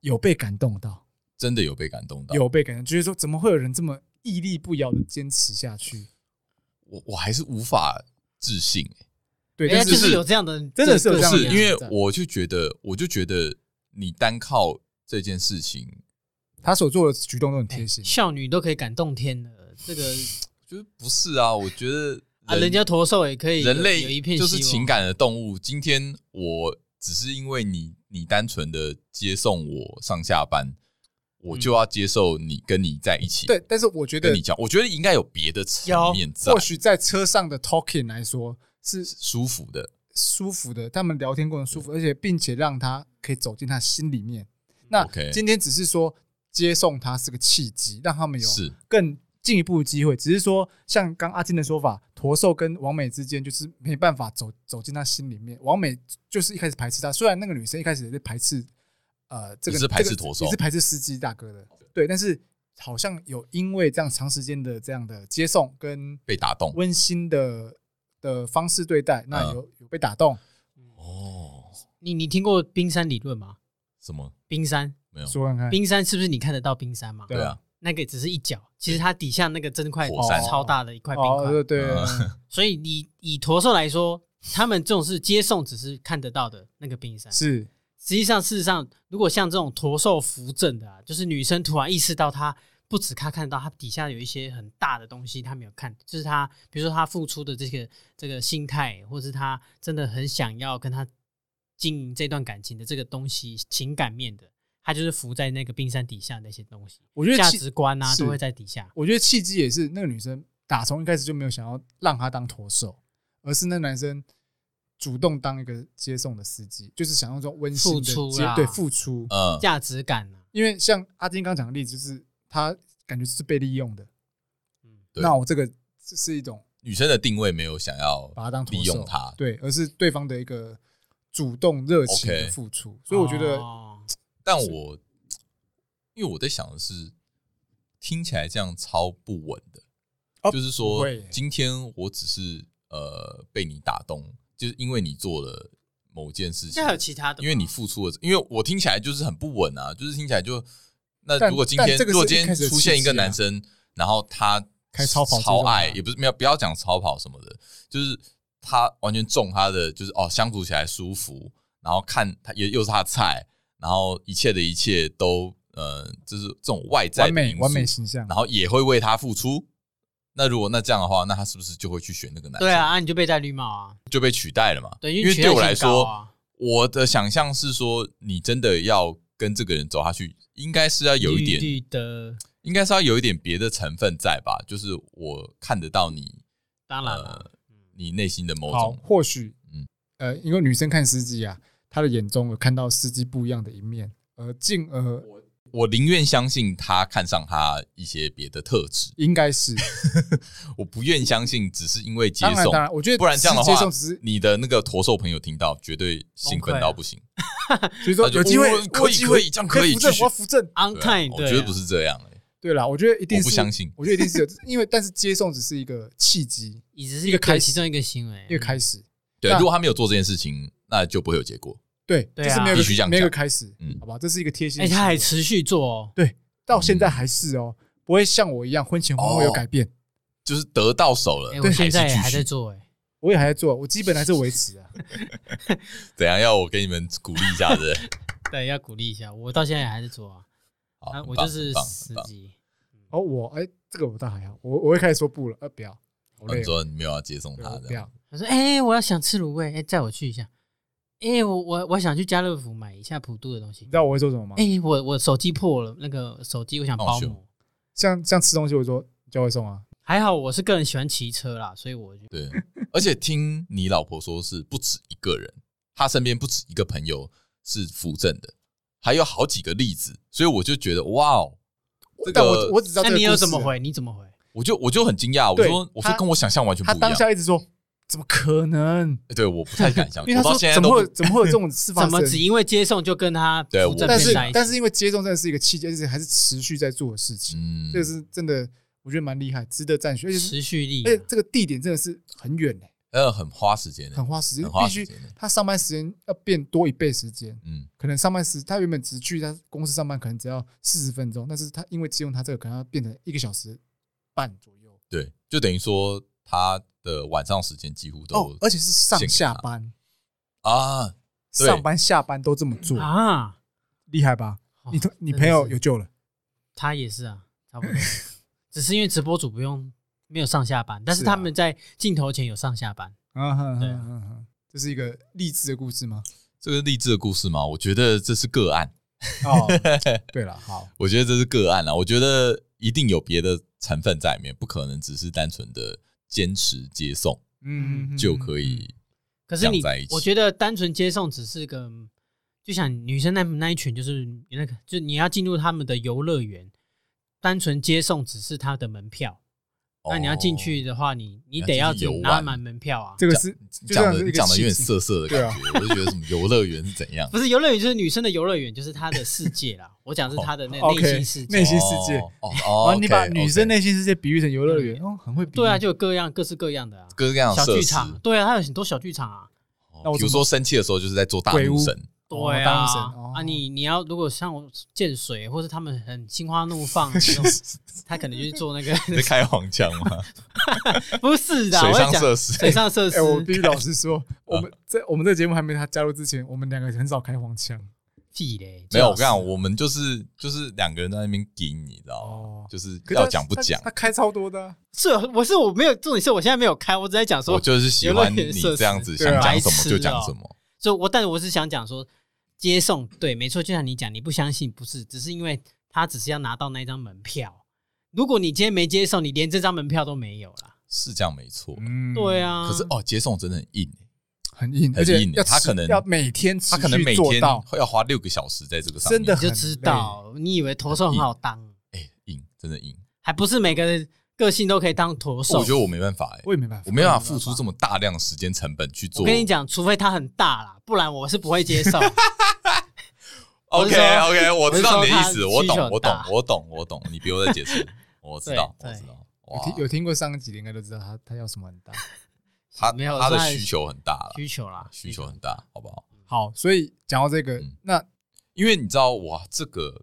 Speaker 1: 有被感动到，
Speaker 2: 真的有被感
Speaker 3: 嗯
Speaker 2: 动到。
Speaker 1: 有被感动，就是说怎么会有人这么屹立不摇的坚持下去？
Speaker 2: 我我还是无法置信、
Speaker 1: 对，
Speaker 3: 人
Speaker 1: 但
Speaker 3: 家哎就是是有这样的，
Speaker 1: 真的是有
Speaker 2: 不
Speaker 1: 这样的
Speaker 2: 是
Speaker 1: 人
Speaker 2: 因为
Speaker 1: 存在
Speaker 2: 我就觉得，我就觉得你单靠这件事情，
Speaker 1: 他所做的举动都很贴心，
Speaker 3: 少女都可以感动天了，这个
Speaker 2: 就是不是啊？我觉得
Speaker 3: 啊，人家驼兽也可以有，
Speaker 2: 人
Speaker 3: 有一
Speaker 2: 类
Speaker 3: 片
Speaker 2: 就是
Speaker 3: 希望
Speaker 2: 情，感的动物。今天我只是因为你，你单纯的接送我上下班，
Speaker 3: 嗯
Speaker 2: 我就要接受你跟你在一起，
Speaker 1: 对，但是我觉
Speaker 2: 跟
Speaker 1: 得
Speaker 2: 你讲，我觉得应该有别的层面在
Speaker 1: 或，许在车上的 talking 来说是
Speaker 2: 舒服的。
Speaker 1: 舒服的，他们聊天过程舒
Speaker 2: 嗯
Speaker 1: 服，而且并且让他可以走进他心里面。那
Speaker 2: OK
Speaker 1: 今天只是说接送他是个契机，让他们有
Speaker 2: 是
Speaker 1: 更进一步的机会。只是说，像刚阿金的说法，驼兽跟王美之间就是没办法走走进他心里面。王美就是一开始排斥他，虽然那个女生一开始也是排斥，呃，这个
Speaker 2: 也是排
Speaker 1: 这
Speaker 2: 斥
Speaker 1: 个
Speaker 2: 驼兽
Speaker 1: 也是排斥司机大哥的，对，但是。好像有因为这样长时间的这样的接送跟
Speaker 2: 被打动
Speaker 1: 温馨的的方式对待，那
Speaker 2: 嗯
Speaker 1: 有有被打动，
Speaker 2: 哦？
Speaker 3: 你你听过冰山理论吗？
Speaker 2: 什么
Speaker 3: 冰山，
Speaker 2: 没有？
Speaker 1: 说看看，
Speaker 3: 冰山是不是你看得到冰山吗？
Speaker 1: 对
Speaker 2: 对啊，
Speaker 3: 那个只是一角，其实它底下那个真块
Speaker 2: 火山
Speaker 3: 超大的一块冰
Speaker 1: 哦，
Speaker 3: 块，
Speaker 1: 对对，对
Speaker 2: 嗯
Speaker 3: 所以你以驼兽来说，他们这种是接送只是看得到的那个冰 山，
Speaker 1: 是
Speaker 3: 实际上，事实上，如果像这种驼兽扶正的、啊，就是女生突然意识到她不止她看到她底下有一些很大的东西，她没有看，就是她比如说她付出的这个这个心态，或是她真的很想要跟她经营这段感情的这个东西，情感面的，她就是浮在那个冰山底下那些东西，
Speaker 1: 我觉得
Speaker 3: 价
Speaker 1: 契
Speaker 3: 值观啊
Speaker 1: 是
Speaker 3: 都会在底下。
Speaker 1: 我觉得契机也是那个女生打从一开始就没有想要让他当驼兽，而是那男生主动当一个接送的司机，就是想要说温馨的
Speaker 3: 付出
Speaker 1: 接
Speaker 3: 啦
Speaker 1: 对付出，
Speaker 2: 嗯，
Speaker 3: 价值感啊，
Speaker 1: 因为像阿金刚讲的例子，就是他感觉是被利用的，
Speaker 3: 嗯，
Speaker 2: 对
Speaker 1: 那我这个是是一种
Speaker 2: 女生的定位没有想要
Speaker 1: 把他当驼
Speaker 2: 利
Speaker 1: 兽
Speaker 2: 用，她，
Speaker 1: 对，而是对方的一个主动热情的
Speaker 2: OK
Speaker 1: 付出，所以我觉得
Speaker 3: 哦
Speaker 2: 但我因为我在想的是，听起来这样超不稳的，
Speaker 1: 哦
Speaker 2: 就是
Speaker 1: 不
Speaker 2: 说
Speaker 1: 会耶，
Speaker 2: 今天我只是呃被你打动，就是因为你做了某件事情
Speaker 3: 那还，有其他的吗，
Speaker 2: 因为你付出了，因为我听起来就是很不稳啊，就是听起来就那
Speaker 1: 但
Speaker 2: 如果今
Speaker 1: 但
Speaker 2: 天
Speaker 1: 这个是
Speaker 2: 如果今
Speaker 1: 一开
Speaker 2: 天
Speaker 1: 始的
Speaker 2: 出现一个
Speaker 1: 契机啊
Speaker 2: 男生，然后他
Speaker 1: 开超跑
Speaker 2: 超爱
Speaker 1: 这种啊
Speaker 2: 也不是没有不要讲超跑什么的，就是他完全中他的就是哦相处起来舒服，然后看他也又是他的菜，然后一切的一切都呃就是这种外在
Speaker 1: 完
Speaker 2: 的
Speaker 1: 美
Speaker 2: 因素
Speaker 1: 完美形象
Speaker 2: 然，后也会为他付出。那如果那这样的话，那他是不是就会去选那个男生？
Speaker 3: 对啊，，啊你就被戴绿帽啊，
Speaker 2: 就被取代了嘛？
Speaker 3: 对，
Speaker 2: 因
Speaker 3: 为
Speaker 2: 为
Speaker 3: 取
Speaker 2: 对
Speaker 3: 代
Speaker 2: 我来
Speaker 3: 性高
Speaker 2: 说，
Speaker 3: 啊
Speaker 2: 我的想象是说，你真的要跟这个人走下去，应该是要有
Speaker 3: 绿
Speaker 2: 一点，
Speaker 3: 绿的，
Speaker 2: 应该是要有一点别的成分在吧？就是我看得到你，
Speaker 3: 当然了
Speaker 2: 呃。，你内心的某
Speaker 1: 好，
Speaker 2: 种，
Speaker 1: 或许，
Speaker 2: 嗯
Speaker 1: 呃，因为女生看司机啊，她的眼中有看到司机不一样的一面，而进呃而
Speaker 2: 我宁愿相信他看上他一些别的特质，
Speaker 1: 应该是，
Speaker 2: 我不愿相信只是因为接
Speaker 1: 当然
Speaker 2: 送
Speaker 1: 当，然，我觉得
Speaker 2: 不然这样的
Speaker 1: 接
Speaker 2: 话
Speaker 1: 送只是，，
Speaker 2: 你的那个驼兽朋友听到绝对兴
Speaker 3: 崩溃
Speaker 2: 奋
Speaker 3: 啊
Speaker 2: 到不行。
Speaker 1: 所以说
Speaker 2: 那就
Speaker 1: 有机会
Speaker 2: 哦可以
Speaker 1: 有机会
Speaker 2: 可以这样可以
Speaker 1: 扶正
Speaker 2: 继，续
Speaker 1: 我要扶正。
Speaker 3: on
Speaker 2: 对啊
Speaker 3: time，
Speaker 2: 我觉得不是这样欸
Speaker 1: 对啦，我觉得一定
Speaker 2: 我
Speaker 1: 是，
Speaker 2: 不相信
Speaker 1: 我觉得一定是有，因为但是接送只是一个契机，
Speaker 3: 也只是
Speaker 1: 一个开始
Speaker 3: 其中一个行为，
Speaker 1: 一个开始，
Speaker 2: 对，
Speaker 1: 那
Speaker 2: 如果他没有做这件事情，那就不会有结果。
Speaker 1: 对，
Speaker 3: 对
Speaker 1: 就
Speaker 3: 啊
Speaker 1: 是没有
Speaker 2: 必须这
Speaker 1: 个
Speaker 2: 样
Speaker 1: 没有个
Speaker 2: 讲
Speaker 1: 开始，
Speaker 2: 嗯
Speaker 1: 好吧，这是一个贴心的
Speaker 3: 哎，
Speaker 1: 行为，
Speaker 3: 他还持续做哦，
Speaker 1: 到现在还是哦，不会像我一样婚前婚
Speaker 2: 哦
Speaker 1: 后有改变，
Speaker 2: 就是得到手了
Speaker 1: 呃
Speaker 3: 哎，，我
Speaker 2: 还
Speaker 3: 现
Speaker 2: 是
Speaker 3: 在也
Speaker 2: 继
Speaker 3: 还
Speaker 2: 续
Speaker 3: 在做，哎，
Speaker 1: 我也还在做，我基本还是维持啊，
Speaker 2: 怎样？要我给你们鼓励一下，对不对？
Speaker 3: 对，要鼓励一下，我到现在也还在做啊，
Speaker 2: 好
Speaker 3: 啊，
Speaker 2: 很
Speaker 3: 我
Speaker 2: 棒
Speaker 3: 就是
Speaker 2: 很棒
Speaker 3: 司
Speaker 2: 很棒。
Speaker 3: 机，
Speaker 1: 哦，我哎、这个我倒还好，我我会开始说不了，呃，不要，好累
Speaker 2: 你
Speaker 1: 哦、
Speaker 2: 说你没有要接送
Speaker 1: 对
Speaker 2: 他
Speaker 1: 我不
Speaker 2: 这样，
Speaker 1: 要，
Speaker 3: 他说，哎，我要想吃卤味，哎，载我去一下，哎，我我我想去家乐福买一下普渡的东西
Speaker 1: 你知，道我会做什么吗？
Speaker 3: 哎，我我手机破了，那个手机我
Speaker 1: 哦
Speaker 3: 想包
Speaker 2: 那我去
Speaker 3: 膜，
Speaker 1: 像像吃东西，我说叫外送啊，
Speaker 3: 还好我是个人喜欢骑车啦，所以我就
Speaker 2: 对。而且听你老婆说是不止一个人，她身边不止一个朋友是扶正的，还有好几个例子，所以我就觉得哇哦，这
Speaker 1: 但我
Speaker 2: 个
Speaker 1: 我只知道
Speaker 3: 那
Speaker 1: 这个
Speaker 3: 你又
Speaker 1: 故事啊
Speaker 3: 怎么？回？你怎么回？
Speaker 2: 我就我就很惊讶，我
Speaker 1: 对
Speaker 2: 说我说
Speaker 1: 他
Speaker 2: 跟我想象完全
Speaker 1: 他
Speaker 2: 不一
Speaker 1: 当下
Speaker 2: 样，
Speaker 1: 一直说怎么可能？
Speaker 2: 对，我不太敢相
Speaker 1: 因
Speaker 2: 信，
Speaker 1: 为他
Speaker 2: 啊我到
Speaker 1: 说
Speaker 2: 现在
Speaker 1: 怎
Speaker 2: 都
Speaker 1: 么
Speaker 2: 不
Speaker 1: 会怎么会有这种事发
Speaker 3: 怎
Speaker 1: 生
Speaker 3: 么？只因为接送就跟他
Speaker 2: 对
Speaker 3: 扶正
Speaker 1: 但
Speaker 3: 变
Speaker 1: 是
Speaker 3: 在一
Speaker 1: 但是
Speaker 3: 起？
Speaker 1: 因为接种真的是一个契机，而且还是持续在做的事情，
Speaker 2: 嗯，
Speaker 1: 这个是真的，我觉得蛮厉害，值得赞许。而且是
Speaker 3: 持续力啊，
Speaker 1: 而且这个地点真的是很远欸
Speaker 2: 呃很花时间的，欸
Speaker 1: 很花时间
Speaker 2: 很，花
Speaker 1: 必
Speaker 2: 时
Speaker 1: 须
Speaker 2: 间的，
Speaker 1: 他上班时间要变多一倍时间。
Speaker 2: 嗯，
Speaker 1: 可能上班时他原本只去他公司上班，可能只要四十分钟，但是他因为借用他这个，可能要变成一个小时半左右。
Speaker 2: 对，就等于说他的晚上时间几乎都、
Speaker 1: 哦，而哦且是上下班，
Speaker 2: 啊，对
Speaker 1: 上班下班都这么做，
Speaker 3: 啊，哦
Speaker 1: 厉害吧？你同你
Speaker 3: 真的
Speaker 1: 朋友
Speaker 3: 是
Speaker 1: 有救了，
Speaker 3: 他也是啊，差 不多，只是因为直播主不用没有上下班，但是
Speaker 1: 是啊
Speaker 3: 他们在镜头前有上下班，
Speaker 1: 啊哈
Speaker 3: 对
Speaker 1: 哈
Speaker 3: 啊
Speaker 1: 哈哈！这是一个励志的故事吗？
Speaker 2: 这个励志的故事嘛，我觉得这是个案，
Speaker 1: 哦， 对了，好，
Speaker 2: 我觉得这是个案啊，我觉得一定有别的成分在里面，不可能只是单纯的坚持接送
Speaker 1: 嗯，
Speaker 2: 就可以。
Speaker 3: 可是你
Speaker 2: 这样在一起
Speaker 3: 我觉得单纯接送只是个，就像女生那那一群就是那个，就你要进入他们的游乐园，单纯接送只是他的门票，那你要进去
Speaker 2: 哦，
Speaker 3: 的话，你你
Speaker 2: 你要
Speaker 3: 得要
Speaker 2: 进去游玩
Speaker 3: 拿满门票啊。
Speaker 1: 这个是就
Speaker 2: 讲
Speaker 1: 像
Speaker 2: 的
Speaker 1: 是一个
Speaker 2: 讲的有点
Speaker 1: 奇迹
Speaker 2: 涩涩的感
Speaker 1: 啊
Speaker 2: 觉，我就觉得什么游乐园是怎样
Speaker 3: 不是游乐园，就是女生的游乐园，就是她的世界 啦。我讲是她的那个内
Speaker 1: OK，
Speaker 3: 心世
Speaker 1: 内
Speaker 3: 界，
Speaker 1: 心世界
Speaker 2: 哦 哦
Speaker 1: 哦
Speaker 2: 哦，，
Speaker 1: 你把
Speaker 2: OK，
Speaker 1: 女生
Speaker 2: OK
Speaker 1: 内心世界比喻成游乐园，哦，很会比喻。
Speaker 3: 对 啊，就有各样各式各样的啊，
Speaker 2: 各样
Speaker 3: 小
Speaker 2: 设
Speaker 3: 剧
Speaker 2: 施
Speaker 3: 场，对啊，它有很多小剧场啊。
Speaker 1: 那
Speaker 2: 哦
Speaker 1: 我
Speaker 2: 比
Speaker 1: 怎
Speaker 2: 如
Speaker 1: 么
Speaker 2: 说生气的时候就是在做大
Speaker 1: 鬼
Speaker 2: 怒
Speaker 1: 屋
Speaker 2: 神，
Speaker 1: 哦
Speaker 3: 对
Speaker 1: 当
Speaker 3: 啊
Speaker 1: 然是，哦
Speaker 3: 啊你你要如果像我见水，或是他们很心花怒 放那种，他可能就是做那
Speaker 2: 你
Speaker 3: 个
Speaker 2: 在开黄腔吗？
Speaker 3: 不是的，
Speaker 2: 水
Speaker 3: 啊我在
Speaker 2: 上
Speaker 3: 讲
Speaker 2: 设施，
Speaker 3: 水上设施
Speaker 1: 哎，，我必须老实 说，我
Speaker 2: 嗯
Speaker 1: 们在我们这个节目还没他加入之前，我们两个很少开黄腔。
Speaker 3: 屁嘞，
Speaker 2: 没有，我跟
Speaker 3: 最
Speaker 2: 你
Speaker 3: 好
Speaker 2: 讲，我们就是就是两个人在那边顶，你知道吗？
Speaker 1: 哦，
Speaker 2: 就是
Speaker 1: 可是
Speaker 2: 要
Speaker 1: 他
Speaker 2: 讲不
Speaker 1: 他
Speaker 2: 讲，
Speaker 1: 他开超多的啊，
Speaker 3: 是是我是我没有重点是我现在没有开，我只在讲
Speaker 2: 我
Speaker 3: 说，
Speaker 2: 就是喜欢你这样子，
Speaker 1: 游乐
Speaker 2: 想
Speaker 1: 园设施
Speaker 2: 讲什么就讲什么。
Speaker 3: 就我但我是想讲说接送，对，没错，就像你讲，你不相信不是，只是因为他只是要拿到那张门票，如果你今天没接送，你连这张门票都没有啦。
Speaker 2: 是这样没错。
Speaker 1: 嗯，
Speaker 3: 对，啊，
Speaker 2: 可是哦，接送真的很硬欸，
Speaker 1: 很硬，
Speaker 2: 很
Speaker 1: 而且
Speaker 2: 硬欸
Speaker 1: 要
Speaker 2: 他
Speaker 1: 持
Speaker 2: 可能
Speaker 1: 要每天持
Speaker 2: 他可能
Speaker 1: 续
Speaker 2: 每
Speaker 1: 做
Speaker 2: 天
Speaker 1: 到，
Speaker 2: 要花六个小时在这个上面，
Speaker 1: 真的
Speaker 3: 你就知道，你以为投手很好当，
Speaker 2: 哎硬，真的硬。
Speaker 3: 还不是每个人个性都可以当投手。
Speaker 2: 我觉得我没办法哎，
Speaker 1: 我也没办法，
Speaker 2: 我没办法付出这么大量时间成本去
Speaker 3: 我
Speaker 2: 做。
Speaker 3: 跟你讲，除非他很大啦，不然我是不会接受。我是
Speaker 2: ，OK
Speaker 3: 说
Speaker 2: OK，我知道你的意思，
Speaker 3: 我
Speaker 2: 我
Speaker 3: 是说他，
Speaker 2: 懂我
Speaker 3: 需求，
Speaker 2: 懂
Speaker 3: 大
Speaker 2: 我懂，我懂，你不用再解释，我知道，
Speaker 3: 对
Speaker 2: 我
Speaker 3: 对
Speaker 2: 知道。
Speaker 1: 有
Speaker 2: 哇
Speaker 1: 听，有听过上一集的应该都知道他他要什么很大。
Speaker 2: 他
Speaker 3: 没有
Speaker 2: 他的
Speaker 3: 我说他的
Speaker 2: 需求很大了，
Speaker 3: 需求啦，
Speaker 2: 需求很大，好不好？
Speaker 1: 好，所以讲到这个
Speaker 2: 嗯，
Speaker 1: 那
Speaker 2: 因为你知道，哇，这个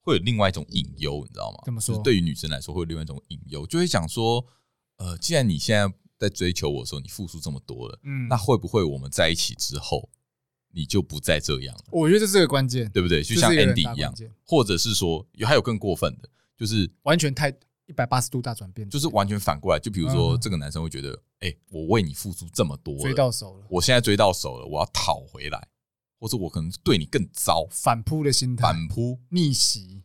Speaker 2: 会有另外一种隐忧，你知道吗？
Speaker 1: 怎么说
Speaker 2: 就是对于女生来说，会有另外一种隐忧，就会想说，呃，既然你现在在追求我的时候，你付出这么多了，
Speaker 1: 嗯
Speaker 2: 那，会不会我们在一起之后，你就不再这样了，
Speaker 1: 我觉得这是个关键，
Speaker 2: 对不对？就
Speaker 1: 这
Speaker 2: 像
Speaker 1: 是一个很
Speaker 2: Andy
Speaker 1: 大
Speaker 2: 一样
Speaker 1: 关，键，
Speaker 2: 或者是说，有还有更过分的，就是
Speaker 1: 完全太一百八十度大转变，
Speaker 2: 就是完全反过来，就比如说，
Speaker 1: 嗯
Speaker 2: 这个男生会觉得，哎、我为你付出这么多
Speaker 1: 追
Speaker 2: 了，
Speaker 1: 到手了，
Speaker 2: 我现在追到手了，我要讨回来，或者我可能对你更糟，
Speaker 1: 反扑的心态，
Speaker 2: 反扑。
Speaker 1: 逆袭，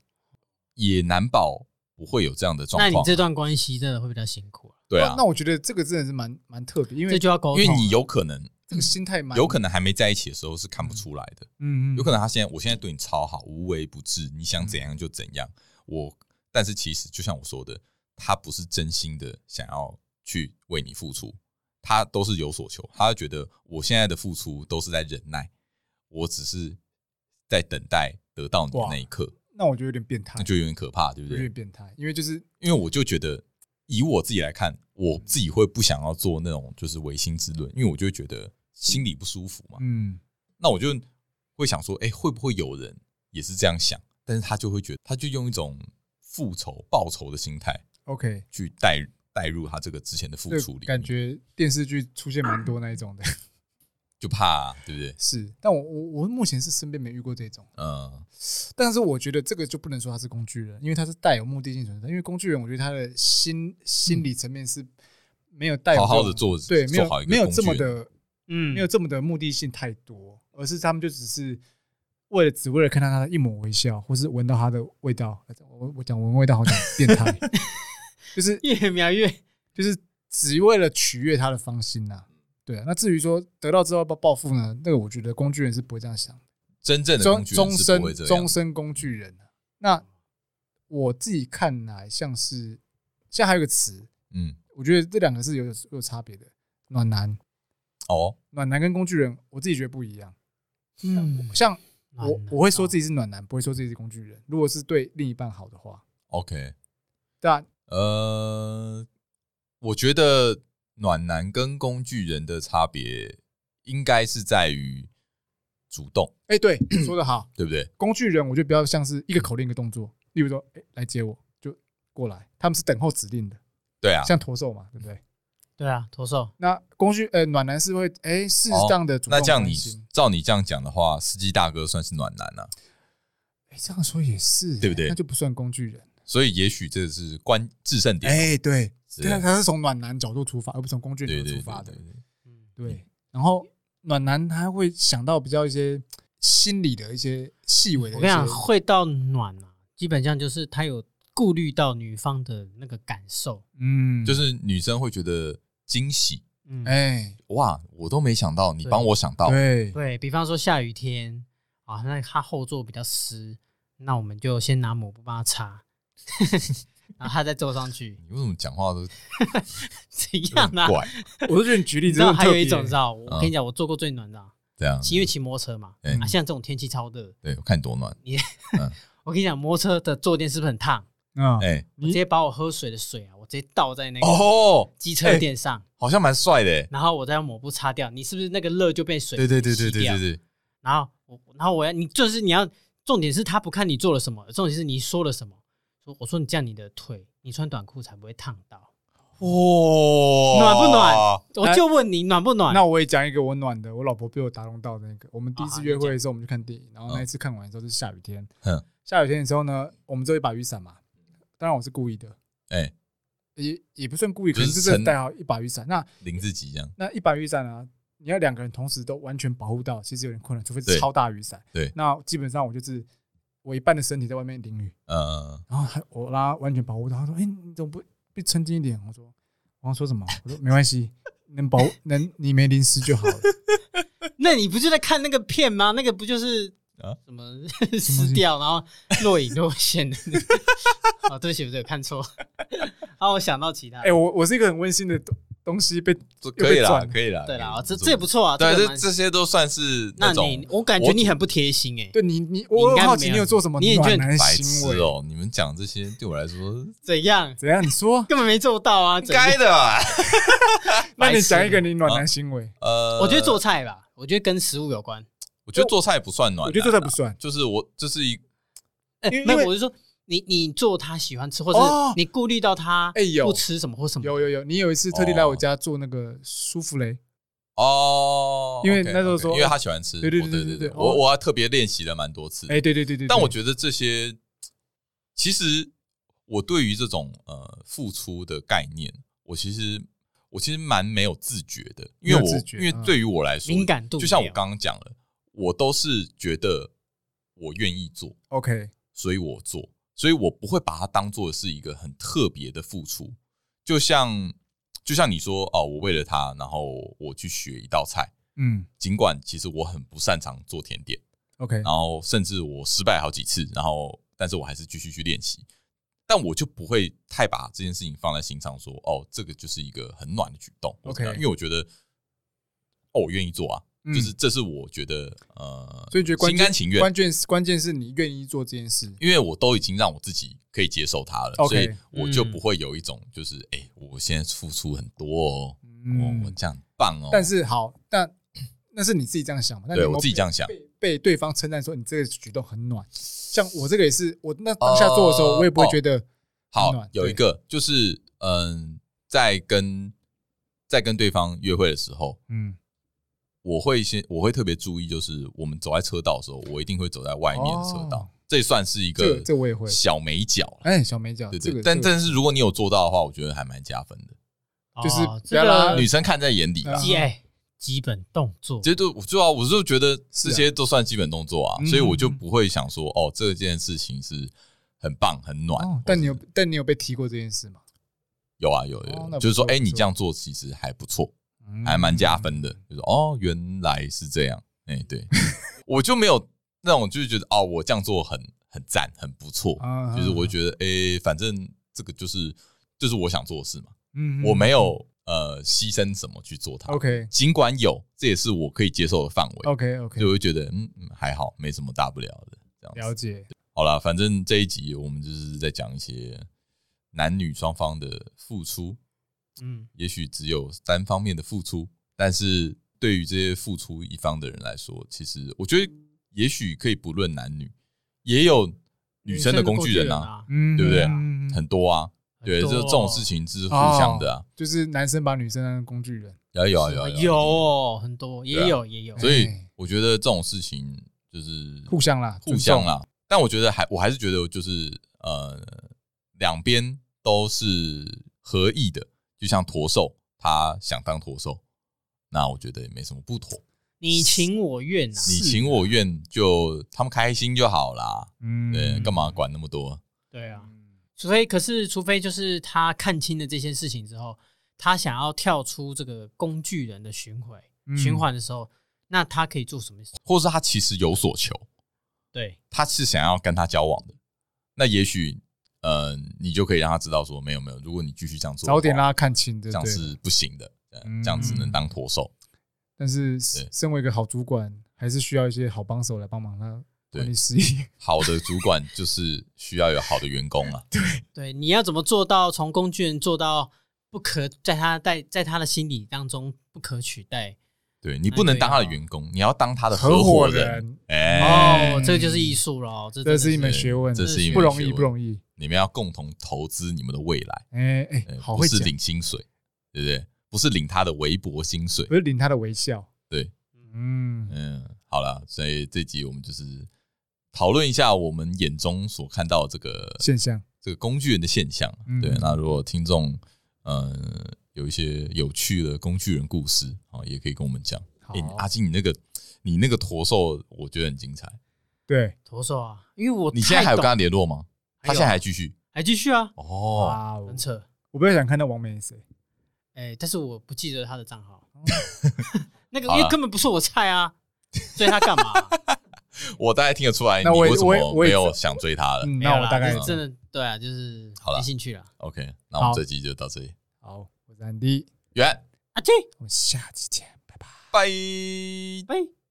Speaker 2: 也难保不会有这样的状
Speaker 3: 那
Speaker 2: 况。啊
Speaker 3: 你这段关系真的会比较辛苦啊，
Speaker 2: 对啊
Speaker 1: 哦那，那我觉得这个真的是蛮蛮特别，因
Speaker 3: 这
Speaker 1: 为
Speaker 3: 就要沟
Speaker 2: 因
Speaker 3: 通啊。
Speaker 2: 为你有可能，
Speaker 1: 这个心态蛮
Speaker 2: 有可能还没在一起的时候是看不出来的，
Speaker 1: 嗯嗯，
Speaker 2: 有可能他现在我现在对你超好，无微不至，你想怎样就怎样。我但是其实就像我说的，他不是真心的想要去为你付出，他都是有所求，他觉得我现在的付出都是在忍耐，我只是在等待得到你的
Speaker 1: 哇
Speaker 2: 那一刻，
Speaker 1: 那我觉得有点变态
Speaker 2: 那，就有点可怕，对不
Speaker 1: 有
Speaker 2: 对
Speaker 1: 点？变态，因为就是
Speaker 2: 因为我就觉得，以我自己来看，我自己会不想要做那种就是唯心之论，因为我就会觉得心里不舒服嘛。
Speaker 1: 嗯，
Speaker 2: 那我就会想说，哎、会不会有人也是这样想？但是他就会觉得，他就用一种复仇、报仇的心态
Speaker 1: OK，
Speaker 2: 去带带入他这个之前的付
Speaker 1: 这
Speaker 2: 出里面，
Speaker 1: 感觉电视剧出现蛮多那一种的，
Speaker 2: 就怕、啊对不对？
Speaker 1: 是，但我我我目前是身边没遇过这种，
Speaker 2: 嗯，
Speaker 1: 但是我觉得这个就不能说他是工具人，因为他是带有目的性存在，因为工具人我觉得他的心心理层面是没有带有
Speaker 2: 好好
Speaker 1: 这
Speaker 2: 的
Speaker 1: 种
Speaker 2: 做，
Speaker 1: 对，没
Speaker 2: 做好一
Speaker 1: 有
Speaker 2: 个
Speaker 1: 没有
Speaker 2: 工
Speaker 1: 这么
Speaker 2: 具人，
Speaker 1: 的
Speaker 3: 嗯
Speaker 1: 没有这么的目的性太多，而是他们就只是为了只为了看到他的一抹微笑，或是闻到他的味道。呃我我讲闻味道好像变 态，就是
Speaker 3: 越 描越
Speaker 1: 就是只为了取悦他的芳心呐、对啊，那至于说得到之后要不要报复呢？那个我觉得工具人是不会这样想，
Speaker 2: 真正的
Speaker 1: 终
Speaker 2: 工具人
Speaker 1: 终
Speaker 2: 是
Speaker 1: 身
Speaker 2: 不会这样
Speaker 1: 终。身工具人啊、那我自己看来像是，现在还有一个词，
Speaker 2: 嗯，
Speaker 1: 我觉得这两个是有有差别的。暖男，
Speaker 2: 哦，
Speaker 1: 暖男跟工具人，我自己觉得不一样。
Speaker 3: 嗯，
Speaker 1: 像
Speaker 3: 暖
Speaker 1: 我
Speaker 3: 男
Speaker 1: 我会说
Speaker 3: 哦
Speaker 1: 自己是暖男，不会说自己是工具人。如果是对另一半好的话，
Speaker 2: OK，
Speaker 1: 对啊，
Speaker 2: 呃，我觉得暖男跟工具人的差别应该是在于主动，
Speaker 1: 哎，对， 说的好，
Speaker 2: 对不对？
Speaker 1: 工具人我觉得比较像是一个口令一个动作，例如说，哎，来接我就过来，他们是等候指令的，
Speaker 2: 对啊，
Speaker 1: 像驼兽嘛，对不对？
Speaker 3: 对啊，驼兽
Speaker 1: 那工具呃暖男是会哎适当的主动
Speaker 2: 那这样
Speaker 1: 关
Speaker 2: 你
Speaker 1: 心
Speaker 2: 照你这样讲的话，司机大哥算是暖男啊，
Speaker 1: 哎这样说也是
Speaker 2: 对不对
Speaker 1: 那就不算工具人。
Speaker 2: 所以也许这是关制胜点，
Speaker 1: 哎，对，
Speaker 2: 是
Speaker 1: 对啊，他是从暖男角度出发，而不是从工具
Speaker 2: 对
Speaker 1: 人角
Speaker 2: 对
Speaker 1: 度
Speaker 2: 对
Speaker 1: 出发的
Speaker 2: 对。对
Speaker 3: 嗯
Speaker 1: 对，然后暖男他会想到比较一些心理的一些细微的
Speaker 3: 我
Speaker 1: 一
Speaker 3: 跟你
Speaker 1: 些，
Speaker 3: 讲，会到暖啊，基本上就是他有顾虑到女方的那个感受。
Speaker 1: 嗯，
Speaker 2: 就是女生会觉得惊喜，
Speaker 3: 嗯，
Speaker 1: 哎，
Speaker 2: 哇，我都没想到，你
Speaker 3: 对
Speaker 2: 帮我想到，
Speaker 1: 对，
Speaker 3: 对比方说下雨天啊，那它后座比较湿，那我们就先拿抹布帮它擦， 然后它再坐上去，
Speaker 2: 你为什么讲话都
Speaker 3: 怎样啊？
Speaker 2: 怪？
Speaker 1: 我就觉得你举例
Speaker 3: 你
Speaker 1: 子
Speaker 3: 知
Speaker 1: 真
Speaker 3: 道
Speaker 1: 的
Speaker 3: 还有一种，你
Speaker 1: 很
Speaker 3: 知
Speaker 1: 特
Speaker 3: 道，
Speaker 2: 啊
Speaker 3: 我跟你讲，我坐过最暖的啊，
Speaker 2: 这样，
Speaker 3: 骑因为骑摩托车嘛，
Speaker 2: 嗯
Speaker 3: 啊，像这种天气超热，
Speaker 2: 对我看你多暖，
Speaker 1: 啊
Speaker 3: 我跟你讲，摩托车的坐垫是不是很烫？
Speaker 1: 别嗯，
Speaker 2: 哎，
Speaker 3: 我直接把我喝水的水啊，我直接倒在那个
Speaker 2: 哦，
Speaker 3: 机车垫上，
Speaker 2: 好像蛮帅的欸，
Speaker 3: 然后我再用抹布擦掉，你是不是那个热就被水
Speaker 2: 对对对对对
Speaker 3: 吸掉
Speaker 2: 对对，
Speaker 3: 然后我，然后我要你就是你要，重点是他不看你做了什么，重点是你说了什么。说我说你这样你的腿，你穿短裤才不会烫到。
Speaker 2: 哇
Speaker 3: 暖不暖
Speaker 2: 哦
Speaker 3: 我就问你暖不
Speaker 2: 啊
Speaker 3: 暖？
Speaker 1: 那我也讲一个我暖的，我老婆被我打动到的那个。我们第一
Speaker 3: 啊
Speaker 1: 次
Speaker 3: 好
Speaker 1: 约会
Speaker 3: 你
Speaker 1: 的时候，我们去看电
Speaker 2: 啊
Speaker 1: 影，然后那一次看完的时候是下雨天。
Speaker 2: 嗯
Speaker 1: 下雨天的时候呢，我们只有一把雨伞嘛，当然我是故意的，
Speaker 2: 哎，
Speaker 1: 也也不算故意，可
Speaker 2: 就是
Speaker 1: 能是真
Speaker 2: 撑
Speaker 1: 的带好一把雨伞。那
Speaker 2: 林志吉这样，
Speaker 1: 那一把雨伞啊，你要两个人同时都完全保护到，其实有点困难，除非
Speaker 2: 对
Speaker 1: 是超大雨伞。
Speaker 2: 对
Speaker 1: 那基本上我就是我一半的身体在外面淋雨，
Speaker 2: 呃，
Speaker 1: 然后还我拉完全保护到。他说：“哎、你怎么不不撑紧一点？”我说：“我刚说什么？”我说：“没关系，能保能你没淋湿就好了。
Speaker 3: 那你不就在看那个片吗？那个不就是
Speaker 2: 啊
Speaker 3: 什么撕掉，然后若隐若现的那个？ 哦，对不起，对不起，我看错。 然后我想到其他
Speaker 1: 哎、。我我是一个很温馨的东东西被
Speaker 2: 这可
Speaker 1: 又
Speaker 2: 以
Speaker 1: 被
Speaker 2: 啦
Speaker 1: 转，了
Speaker 2: 可以啦，
Speaker 3: 对啦，
Speaker 2: 可以
Speaker 3: 这这也不，错啊。这
Speaker 2: 哎对，
Speaker 3: 个
Speaker 2: 这
Speaker 3: 蛮
Speaker 2: 这些都算是
Speaker 3: 那
Speaker 2: 种
Speaker 3: 你，我感觉你很不贴心哎。
Speaker 1: 对你你
Speaker 3: 你
Speaker 1: 我
Speaker 3: 应该
Speaker 1: 很好奇
Speaker 3: 没有
Speaker 1: 你有做什么
Speaker 3: 你也觉得
Speaker 1: 暖男
Speaker 2: 白
Speaker 1: 行
Speaker 2: 痴
Speaker 1: 为？
Speaker 2: 哦，你们讲这些对我来说
Speaker 3: 怎样？
Speaker 1: 怎样？你说？
Speaker 3: 根本没做到啊！
Speaker 2: 应
Speaker 3: 怎样
Speaker 2: 该的吧，哦
Speaker 1: 那
Speaker 3: 白
Speaker 1: 你
Speaker 3: 痴
Speaker 1: 讲一个你暖男行为？
Speaker 2: 呃，
Speaker 3: 我觉得做，菜吧，我觉得跟食物有关。
Speaker 2: 我觉得做菜不算暖，啊
Speaker 1: 我觉得这才不，算。
Speaker 2: 就是我这是一
Speaker 3: 哎
Speaker 1: 因为
Speaker 3: 没
Speaker 1: 因
Speaker 3: 有，
Speaker 1: 为
Speaker 3: 我是说你你做他喜欢吃，或者
Speaker 1: 哦
Speaker 3: 是你顾虑到他
Speaker 1: 哎有
Speaker 3: 不吃什么或
Speaker 2: 嗯
Speaker 3: 什么。
Speaker 1: 有有有，你有一次特地来我家做那个舒芙蕾，
Speaker 2: 哦，
Speaker 1: 因为
Speaker 2: OK，
Speaker 1: 那时候
Speaker 2: OK，
Speaker 1: 说
Speaker 2: 因为他喜欢吃，
Speaker 1: 对对
Speaker 2: 我
Speaker 1: 对对
Speaker 2: 对
Speaker 1: 对
Speaker 2: 我
Speaker 1: 哦
Speaker 2: 我还特别练习了蛮多次的，
Speaker 1: 哎、对对对对。
Speaker 2: 但我
Speaker 1: 对
Speaker 2: 觉得这些，其实我对于这种呃付出的概念，我其实我其实蛮没有自觉的，因
Speaker 1: 没有
Speaker 2: 为我
Speaker 1: 自觉
Speaker 2: 因为
Speaker 1: 嗯
Speaker 2: 对于我来说，
Speaker 3: 敏感度
Speaker 2: 就像
Speaker 3: 没
Speaker 2: 我
Speaker 3: 有
Speaker 2: 刚刚讲了，我都是觉得我愿意做，
Speaker 1: OK，
Speaker 2: 所以我做，所以我不会把它当做是一个很特别的付出，就像就像你说哦，我为了他，然后我去学一道菜，
Speaker 1: 嗯
Speaker 2: 尽管其实我很不擅长做甜点。
Speaker 1: ，OK，
Speaker 2: 然后甚至我失败好几次，然后但是我还是继续去练习，但我就不会太把这件事情放在心上说哦，这个就是一个很暖的举动我怎么样
Speaker 1: OK
Speaker 2: 因为我觉得哦，我愿意做啊，
Speaker 1: 嗯
Speaker 2: 就是这是我觉得呃，
Speaker 1: 所以觉得关
Speaker 2: 心
Speaker 1: 键
Speaker 2: 甘情愿，哦
Speaker 1: 关键是关键是你愿意做这件事。
Speaker 2: 因为我都已经让我自己可以接受它了
Speaker 1: OK 嗯
Speaker 2: 所以我就不会有一种就是哎、我现在付出很多哦，我我
Speaker 1: 嗯，
Speaker 2: 这样很棒哦，
Speaker 1: 但是好，但 那是你自己这样想嘛？那你
Speaker 2: 对
Speaker 1: 有没有
Speaker 2: 我自己这样想，
Speaker 1: 被被对方称赞说你这个举动很暖，像我这个也是，我那当下做的时候，
Speaker 2: 哦
Speaker 1: 我也不会觉得很
Speaker 2: 好
Speaker 1: 暖，
Speaker 2: 有一，个就是嗯，在跟在跟对方约会的时候，
Speaker 1: 对嗯，
Speaker 2: 我会先我会特别注意，就是我们走在车道的时候，我一定会走在外面的车道，
Speaker 1: 哦
Speaker 2: 这算是一
Speaker 1: 这
Speaker 2: 个
Speaker 1: 这我也会，
Speaker 2: 小美角啦，
Speaker 1: 哎，小美角，
Speaker 2: 对
Speaker 1: 这
Speaker 2: 对。
Speaker 1: 个，
Speaker 2: 但
Speaker 1: 这个
Speaker 2: 但是如果你有做到的话，我觉得还蛮加分的，
Speaker 1: 就是
Speaker 3: 哦
Speaker 1: 不
Speaker 3: 这
Speaker 1: 要让
Speaker 3: 个
Speaker 1: 他
Speaker 2: 女生啊看在眼里啦。
Speaker 1: 嗯
Speaker 3: 基哎基本动作，
Speaker 2: 这就就啊，我就觉得这
Speaker 1: 是
Speaker 2: 些都算基本动作啊，
Speaker 1: 嗯
Speaker 2: 所以我就不会想说哦，这件事情是很棒很暖。
Speaker 1: 哦
Speaker 2: 或，
Speaker 1: 但
Speaker 2: 者
Speaker 1: 你有但你有被提过这件事吗？
Speaker 2: 有啊有有
Speaker 1: 哦
Speaker 2: 有，
Speaker 1: 那不
Speaker 2: 就是说
Speaker 1: 错
Speaker 2: 哎，
Speaker 1: 不
Speaker 2: 你
Speaker 1: 错
Speaker 2: 这样做其实还不错，
Speaker 1: 嗯
Speaker 2: 还蛮加分的。就是哦，原来是这样，哎、对， 我就没有那种就是觉得哦，我这样做很很赞，很不错，
Speaker 1: 啊
Speaker 2: 就是我会觉得哎、反正这个就是就是我想做的事嘛，
Speaker 1: 嗯
Speaker 2: 我没，有呃牺牲什么去做它。
Speaker 1: OK
Speaker 2: 尽管有，这也是我可以接受的范围，
Speaker 1: OK
Speaker 2: 所以
Speaker 1: OK，
Speaker 2: 我就觉得嗯嗯还好，没什么大不了的这样子。
Speaker 1: 了解。
Speaker 2: 好啦，反正这一集我们就是在讲一些男女双方的付出，
Speaker 3: 嗯，
Speaker 2: 也许只有单方面的付出，但是对于这些付出一方的人来说，其实我觉得也许可以不论男女，也有女生的工具人啊，
Speaker 3: 啊，
Speaker 1: 嗯，
Speaker 2: 对不对
Speaker 1: 嗯
Speaker 2: 很多啊，对，
Speaker 3: 很
Speaker 2: 就
Speaker 3: 多哦
Speaker 2: 这种事情是互相的啊，
Speaker 1: 就是男生把女生当工具人，
Speaker 2: 有有有啊
Speaker 3: 有哦很多，也有也有，
Speaker 2: 所以
Speaker 1: 哎
Speaker 2: 我觉得这种事情就是
Speaker 1: 互相啦，
Speaker 2: 哦互相啦。但我觉得还我还是觉得就是呃，两边都是合意的，就像驼兽，他想当驼兽，那我觉得也没什么不妥，
Speaker 3: 你情我愿啊，
Speaker 2: 你情我愿就他们开心就好啦。
Speaker 1: 尊重，嗯，
Speaker 2: 对，干嘛管那么多？
Speaker 3: 对啊，
Speaker 1: 嗯？
Speaker 3: 除非可是除非就是他看清了这件事情之后，他想要跳出这个工具人的循环
Speaker 1: 嗯
Speaker 3: 循环的时候，那他可以做什么事？
Speaker 2: 或是他其实有所求，
Speaker 3: 对，
Speaker 2: 他是想要跟他交往的，那也许呃，你就可以让他知道说，没有没有，如果你继续这样做，
Speaker 1: 早点让，他看清，对
Speaker 2: 这
Speaker 1: 不
Speaker 2: 样
Speaker 1: 对？
Speaker 2: 是不行的，呃
Speaker 1: 嗯
Speaker 2: 这样只能当驼兽。
Speaker 1: 但是
Speaker 2: 对
Speaker 1: 身为一个好主管，还是需要一些好帮手来帮忙他管理事 业。
Speaker 2: 好的主管就是需要有好的员工 啊，
Speaker 3: 对，你要怎么做到从工具人做到不可在他在在他的心理当中不可取代？
Speaker 2: 对你不能当他的员工，你要当他的伙
Speaker 1: 伙
Speaker 2: 人。
Speaker 1: 人，
Speaker 2: 哎，
Speaker 3: 哦，这个就是艺术喽，这真
Speaker 1: 这
Speaker 3: 的
Speaker 1: 是一门
Speaker 2: 是
Speaker 1: 学问，
Speaker 2: 这
Speaker 3: 是一门
Speaker 1: 不容
Speaker 2: 学
Speaker 1: 易，
Speaker 2: 问
Speaker 1: 不容易。
Speaker 2: 你们要共同投资你们的未来，
Speaker 1: 哎哎
Speaker 2: 呃，
Speaker 1: 好
Speaker 2: 不
Speaker 1: 会
Speaker 2: 是
Speaker 1: 讲，
Speaker 2: 领薪水，对不对？不是领他的微薄薪水
Speaker 1: 不。是领他的微笑。
Speaker 2: 对，
Speaker 1: 嗯，
Speaker 2: 嗯，好了，所以这集我们就是讨论一下我们眼中所看到这个
Speaker 1: 现象，
Speaker 2: 这个工具人的现象。
Speaker 1: 嗯
Speaker 2: 对，那如果听众呃有一些有趣的工具人故事啊、哦也可以跟我们讲。
Speaker 1: 好
Speaker 2: 哎、阿金，你那个你那个驼兽，我觉得很精彩。
Speaker 1: 对，
Speaker 3: 投手啊，因为我
Speaker 2: 你现在还
Speaker 3: 太
Speaker 2: 有跟
Speaker 3: 懂
Speaker 2: 他联络吗？他现在还继续
Speaker 3: 还继续啊，
Speaker 2: 哦。
Speaker 1: 哇哦
Speaker 3: 很，扯。
Speaker 1: 我不太想看到王美是谁，
Speaker 3: 哎，但是我不记得他的账号， 那个
Speaker 2: 好啊
Speaker 3: 因为根本不是我菜啊，所以他干嘛？
Speaker 2: 我大概听得出来，你
Speaker 1: 那我也
Speaker 2: 为什
Speaker 1: 我也
Speaker 2: 么
Speaker 1: 我
Speaker 2: 没
Speaker 1: 也
Speaker 2: 有想追他了。
Speaker 1: 嗯，
Speaker 3: 没有
Speaker 1: 那我
Speaker 3: 啦
Speaker 1: 大概
Speaker 3: 就是真的对啊，就是
Speaker 2: 好啦
Speaker 3: 没兴趣了。
Speaker 2: OK，那我们
Speaker 1: 好
Speaker 2: 这集就到这里，
Speaker 1: 好，我是安迪，
Speaker 2: 圆，
Speaker 3: 阿金，
Speaker 1: 我们下期见，拜拜。
Speaker 2: 拜。
Speaker 3: 拜。